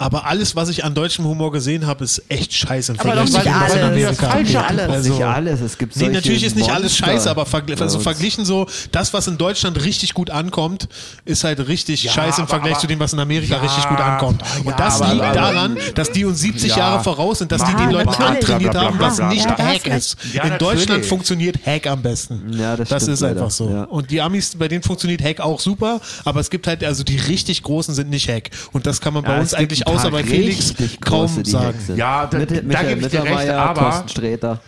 Speaker 4: Aber alles, was ich an deutschem Humor gesehen habe, ist echt scheiße. Im
Speaker 3: Aber
Speaker 4: Vergleich
Speaker 3: doch
Speaker 4: zu dem,
Speaker 3: nicht
Speaker 4: was in
Speaker 3: alles.
Speaker 4: Amerika
Speaker 1: Das
Speaker 4: abgeht.
Speaker 1: Falsche alles.
Speaker 4: Also,
Speaker 2: nicht alles, es gibt
Speaker 4: Nee,
Speaker 2: solche
Speaker 4: natürlich ist nicht alles
Speaker 2: Monster
Speaker 4: scheiße, aber vergl
Speaker 2: bei
Speaker 4: also
Speaker 2: uns.
Speaker 4: verglichen so, das, was in Deutschland richtig gut ankommt, ist halt richtig
Speaker 1: Ja,
Speaker 4: scheiße im
Speaker 1: aber-
Speaker 4: Vergleich
Speaker 1: aber-
Speaker 4: zu dem, was in Amerika
Speaker 1: Ja,
Speaker 4: richtig gut ankommt. Und
Speaker 1: ja,
Speaker 4: das
Speaker 1: aber-
Speaker 4: liegt
Speaker 1: aber-
Speaker 4: daran, dass die uns 70
Speaker 1: Ja.
Speaker 4: Jahre voraus sind, dass die
Speaker 1: Ja,
Speaker 4: den Leuten
Speaker 1: natürlich.
Speaker 4: antrainiert
Speaker 1: Bla, bla,
Speaker 4: haben,
Speaker 1: bla,
Speaker 4: was
Speaker 1: bla,
Speaker 4: nicht
Speaker 1: bla, bla.
Speaker 4: Hack ist.
Speaker 1: Ja,
Speaker 4: in Deutschland
Speaker 1: natürlich.
Speaker 4: funktioniert Hack am besten.
Speaker 2: Ja, das stimmt
Speaker 4: ist einfach
Speaker 2: leider.
Speaker 4: so.
Speaker 2: Ja.
Speaker 4: Und die Amis, bei denen funktioniert Hack auch super, aber es gibt halt, also die richtig Großen sind nicht Hack. Und das kann man bei
Speaker 2: Ja,
Speaker 4: uns
Speaker 2: es gibt
Speaker 4: eigentlich
Speaker 2: ein paar
Speaker 4: außer bei Felix
Speaker 2: richtig große,
Speaker 4: kaum
Speaker 2: die
Speaker 4: sagen.
Speaker 2: Hacks sind.
Speaker 1: Ja, da-
Speaker 2: Mitte-
Speaker 1: da
Speaker 2: Michael
Speaker 1: gebe ich dir recht,
Speaker 2: Mittermeier,
Speaker 1: aber-
Speaker 2: Thorsten Sträter.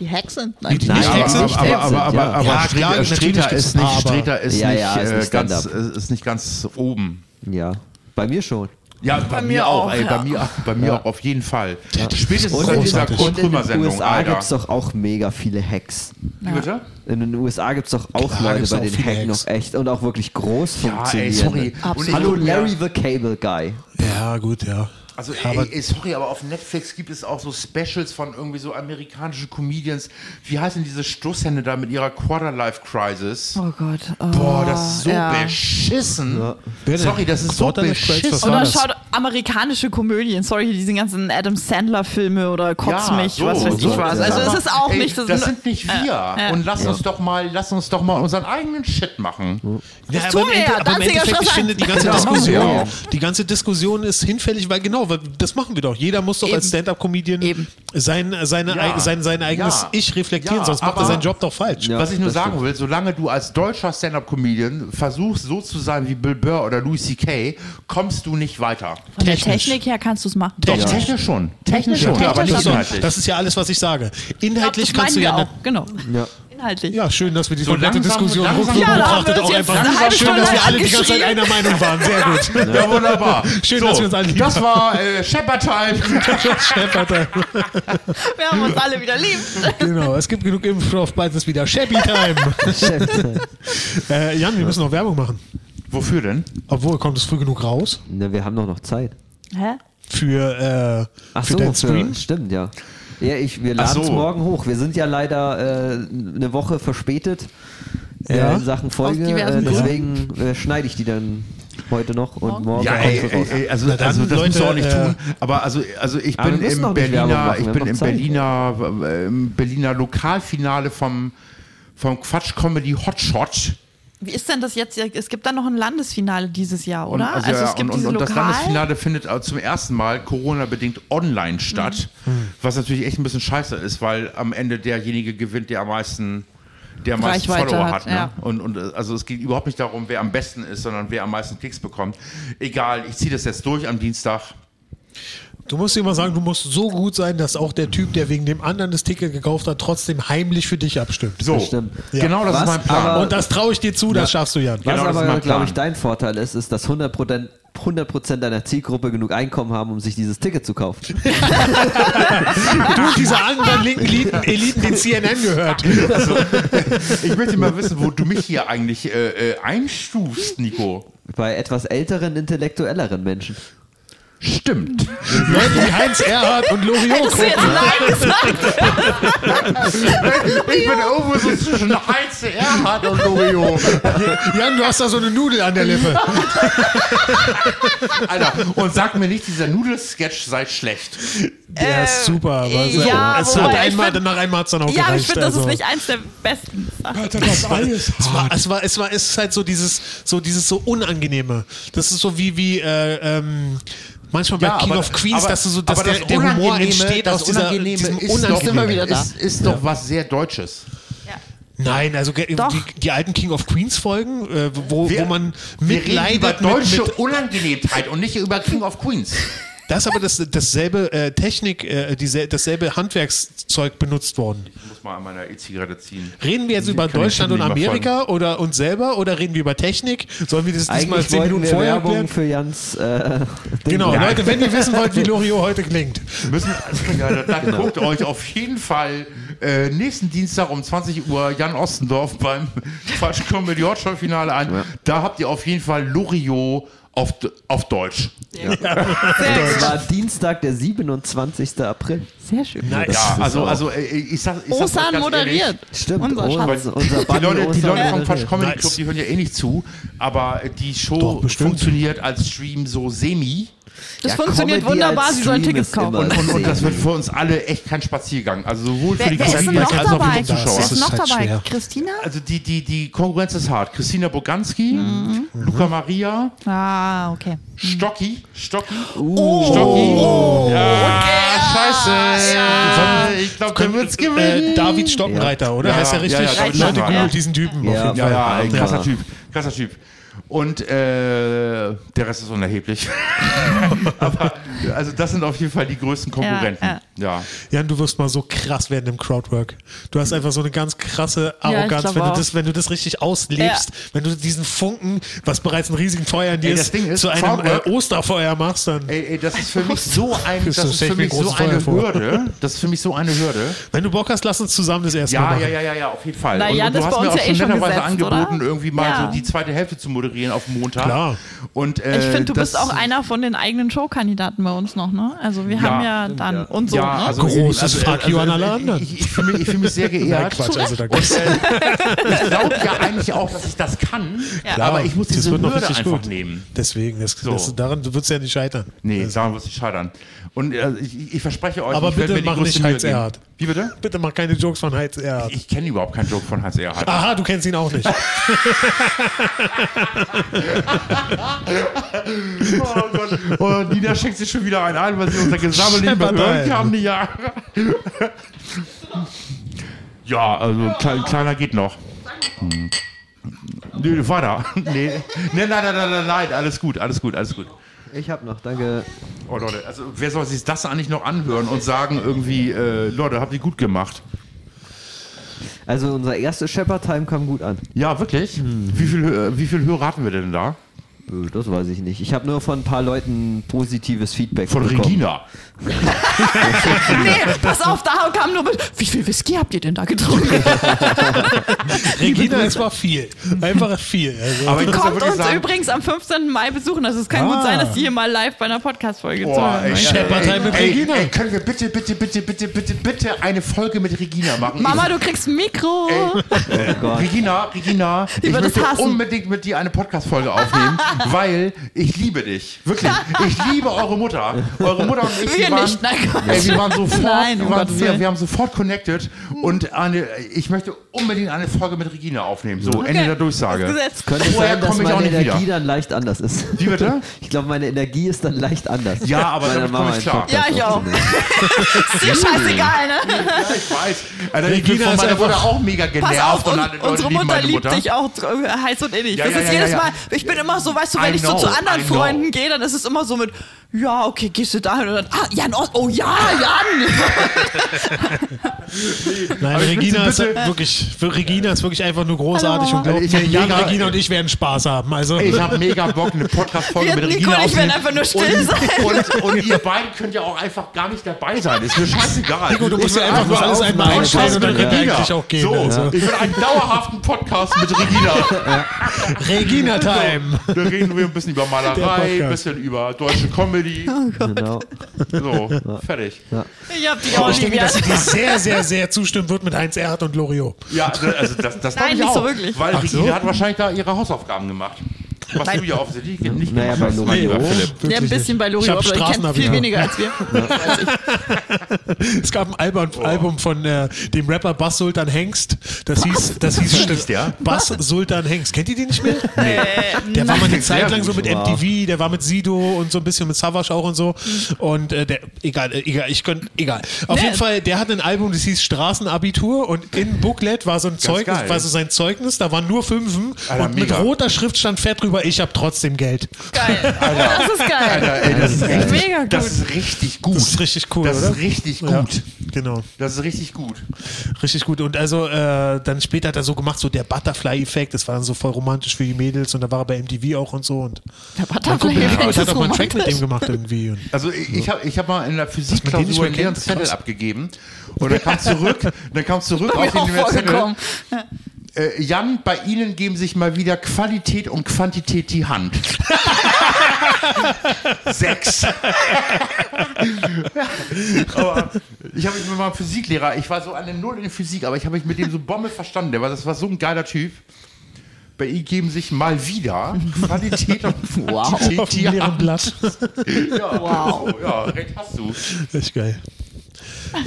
Speaker 3: Die Hexen?
Speaker 4: Die, die
Speaker 2: Nein,
Speaker 4: nicht Hack
Speaker 2: aber-
Speaker 4: sind.
Speaker 2: aber- aber- ja.
Speaker 4: Ja, klar, natürlich
Speaker 1: Streter
Speaker 4: gibt's
Speaker 1: ist nicht,
Speaker 4: aber-
Speaker 1: Streter ist,
Speaker 2: Ja, ja,
Speaker 1: nicht,
Speaker 2: ist
Speaker 1: äh,
Speaker 2: nicht
Speaker 1: ganz,
Speaker 2: Stand-up.
Speaker 1: ist nicht ganz oben.
Speaker 2: Ja, bei mir schon.
Speaker 1: Ja, bei, mir auch, ey, bei mir, bei mir auch auf jeden Fall. Spätestens seit dieser
Speaker 4: großartig.
Speaker 1: Kurt
Speaker 2: und in den
Speaker 1: Krümmer-Sendung,
Speaker 2: USA
Speaker 1: Alter.
Speaker 2: gibt es doch auch mega viele Hacks.
Speaker 1: Wie bitte?
Speaker 2: In den USA gibt es doch auch
Speaker 4: Klar
Speaker 2: Leute,
Speaker 4: gibt's
Speaker 2: bei
Speaker 4: auch
Speaker 2: denen
Speaker 4: viele
Speaker 2: Hack
Speaker 4: Hacks.
Speaker 2: noch echt und auch wirklich groß
Speaker 1: ey,
Speaker 2: funktionieren.
Speaker 1: sorry. Und ich-
Speaker 2: Hallo Larry the Cable Guy.
Speaker 4: Ja, gut, ja.
Speaker 1: Also,
Speaker 4: Aber-
Speaker 1: ey, ey, sorry, aber auf Netflix gibt es auch so Specials von irgendwie so amerikanischen Comedians. Wie heißt denn diese Stoßhände da mit ihrer Quarter-Life-Crisis?
Speaker 3: Oh Gott. Oh,
Speaker 1: Boah, das ist so
Speaker 3: ja.
Speaker 1: beschissen.
Speaker 4: Wer denn?
Speaker 1: Sorry, das ist so
Speaker 4: Quarter-Life-Crisis, was
Speaker 1: beschissen.
Speaker 4: war
Speaker 3: Oder
Speaker 4: das?
Speaker 3: schaut amerikanische Komödien, sorry, hier diese ganzen Adam Sandler-Filme oder Kotz mich, was weiß ich
Speaker 1: so.
Speaker 3: was.
Speaker 1: Ja.
Speaker 3: Also es ist auch
Speaker 1: Ey,
Speaker 3: nicht.
Speaker 1: Das, sind nicht wir. Und lass uns doch mal, lass uns doch mal unseren eigenen Shit machen.
Speaker 4: Ja,
Speaker 3: Das
Speaker 4: aber
Speaker 3: tun
Speaker 4: im
Speaker 3: wir
Speaker 4: Ende-
Speaker 3: ja,
Speaker 4: aber im
Speaker 3: Danziger
Speaker 4: Endeffekt, ich
Speaker 3: Schloss
Speaker 4: finde, die ganze,
Speaker 1: Ja, machen wir
Speaker 4: Diskussion,
Speaker 1: auch.
Speaker 4: die ganze Diskussion ist hinfällig, weil genau, weil das machen wir doch. Jeder muss doch
Speaker 3: Eben.
Speaker 4: als Stand-Up-Comedian
Speaker 3: Eben.
Speaker 4: sein, seine,
Speaker 1: Ja.
Speaker 4: ei- sein, sein eigenes
Speaker 1: Ja.
Speaker 4: Ich reflektieren,
Speaker 1: Ja,
Speaker 4: sonst macht er
Speaker 1: aber-
Speaker 4: seinen Job doch falsch.
Speaker 2: Ja,
Speaker 1: Was ich nur
Speaker 2: das
Speaker 1: sagen
Speaker 2: stimmt.
Speaker 1: will, solange du als deutscher Stand-Up-Comedian versuchst, so zu sein wie Bill Burr oder Louis C.K., kommst du nicht weiter.
Speaker 3: Von der
Speaker 4: technisch.
Speaker 3: Technik her kannst du es machen.
Speaker 1: Doch, technisch schon. Technisch schon,
Speaker 4: Klar,
Speaker 1: aber
Speaker 4: das,
Speaker 1: nicht
Speaker 4: ist doch,
Speaker 1: inhaltlich.
Speaker 4: das ist ja alles, was ich sage.
Speaker 3: Ich glaub,
Speaker 4: Inhaltlich
Speaker 3: das
Speaker 4: kannst du
Speaker 3: meinen
Speaker 4: ja.
Speaker 3: wir
Speaker 4: ne-
Speaker 3: auch, genau.
Speaker 2: Ja.
Speaker 3: Inhaltlich.
Speaker 4: Ja, schön, dass wir die
Speaker 1: So
Speaker 4: komplette
Speaker 1: langsam-
Speaker 4: Diskussion
Speaker 1: langsam-
Speaker 4: rückwirkend
Speaker 1: Ja, da haben
Speaker 3: wir
Speaker 4: betrachtet
Speaker 3: uns
Speaker 4: auch
Speaker 3: jetzt eine
Speaker 4: einfach.
Speaker 3: halbe
Speaker 4: Schön, dass
Speaker 3: Stunde
Speaker 4: wir alle die ganze Zeit
Speaker 3: angeschrien.
Speaker 4: einer Meinung waren. Sehr gut.
Speaker 1: Ja, wunderbar.
Speaker 4: Schön, dass wir uns alle lieben.
Speaker 1: Das war äh, Shepard Time.
Speaker 4: [laughs] Shepard,
Speaker 3: [laughs] Wir haben uns alle wieder lieb.
Speaker 4: genau, es gibt genug Impfstoff, bald ist wieder Shabby Time. [laughs]
Speaker 1: [laughs]
Speaker 4: äh, Jan, wir müssen noch Werbung machen.
Speaker 1: Wofür denn?
Speaker 4: Obwohl, kommt es früh genug raus
Speaker 2: Na, Ne, wir haben doch noch Zeit.
Speaker 3: [laughs] Hä?
Speaker 4: für, äh,
Speaker 2: Ach
Speaker 4: für
Speaker 2: so,
Speaker 4: deinen
Speaker 2: für-
Speaker 4: Stream?
Speaker 2: stimmt, ja. Ja, ich, wir laden es
Speaker 1: so.
Speaker 2: morgen hoch. Wir sind ja leider äh, eine Woche verspätet äh,
Speaker 4: Ja.
Speaker 2: in Sachen Folge.
Speaker 3: Aus
Speaker 2: Äh,
Speaker 3: diversen
Speaker 2: deswegen äh, schneide ich die dann Heute noch und morgen.
Speaker 1: Ja,
Speaker 2: kommt
Speaker 1: ey,
Speaker 2: sie
Speaker 1: ey,
Speaker 2: raus.
Speaker 1: ey, also,
Speaker 4: Na dann,
Speaker 1: also das
Speaker 4: Leute,
Speaker 1: musst du auch nicht
Speaker 4: äh,
Speaker 1: tun. Aber also, also ich
Speaker 2: Aber
Speaker 1: bin
Speaker 2: wir müssen
Speaker 1: im
Speaker 2: doch nicht Werbung
Speaker 1: Berliner,
Speaker 2: machen,
Speaker 1: ich
Speaker 2: wir
Speaker 1: bin
Speaker 2: haben
Speaker 1: im
Speaker 2: doch Zeit.
Speaker 1: Berliner, äh, im Berliner Lokalfinale vom, vom Quatsch Comedy Hotshot.
Speaker 3: Wie ist denn das jetzt? Es gibt dann noch ein Landesfinale dieses Jahr, oder?
Speaker 1: Und, also, ja,
Speaker 3: es gibt
Speaker 1: und,
Speaker 3: diese
Speaker 1: und, und das
Speaker 3: Lokal-
Speaker 1: Landesfinale findet äh, zum ersten Mal Corona-bedingt online statt,
Speaker 3: Mhm.
Speaker 1: Mhm. was natürlich echt ein bisschen scheiße ist, weil am Ende derjenige gewinnt, der am meisten, der am meisten
Speaker 3: Reichweite
Speaker 1: Follower hat.
Speaker 3: hat,
Speaker 1: ne?
Speaker 3: ja.
Speaker 1: und, und äh, also es geht überhaupt nicht darum, wer am besten ist, sondern wer am meisten Klicks bekommt. Egal, ich ziehe das jetzt durch am Dienstag.
Speaker 4: Du musst immer sagen, du musst so gut sein, dass auch der Typ, der wegen dem anderen das Ticket gekauft hat, trotzdem heimlich für dich abstimmt.
Speaker 1: So,
Speaker 2: stimmt.
Speaker 4: Ja.
Speaker 1: genau das
Speaker 2: Was?
Speaker 1: ist mein Plan.
Speaker 2: Aber-
Speaker 4: Und das traue ich dir zu, das schaffst du, Jan.
Speaker 2: Was
Speaker 1: Genau, das ist
Speaker 2: aber,
Speaker 1: mein
Speaker 2: glaube ich,
Speaker 1: Plan.
Speaker 2: dein Vorteil ist, ist, dass 100%, 100 deiner Zielgruppe genug Einkommen haben, um sich dieses Ticket zu kaufen.
Speaker 4: Du und diese anderen linken Eliten, Eliten die CNN gehört.
Speaker 1: Ich möchte mal wissen, wo du mich hier eigentlich äh, äh, einstufst, Nico.
Speaker 2: Bei etwas älteren, intellektuelleren Menschen.
Speaker 1: Stimmt.
Speaker 4: Leute wie Heinz Erhardt und Loriot
Speaker 3: Hättest du jetzt allein gesagt?
Speaker 1: Ich bin irgendwo so zwischen Heinz Erhard und Lorio.
Speaker 4: Jan, du hast da so eine Nudel an der Lippe.
Speaker 1: Alter, und sag mir nicht, dieser Nudelsketch sei schlecht.
Speaker 4: Der ist super. aber es-
Speaker 3: äh, ja,
Speaker 4: es
Speaker 3: wobei
Speaker 4: hat
Speaker 3: ich
Speaker 4: einmal,
Speaker 3: find-
Speaker 4: nach einmal hat es dann auch
Speaker 3: Ja, aber ich
Speaker 4: gereicht.
Speaker 3: finde, das ist
Speaker 4: also.
Speaker 3: nicht eins der besten Sachen.
Speaker 4: Das war, es, war, es, war, es war es ist halt so dieses so dieses so unangenehme. Das ist so wie wie äh, ähm, manchmal bei
Speaker 1: Ja,
Speaker 4: King
Speaker 1: aber-
Speaker 4: of Queens,
Speaker 1: aber-
Speaker 4: dass du so dass
Speaker 1: aber
Speaker 4: der, der Humor
Speaker 1: Unangenehme-
Speaker 4: entsteht
Speaker 1: das
Speaker 4: aus dieser,
Speaker 1: Unangenehme
Speaker 4: diesem
Speaker 1: ist doch,
Speaker 4: Unangenehmen.
Speaker 1: Ist, ist doch was sehr Deutsches.
Speaker 4: Nein, also ge-
Speaker 3: Doch.
Speaker 4: die, die alten King of Queens Folgen, äh, wo,
Speaker 1: Wir-
Speaker 4: wo man
Speaker 1: Wir reden über
Speaker 4: mitleidet mit,
Speaker 1: deutsche
Speaker 4: mit
Speaker 1: Unangenehmtheit und nicht über King of Queens.
Speaker 4: das aber das dasselbe äh, Technik, äh, diese, dasselbe Handwerkszeug benutzt worden.
Speaker 1: Ich muss mal an meiner E-Zigarette ziehen.
Speaker 4: Reden wir jetzt über
Speaker 1: kann ich
Speaker 4: Deutschland und
Speaker 1: schon nicht mehr
Speaker 4: Amerika oder uns selber oder reden wir über Technik? Sollen wir das diesmal
Speaker 2: Eigentlich
Speaker 4: zehn
Speaker 2: wollten
Speaker 4: Minuten
Speaker 2: wir
Speaker 4: vorher
Speaker 2: Werbung
Speaker 4: erklären?
Speaker 2: für Jans äh, Ding
Speaker 4: Genau,
Speaker 2: machen.
Speaker 4: Leute, wenn ihr wissen
Speaker 1: [laughs]
Speaker 4: wollt, wie Loriot heute klingt.
Speaker 1: Müssen, [laughs] ja, dann guckt euch auf jeden Fall äh, nächsten Dienstag um 20 Uhr Jan Ostendorf beim Quatsch Comedy Hotshot Finale an. Da habt ihr auf jeden Fall Lorio auf, D- auf Deutsch.
Speaker 2: Das war Dienstag, der 27. April.
Speaker 3: Sehr schön.
Speaker 4: Nice.
Speaker 1: Ja,
Speaker 2: ist
Speaker 1: also,
Speaker 2: auch-
Speaker 1: also äh, ich sag, ich sag's euch
Speaker 3: Osan
Speaker 1: ganz
Speaker 3: moderiert.
Speaker 1: ehrlich,
Speaker 2: Stimmt,
Speaker 3: Unser Schatz.
Speaker 2: unser, unser
Speaker 1: Die
Speaker 2: Buddy
Speaker 1: Leute, die
Speaker 2: Oster-
Speaker 1: Leute vom Quatsch Comedy
Speaker 4: Nice.
Speaker 1: Club, die hören ja eh nicht zu, aber äh, die Show
Speaker 4: Doch, bestimmt.
Speaker 1: funktioniert als Stream so semi.
Speaker 3: Das
Speaker 2: Ja,
Speaker 3: funktioniert
Speaker 2: Comedy
Speaker 3: wunderbar,
Speaker 2: als
Speaker 3: sie sollen
Speaker 2: Stream
Speaker 3: Tickets
Speaker 2: ist immer
Speaker 3: kaufen.
Speaker 1: Und, und, und das
Speaker 2: semi.
Speaker 1: wird für uns alle echt kein Spaziergang. Also sowohl für
Speaker 3: Wer,
Speaker 1: die
Speaker 3: wer ist denn
Speaker 1: Comedians
Speaker 3: noch
Speaker 1: als auch für
Speaker 3: dabei?
Speaker 1: die
Speaker 3: Wer
Speaker 1: Zuschauer.
Speaker 4: Das
Speaker 3: ist
Speaker 4: ist
Speaker 3: noch
Speaker 4: halt
Speaker 3: dabei?
Speaker 4: schwer.
Speaker 3: Christina?
Speaker 1: Also die, die, die Konkurrenz ist hart. Christina Boganski, Luca Maria,
Speaker 3: Ah, okay.
Speaker 1: Stocki, Stocki, Stocki. Ja, scheiße. ich glaube, der wird's gewinnen.
Speaker 4: Äh, David Stockenreiter, oder?
Speaker 1: Ja,
Speaker 4: heißt er
Speaker 1: ja,
Speaker 4: richtig?
Speaker 1: ja, David
Speaker 4: Leute,
Speaker 1: Stockenreiter.
Speaker 4: googelt diesen Typen. auf
Speaker 2: Ja,
Speaker 4: jeden
Speaker 1: ja,
Speaker 4: Fall.
Speaker 1: ja, ey, krasser
Speaker 2: Ja.
Speaker 1: Typ, krasser Typ. Und äh, der Rest ist unerheblich. Aber also das sind auf jeden Fall die größten Konkurrenten.
Speaker 3: Ja,
Speaker 1: ja.
Speaker 4: Jan, du wirst mal so krass werden im Crowdwork. Du hast einfach so eine ganz krasse
Speaker 3: ich
Speaker 4: Arroganz,
Speaker 3: glaub
Speaker 4: wenn, du
Speaker 3: auch.
Speaker 4: das, wenn du das richtig auslebst,
Speaker 3: Ja.
Speaker 4: wenn du diesen Funken, was bereits ein riesigen Feuer in dir
Speaker 1: Ey, das
Speaker 4: ist,
Speaker 1: Ding ist,
Speaker 4: zu einem
Speaker 1: Crowdwork-
Speaker 4: äh, Osterfeuer machst, dann.
Speaker 1: Ey, ey, das ist für mich so ein, das
Speaker 4: Christus,
Speaker 1: ist
Speaker 4: stell
Speaker 1: für
Speaker 4: ich mir
Speaker 1: mich so
Speaker 4: großes Feuer
Speaker 1: eine
Speaker 4: vor.
Speaker 1: Hürde. Das ist für mich so eine Hürde.
Speaker 4: Wenn du Bock hast, lass uns zusammen das erste Mal
Speaker 1: Ja,
Speaker 4: machen.
Speaker 1: ja, ja, ja, ja, auf jeden Fall.
Speaker 3: Na ja,
Speaker 1: du
Speaker 3: das
Speaker 1: hast
Speaker 3: bei
Speaker 1: mir
Speaker 3: uns
Speaker 1: auch
Speaker 3: ja eh
Speaker 1: schon
Speaker 3: schon
Speaker 1: netterweise
Speaker 3: gesetzt, oder?
Speaker 1: angeboten, irgendwie mal
Speaker 3: Ja.
Speaker 1: so die zweite Hälfte zu moderieren auf Montag.
Speaker 4: Klar.
Speaker 1: Und, äh,
Speaker 3: Ich finde, du
Speaker 1: das-
Speaker 3: bist auch einer von den eigenen Showkandidaten bei uns noch, ne? Also wir haben ja dann und so,
Speaker 1: ja,
Speaker 3: ne?
Speaker 1: also,
Speaker 4: Großes
Speaker 1: also,
Speaker 4: Fuck you an alle
Speaker 1: ich-
Speaker 4: anderen.
Speaker 1: Ich, ich fühle mich, ich fühl mich
Speaker 4: [laughs]
Speaker 1: sehr geehrt.
Speaker 4: Quatsch, also da
Speaker 1: Und, äh, ich glaube ja eigentlich auch, dass ich das kann,
Speaker 3: Klar,
Speaker 1: aber ich muss
Speaker 4: das
Speaker 1: diese
Speaker 4: wird noch
Speaker 1: Hürde
Speaker 4: richtig
Speaker 1: einfach
Speaker 4: gut.
Speaker 1: nehmen.
Speaker 4: Deswegen, das, das, daran wird es ja nicht scheitern.
Speaker 1: Nee, daran muss ich scheitern. Und äh, ich, ich verspreche euch,
Speaker 4: Aber
Speaker 1: ich werd
Speaker 4: bitte
Speaker 1: mir die
Speaker 4: mach
Speaker 1: größte
Speaker 4: nicht
Speaker 1: Mühe
Speaker 4: Heinz
Speaker 1: geben.
Speaker 4: Erhardt.
Speaker 1: Wie bitte?
Speaker 4: Bitte mach keine Jokes von Heinz Erhardt.
Speaker 1: Ich kenne überhaupt keinen Joke von Hans Erhardt.
Speaker 4: Aha, du kennst ihn
Speaker 1: [laughs]
Speaker 4: auch nicht.
Speaker 1: Oh Gott. Und Nina schenkt sich schon wieder einen ein, weil sie unser Gesammel nicht mehr
Speaker 4: Schepperdei.
Speaker 1: hören kann. Ja, ja also klein, kleiner geht noch. Hm. Nee, weiter. [laughs] Nee. Nee, nein, nein, nein, nein, nein, alles gut, alles gut, alles gut.
Speaker 2: Ich hab noch, danke.
Speaker 1: Oh Leute, also wer soll sich das eigentlich noch anhören und sagen irgendwie, äh, Leute, habt ihr gut gemacht?
Speaker 2: Also unser erster Shepard-Time kam gut an.
Speaker 1: Ja, wirklich? Wie viel, äh, wie viel Hörer hatten wir denn da?
Speaker 2: Äh, Das weiß ich nicht. Ich habe nur von ein paar Leuten positives Feedback
Speaker 1: Von
Speaker 2: bekommen.
Speaker 1: Regina.
Speaker 3: nee, pass auf, da kam nur mit, wie viel Whisky habt ihr denn
Speaker 1: [laughs]
Speaker 3: da getrunken?
Speaker 4: Regina, es war viel. Einfach viel. Also,
Speaker 1: Aber ich muss ja
Speaker 3: Kommt
Speaker 1: wirklich
Speaker 3: uns
Speaker 1: sagen- Ah.
Speaker 3: übrigens am 15. Mai besuchen. Also es kann gut sein, dass die hier mal live bei einer Podcast-Folge zuhören. ne?
Speaker 1: ey,
Speaker 3: möchten.
Speaker 4: Shepard
Speaker 1: ey,
Speaker 4: Time mit
Speaker 1: ey,
Speaker 4: Regina.
Speaker 1: Ey, können wir bitte, bitte, bitte, bitte, bitte, bitte eine Folge mit Regina machen?
Speaker 3: Mama, du kriegst ein Mikro.
Speaker 1: Regina, Regina, ich
Speaker 3: wird es
Speaker 1: möchte
Speaker 3: hassen. [laughs]
Speaker 1: unbedingt mit dir eine Podcast-Folge aufnehmen. weil ich liebe dich. Wirklich. Ich liebe eure Mutter. Eure Mutter und ich,
Speaker 3: Wir
Speaker 1: wir waren,
Speaker 3: nicht, nein, Quatsch.
Speaker 1: ey, wir waren sofort,
Speaker 3: Nein, um
Speaker 1: wir, waren,
Speaker 3: Gottes
Speaker 1: wir,
Speaker 3: Willen.
Speaker 1: wir haben sofort connected und eine, ich möchte unbedingt eine Folge mit Regina aufnehmen. So, Oh, Ende der
Speaker 3: Das
Speaker 1: Durchsage.
Speaker 3: Gesetz.
Speaker 2: Könnte
Speaker 1: Vorher
Speaker 2: sein, dass
Speaker 1: komme ich
Speaker 2: meine
Speaker 1: auch nicht
Speaker 2: Energie
Speaker 1: wieder.
Speaker 2: dann leicht anders ist.
Speaker 1: Wie bitte?
Speaker 2: [laughs] Ich glaube, meine Energie ist dann leicht anders.
Speaker 1: Ja, aber
Speaker 2: Weil
Speaker 1: damit
Speaker 2: dann machen
Speaker 1: komme ich
Speaker 2: wir einen
Speaker 1: klar.
Speaker 2: Podcast
Speaker 3: Ja, ich auch.
Speaker 2: aufnehmen.
Speaker 3: Ist dir
Speaker 1: Hm.
Speaker 3: scheißegal, ne?
Speaker 1: Ja, ich weiß. Alter, ich
Speaker 4: Regina
Speaker 1: bin von
Speaker 4: ist
Speaker 1: meiner
Speaker 4: einfach-
Speaker 1: Mutter auch mega genervt.
Speaker 3: Pass auf,
Speaker 1: und
Speaker 3: un
Speaker 1: alle Leute
Speaker 3: unsere
Speaker 1: lieben
Speaker 3: Mutter
Speaker 1: meine
Speaker 3: liebt dich auch äh, heiß und innig.
Speaker 1: Ja,
Speaker 3: das
Speaker 1: ja,
Speaker 3: ist
Speaker 1: ja,
Speaker 3: jedes
Speaker 1: ja, ja.
Speaker 3: Mal, ich bin immer so, weißt du, wenn
Speaker 1: I
Speaker 3: ich so
Speaker 1: know,
Speaker 3: zu anderen
Speaker 1: I know.
Speaker 3: Freunden gehe, dann ist es immer so mit, ja, okay, gehst du dahin und dann, ah, Jan Ost, oh ja,
Speaker 1: [laughs]
Speaker 3: Jan.
Speaker 4: Nein,
Speaker 1: Aber ich bitte,
Speaker 4: Regina ist,
Speaker 1: bitte-
Speaker 4: wirklich, für Regina ist wirklich einfach nur großartig
Speaker 3: Hallo,
Speaker 4: und
Speaker 1: Mama.
Speaker 4: glaubt mir,
Speaker 1: Ich-
Speaker 4: Jan,
Speaker 1: Mega-
Speaker 4: Regina und ich werden Spaß haben. Also
Speaker 1: Ich habe mega Bock, eine Podcast-Folge
Speaker 3: Wir-
Speaker 1: mit
Speaker 3: Nico
Speaker 1: Regina
Speaker 3: und ich werden
Speaker 1: aufzunehmen.
Speaker 3: einfach nur still
Speaker 1: und,
Speaker 3: sein.
Speaker 1: Und, und ihr beiden könnt ja auch einfach gar nicht dabei sein. Ist mir scheißegal.
Speaker 4: Nico, du musst
Speaker 1: Ich will
Speaker 4: ja einfach nur alles einmal
Speaker 1: einen
Speaker 4: einstellen und dann
Speaker 1: Podcast
Speaker 4: könnte
Speaker 1: mit
Speaker 4: eigentlich auch gehen.
Speaker 1: So,
Speaker 4: Also.
Speaker 1: ich will einen dauerhaften Podcast mit Regina.
Speaker 4: Also, Regina Time.
Speaker 1: So, da reden wir ein bisschen über Malerei,
Speaker 4: Der
Speaker 1: ein
Speaker 4: Podcast.
Speaker 1: bisschen über deutsche Comedy.
Speaker 3: Oh
Speaker 2: Genau.
Speaker 1: So, fertig.
Speaker 3: Ich hab dich auch
Speaker 4: Ich
Speaker 3: lieb,
Speaker 4: denke,
Speaker 3: ja.
Speaker 4: dass sie dir sehr, sehr, sehr zustimmen wird mit Heinz Erhardt und Lorio.
Speaker 1: Ja, also das, das glaub
Speaker 3: Nein,
Speaker 1: ich
Speaker 3: nicht
Speaker 1: auch,
Speaker 3: so wirklich.
Speaker 1: Weil
Speaker 4: Ach so.
Speaker 1: Regina hat wahrscheinlich da ihre Hausaufgaben gemacht. Was du ja offensichtlich nicht
Speaker 2: Naja, bei
Speaker 1: gemacht hast, mein
Speaker 2: Lorio.
Speaker 1: lieber Philipp.
Speaker 3: Ja, ein bisschen bei
Speaker 4: Ich
Speaker 3: Lorio,
Speaker 4: hab
Speaker 3: aber ihr kennt viel
Speaker 4: Straßenabi, ja.
Speaker 3: weniger als wir.
Speaker 4: Es gab ein Album, Album von äh, dem Rapper Bass Sultan Hengst. Das hieß, das hieß
Speaker 1: hieß der?
Speaker 4: Bass Sultan Hengst. Kennt ihr den nicht mehr?
Speaker 3: Äh,
Speaker 4: Der war mal eine
Speaker 1: [laughs]
Speaker 4: Zeit
Speaker 1: sehr
Speaker 4: lang so
Speaker 1: gut,
Speaker 4: mit
Speaker 2: wow.
Speaker 4: MTV, der war mit Sido und so ein bisschen mit Savage auch und so.
Speaker 1: Mhm.
Speaker 4: Und äh, der, egal, äh, egal, ich könnte, egal.
Speaker 1: Ne.
Speaker 4: Auf
Speaker 3: Nee.
Speaker 4: jeden Fall, der hat ein Album, das hieß Straßenabitur und in Booklet war so ein Zeugnis,
Speaker 1: geil.
Speaker 4: war so sein Zeugnis, da waren nur Fünfen
Speaker 1: Alter,
Speaker 4: und mit
Speaker 1: mega.
Speaker 4: roter Schrift stand fett drüber, ich habe trotzdem Geld.
Speaker 3: geil. Das ist
Speaker 1: Alter,
Speaker 3: geil.
Speaker 1: ey, das ist richtig,
Speaker 3: Mega gut.
Speaker 1: Das ist richtig gut.
Speaker 4: Das ist richtig cool,
Speaker 1: Das
Speaker 4: oder?
Speaker 1: ist richtig gut.
Speaker 4: Ja, genau.
Speaker 1: Das ist richtig gut.
Speaker 4: Richtig gut. Und also äh, dann später hat er so gemacht, so der Butterfly-Effekt. Das war dann so voll romantisch für die Mädels und da war er bei MTV auch und so. Und
Speaker 3: Der
Speaker 4: [laughs] ja,
Speaker 3: Butterfly-Effekt
Speaker 4: ich
Speaker 3: ist
Speaker 4: habe auch mal einen Track mit
Speaker 3: romantisch.
Speaker 4: dem gemacht irgendwie. Und
Speaker 1: Also ich, ich habe ich hab mal in der
Speaker 4: denen nicht
Speaker 1: Physikklausur einen
Speaker 4: mehr
Speaker 1: leeren
Speaker 4: kennt,
Speaker 1: Zettel
Speaker 4: krass.
Speaker 1: abgegeben und dann kam
Speaker 4: [laughs]
Speaker 1: zurück, dann kam zurück
Speaker 3: Bei
Speaker 1: auf
Speaker 3: mir auch
Speaker 1: den leeren Zettel.
Speaker 3: vorgekommen.
Speaker 1: Äh, Jan, bei Ihnen geben sich mal wieder Qualität und Quantität die
Speaker 4: [laughs]
Speaker 1: Hand. Sechs. aber ich habe mich mit meinem Physiklehrer, ich war so eine Null in Physik, aber ich habe mich mit dem so Bombe verstanden. Der war, das war so ein geiler Typ. Bei ihm geben sich mal wieder Qualität und Quantität
Speaker 4: auf
Speaker 1: die
Speaker 4: dem leeren
Speaker 1: Hand.
Speaker 4: Blatt.
Speaker 1: Ja, wow. ja, recht hast du.
Speaker 4: Echt geil.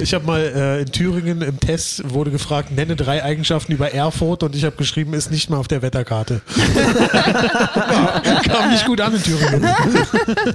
Speaker 4: Ich habe mal äh, in Thüringen im Test wurde gefragt, nenne drei Eigenschaften über Erfurt und ich habe geschrieben, ist nicht mal auf
Speaker 1: [laughs]
Speaker 4: der Wetterkarte. Kam nicht gut an in Thüringen.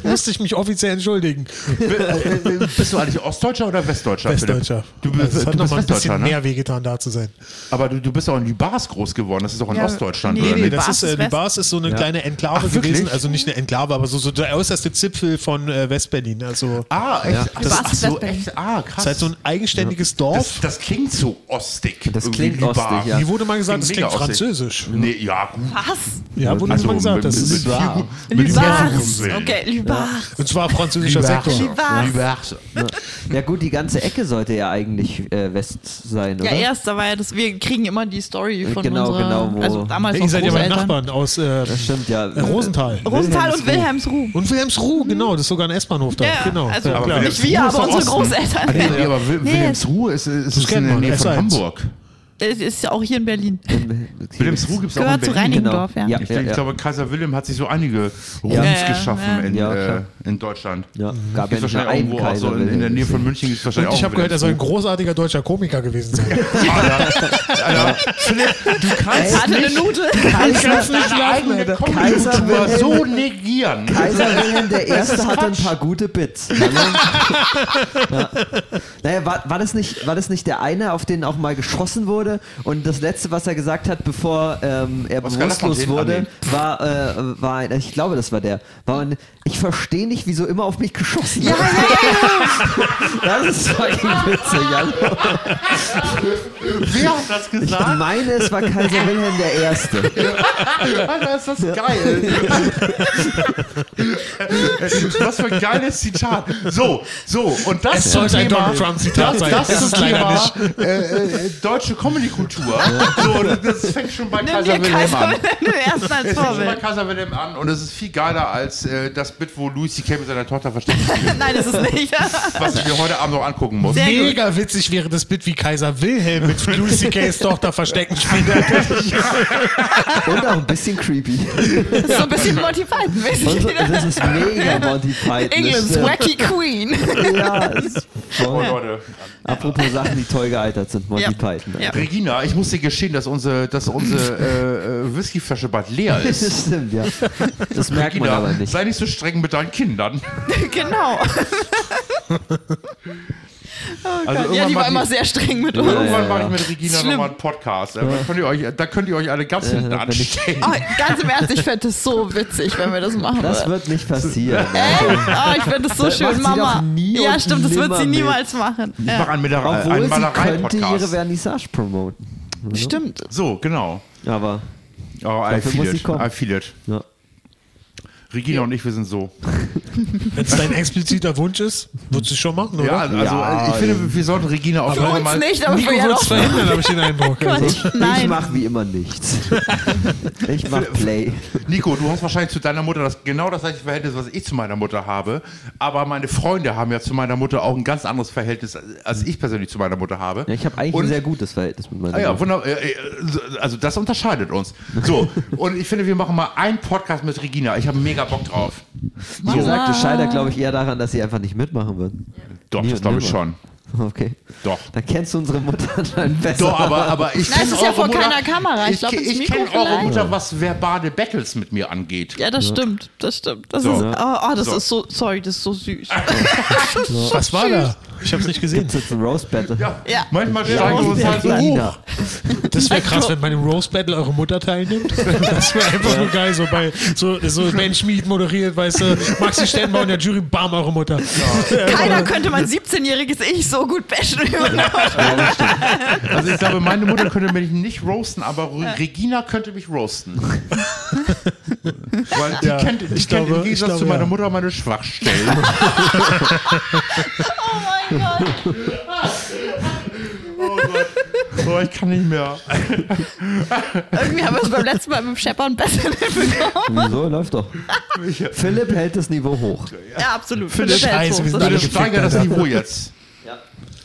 Speaker 4: Musste ich mich offiziell entschuldigen.
Speaker 1: B- äh, Bist du eigentlich Ostdeutscher oder Westdeutscher? Philipp?
Speaker 4: Westdeutscher.
Speaker 1: Du, bist-
Speaker 4: das
Speaker 1: du bist
Speaker 4: Also, hat nochmal ein
Speaker 1: Westdeutscher,
Speaker 4: bisschen
Speaker 1: ne?
Speaker 4: mehr wehgetan, da zu sein.
Speaker 1: Aber du, du bist auch in Lübars groß geworden. Das ist doch in
Speaker 3: Ja,
Speaker 1: Ostdeutschland,
Speaker 3: nee,
Speaker 1: oder
Speaker 3: nee,
Speaker 4: Nee,
Speaker 1: nicht?
Speaker 4: das
Speaker 3: Bars
Speaker 4: ist,
Speaker 3: ist
Speaker 4: äh, die
Speaker 3: West.
Speaker 4: Bars ist so eine kleine Enklave
Speaker 1: Ach, wirklich?
Speaker 4: gewesen. Also nicht eine Enklave, aber so, so der äußerste Zipfel von äh, Westberlin. Also
Speaker 1: Ah, echt? Ach,
Speaker 3: Lübars
Speaker 1: ach
Speaker 3: ist
Speaker 1: so,
Speaker 3: Westberlin.
Speaker 1: echt? Ah, krass.
Speaker 4: es ist halt so ein eigenständiges
Speaker 1: das,
Speaker 4: Dorf.
Speaker 1: das klingt so ostig.
Speaker 2: Das
Speaker 1: irgendwie,
Speaker 2: klingt
Speaker 1: Lübar.
Speaker 2: ostig, ja.
Speaker 4: Mir wurde mal gesagt, das
Speaker 1: Mega
Speaker 4: klingt
Speaker 1: ostig.
Speaker 4: französisch.
Speaker 1: Nee, ja, gut.
Speaker 3: Was?
Speaker 4: Ja, wurde mir mal gesagt. Das ist
Speaker 1: viel
Speaker 2: Lübar.
Speaker 1: gut- Also, mit
Speaker 3: Lübars.
Speaker 1: viel gut-
Speaker 3: Okay, Lübars.
Speaker 4: Und zwar französischer
Speaker 2: Lübars.
Speaker 4: Sektor.
Speaker 3: Lübars.
Speaker 1: Lübars.
Speaker 2: Ja gut, die ganze Ecke sollte ja eigentlich äh, West sein,
Speaker 3: Ja,
Speaker 2: oder?
Speaker 3: erst, da war ja das, wir kriegen immer die Story von
Speaker 2: Genau,
Speaker 3: unserer,
Speaker 2: genau, wo-
Speaker 3: also damals
Speaker 4: Ihr
Speaker 3: noch
Speaker 4: seid ja meine
Speaker 3: Großeltern.
Speaker 4: Nachbarn aus äh,
Speaker 2: Stimmt, ja.
Speaker 4: äh, Rosenthal.
Speaker 3: Rosenthal und Wilhelmsruh.
Speaker 4: Und Wilhelmsruh, genau, das ist sogar ein S-Bahnhof da.
Speaker 3: Ja,
Speaker 4: genau.
Speaker 3: also
Speaker 4: ja,
Speaker 1: Aber
Speaker 4: klar.
Speaker 3: nicht
Speaker 1: Wilhelmsruhe
Speaker 3: wir,
Speaker 1: ist doch
Speaker 3: aber unsere
Speaker 1: Osten. Ah,
Speaker 3: Großeltern.
Speaker 1: nee, aber Wil-
Speaker 3: Nee.
Speaker 1: Wilhelmsruhe ist, ist, ist in
Speaker 4: kennt
Speaker 1: der
Speaker 4: man,
Speaker 1: Nähe von
Speaker 4: S1.
Speaker 1: Hamburg.
Speaker 3: Es ist ja auch hier
Speaker 2: [laughs]
Speaker 3: in Berlin.
Speaker 1: Wilhelmsruhe gibt es auch in
Speaker 3: Gehört zu
Speaker 1: Berlin.
Speaker 3: Reinickendorf,
Speaker 2: Genau.
Speaker 3: ja.
Speaker 2: Ja.
Speaker 1: Ich, denk- ich glaube, Kaiser Wilhelm hat sich so einige Ruhms
Speaker 2: Ja,
Speaker 3: ja,
Speaker 1: geschaffen
Speaker 3: ja.
Speaker 1: In,
Speaker 2: Ja,
Speaker 1: äh,
Speaker 2: klar.
Speaker 1: in Deutschland.
Speaker 2: Ja, gab ja
Speaker 1: Gibt
Speaker 2: nicht nur
Speaker 1: mhm. wahrscheinlich
Speaker 2: einen
Speaker 1: irgendwo auch
Speaker 2: Kaiser.
Speaker 1: so in, in der Nähe von München gibt es wahrscheinlich
Speaker 4: Und ich
Speaker 1: auch
Speaker 4: habe gehört, er soll ein großartiger deutscher Komiker gewesen sein.
Speaker 1: Alter, Alter, Philipp, du kannst
Speaker 3: Hatte eine
Speaker 2: [laughs]
Speaker 3: Nudel.
Speaker 1: Ich kann
Speaker 4: nicht
Speaker 1: nicht
Speaker 4: lachen,
Speaker 1: eigene
Speaker 4: Alter.
Speaker 2: Kaiser
Speaker 1: Comedy-YouTuber
Speaker 2: Wilhelm.
Speaker 1: so negieren.
Speaker 2: Kaiser Wilhelm der Erste hatte ein paar gute Bits. Hallo? ja. Naja, war, war, das nicht, war das nicht der eine, auf den auch mal geschossen wurde? Und das Letzte, was er gesagt hat, bevor ähm, er
Speaker 1: Oskar
Speaker 2: bewusstlos
Speaker 1: Lafontaine,
Speaker 2: wurde, war, äh, war ein, ich glaube, das war der, war ein, ich verstehe nicht, wieso immer auf mich geschossen wird. [laughs] Das ist fucking witzig. Hallo?
Speaker 1: Wer hat das
Speaker 2: Ich
Speaker 1: gesagt?
Speaker 2: meine, es war Kaiser Wilhelm der Erste.
Speaker 1: Alter, ist das
Speaker 2: [laughs]
Speaker 1: geil. Was für ein geiles Zitat. So, so, und das
Speaker 4: Es
Speaker 1: zum
Speaker 4: sollte ein
Speaker 1: Thema-
Speaker 4: Donald Trump-Zitat
Speaker 1: das-
Speaker 4: sein.
Speaker 1: Das
Speaker 4: Es
Speaker 1: ist
Speaker 4: ist
Speaker 1: das
Speaker 4: leider
Speaker 1: Thema äh, äh, deutsche Comedy-Kultur. So, das- das fängt schon bei
Speaker 3: Nimm
Speaker 1: Kaiser
Speaker 3: dir
Speaker 1: Wilhelm
Speaker 3: Kaiser
Speaker 1: an.
Speaker 3: [laughs] Wilhelm erst
Speaker 2: [laughs]
Speaker 1: Es
Speaker 3: als
Speaker 1: fängt schon bei
Speaker 3: Vorbild.
Speaker 1: Kaiser Wilhelm an und es ist viel geiler als äh, das Bit, wo Louis C.K. mit seiner Tochter versteckt ist,
Speaker 3: Nein, das
Speaker 2: [laughs]
Speaker 3: ist nicht.
Speaker 1: was ich mir heute Abend noch angucken muss.
Speaker 3: Sehr gut.
Speaker 4: Mega witzig wäre das Bit, wie Kaiser Wilhelm mit Lucy C's Tochter verstecken spielt.
Speaker 2: Und auch ein bisschen creepy.
Speaker 3: Das ist so ein bisschen Monty
Speaker 2: Und so, das
Speaker 3: Python-mäßig.
Speaker 2: ist mega Monty Python.
Speaker 3: England's
Speaker 2: das [laughs]
Speaker 3: Wacky Queen.
Speaker 2: stimmt. Ja, das ist
Speaker 1: Oh,
Speaker 2: voll.
Speaker 1: Leute.
Speaker 2: Apropos Sachen, die toll gealtert sind, Monty
Speaker 3: Ja.
Speaker 2: Python.
Speaker 3: Ja.
Speaker 1: Regina, ich muss dir gestehen, dass unsere, dass unsere äh, äh, Whiskyflasche
Speaker 2: [laughs]
Speaker 1: bald leer ist.
Speaker 2: [laughs] Das stimmt, ja. Das merkt man aber
Speaker 1: Regina,
Speaker 2: nicht.
Speaker 1: sei nicht so streng mit deinen Kindern.
Speaker 3: genau.
Speaker 2: Oh
Speaker 3: Oh
Speaker 1: Also
Speaker 3: Ja, die war
Speaker 1: mach
Speaker 3: immer
Speaker 1: ich-
Speaker 3: sehr streng mit uns.
Speaker 1: Irgendwann
Speaker 2: Ja,
Speaker 1: mache
Speaker 2: ja.
Speaker 1: ich mit Regina
Speaker 3: Schlimm.
Speaker 1: nochmal einen Podcast. Äh, Da, könnt ihr euch, da könnt ihr euch alle ganz hinten
Speaker 2: wenn ich- Ah,
Speaker 1: anstellen.
Speaker 3: Oh, ganz im Ernst, ich fände es so witzig, wenn wir das machen
Speaker 2: Das
Speaker 1: Äh.
Speaker 3: würden.
Speaker 2: wird nicht passieren.
Speaker 3: Echt? Oh, ich fände es so
Speaker 2: Das Äh? macht
Speaker 3: schön,
Speaker 2: sie
Speaker 3: Mama.
Speaker 2: doch nie
Speaker 3: ja,
Speaker 2: und
Speaker 3: stimmt, das wird
Speaker 2: nimmer
Speaker 3: sie
Speaker 2: mit.
Speaker 3: niemals machen.
Speaker 1: Ich mache
Speaker 3: Ja.
Speaker 1: einen, Malerei, einen
Speaker 2: Obwohl sie könnte ihre
Speaker 1: Malerei-Podcast.
Speaker 2: Vernissage promoten.
Speaker 3: Stimmt.
Speaker 1: So, genau.
Speaker 2: Aber,
Speaker 1: Oh, I
Speaker 2: Dafür
Speaker 1: feel
Speaker 2: muss
Speaker 1: it.
Speaker 2: sie kommen.
Speaker 1: I feel it.
Speaker 2: ja.
Speaker 1: Regina und ich, wir sind so.
Speaker 4: Wenn es dein expliziter Wunsch ist, würdest du es schon machen, oder?
Speaker 1: Ja, also
Speaker 2: Ja,
Speaker 1: ich finde, wir sollten Regina auf
Speaker 4: Aber-
Speaker 1: jeden Fall
Speaker 3: Uns
Speaker 1: mal.
Speaker 3: nicht, aber
Speaker 4: Nico
Speaker 3: für
Speaker 4: wird
Speaker 3: ja
Speaker 4: es
Speaker 3: doch.
Speaker 4: verhindern, habe ich
Speaker 3: [laughs]
Speaker 4: den Eindruck.
Speaker 3: Quatsch.
Speaker 2: Ich
Speaker 3: Nein.
Speaker 2: mache wie immer
Speaker 1: [laughs]
Speaker 2: nichts. Ich mache Play.
Speaker 1: Nico, du hast wahrscheinlich zu deiner Mutter das genau das gleiche Verhältnis, was ich zu meiner Mutter habe. Aber meine Freunde haben ja zu meiner Mutter auch ein ganz anderes Verhältnis, als ich persönlich zu meiner Mutter habe.
Speaker 2: Ja, ich habe eigentlich
Speaker 1: Und-
Speaker 2: ein sehr gutes Verhältnis mit meiner
Speaker 1: Ah ja,
Speaker 3: Also-
Speaker 2: Mutter.
Speaker 1: wunderbar. Äh, äh, Also das unterscheidet uns. So,
Speaker 3: [laughs]
Speaker 1: und ich finde, wir machen mal einen Podcast mit Regina. Ich habe mega Bock drauf.
Speaker 2: Wie gesagt, das scheitert, glaube ich, eher daran, dass sie einfach nicht mitmachen wird.
Speaker 1: Doch,
Speaker 2: Nie
Speaker 1: das
Speaker 2: und
Speaker 1: glaube ich schon.
Speaker 2: nimmer. Okay.
Speaker 1: Doch.
Speaker 2: Dann kennst du unsere Mutter anscheinend besser.
Speaker 1: Doch, aber, aber ich
Speaker 3: [laughs] Nein, es
Speaker 1: kenne
Speaker 3: ist ja
Speaker 1: eure
Speaker 3: vor
Speaker 1: Mutter,
Speaker 3: keiner Kamera. Ich
Speaker 1: Ich,
Speaker 3: glaub,
Speaker 1: ke-
Speaker 3: ins
Speaker 1: ich
Speaker 3: Mikro
Speaker 1: kenne eure
Speaker 3: vielleicht.
Speaker 1: Mutter, was verbale Battles mit mir angeht.
Speaker 3: Ja, das stimmt, das stimmt. Das
Speaker 1: So.
Speaker 3: ist, oh, oh, das
Speaker 1: So.
Speaker 3: ist so, sorry, das ist so süß.
Speaker 4: Was war da? Ich habe es nicht gesehen.
Speaker 2: Gibt's jetzt ein Roast Battle?
Speaker 1: Ja, manchmal steigen wir
Speaker 2: Und
Speaker 1: uns halt so hoch.
Speaker 2: Alina.
Speaker 4: Das wäre krass, wenn bei dem Rose Battle eure Mutter teilnimmt. Das wäre einfach nur geil, so bei so, so Ben Schmid moderiert, weißt du, Maxi Stenbauer in der Jury, bam, eure Mutter.
Speaker 3: [laughs] Keiner könnte mein 17-jähriges Ich so gut bashen [laughs] Oh wie meine Mutter.
Speaker 1: Also ich glaube, meine Mutter könnte mich nicht roasten, aber Re- Regina könnte mich roasten. Weil die
Speaker 4: Ja,
Speaker 1: kennt, die
Speaker 4: ich
Speaker 1: kennt
Speaker 4: glaube-
Speaker 1: im Gegensatz
Speaker 4: ich glaube,
Speaker 1: zu meiner
Speaker 4: ja.
Speaker 1: Mutter meine Schwachstellen.
Speaker 3: Oh mein Gott.
Speaker 1: oh Gott. Oh, ich kann nicht mehr.
Speaker 3: Irgendwie haben wir es beim letzten Mal mit dem Scheppern besser [laughs] hinbekommen.
Speaker 2: Wieso? Läuft doch. Philipp hält das Niveau hoch.
Speaker 3: Ja, absolut.
Speaker 4: Philipp,
Speaker 3: Philipp hält
Speaker 4: scheiße,
Speaker 3: hoch,
Speaker 4: wir sind
Speaker 3: das
Speaker 4: alle
Speaker 1: Ich
Speaker 3: stimmt.
Speaker 1: steigere das Niveau jetzt.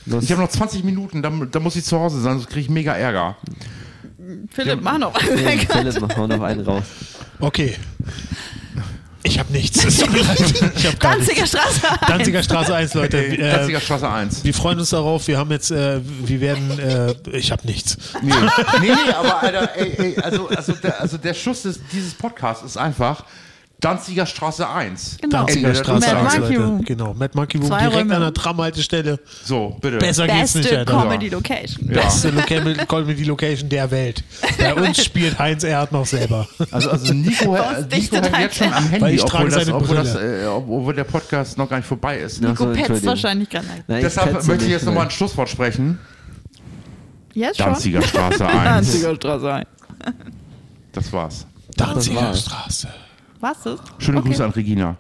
Speaker 2: Los.
Speaker 1: Ich habe noch 20 Minuten, dann, dann muss ich zu Hause sein, sonst kriege ich mega Ärger.
Speaker 3: Philipp, mach noch. [laughs]
Speaker 2: äh, Philipp, mach mal noch einen raus.
Speaker 4: Okay. Ich habe nichts. Es tut mir leid. Ich habe gar nichts.
Speaker 3: Danziger Straße.
Speaker 4: Danziger Straße 1, Leute.
Speaker 1: Hey,
Speaker 4: Äh,
Speaker 1: Danziger Straße 1.
Speaker 4: Wir freuen uns darauf. Wir haben jetzt, äh, wir werden, äh, ich habe nichts.
Speaker 1: Nee. nee, nee, aber Alter, ey, ey, also, also, der, also der Schuss des, dieses Podcasts ist einfach Danziger Straße 1.
Speaker 3: Genau.
Speaker 4: Danziger
Speaker 1: Ey,
Speaker 4: Straße
Speaker 3: Mad
Speaker 4: 1,
Speaker 3: Monkey
Speaker 4: Leute.
Speaker 3: Room.
Speaker 4: Genau, Mad Monkey Room
Speaker 3: Zwei
Speaker 4: direkt
Speaker 3: Räume.
Speaker 4: an der Tramhaltestelle.
Speaker 1: So, bitte.
Speaker 4: Besser geht's nicht,
Speaker 3: Beste
Speaker 4: Alter.
Speaker 3: Comedy Location.
Speaker 1: Ja.
Speaker 4: Beste Local- Comedy-Location der Welt. Bei uns spielt Heinz Erhardt noch selber.
Speaker 1: Also, also
Speaker 3: [laughs]
Speaker 1: Nico,
Speaker 3: Bei uns
Speaker 1: Nico
Speaker 3: dichtet
Speaker 1: hängt jetzt schon am
Speaker 4: Weil
Speaker 1: Handy,
Speaker 4: ich
Speaker 1: obwohl,
Speaker 4: trage
Speaker 1: das,
Speaker 4: seine
Speaker 1: obwohl, das,
Speaker 4: Brille.
Speaker 1: äh, obwohl der Podcast noch gar nicht vorbei ist.
Speaker 2: Ja.
Speaker 3: Nico
Speaker 2: Ach so,
Speaker 3: petzt
Speaker 2: Entschuldigung.
Speaker 3: wahrscheinlich gerade.
Speaker 2: Nein,
Speaker 1: Deshalb
Speaker 2: petze
Speaker 1: möchte ich
Speaker 2: nicht,
Speaker 1: jetzt nochmal ein
Speaker 2: nein.
Speaker 1: Schlusswort sprechen.
Speaker 3: Jetzt schon?
Speaker 1: Danziger Straße 1.
Speaker 3: [laughs] Danziger Straße. ein.
Speaker 1: Das war's.
Speaker 4: Danziger
Speaker 2: war's.
Speaker 4: Straße.
Speaker 3: Was ist?
Speaker 1: Schöne
Speaker 3: Okay.
Speaker 1: Grüße an Regina.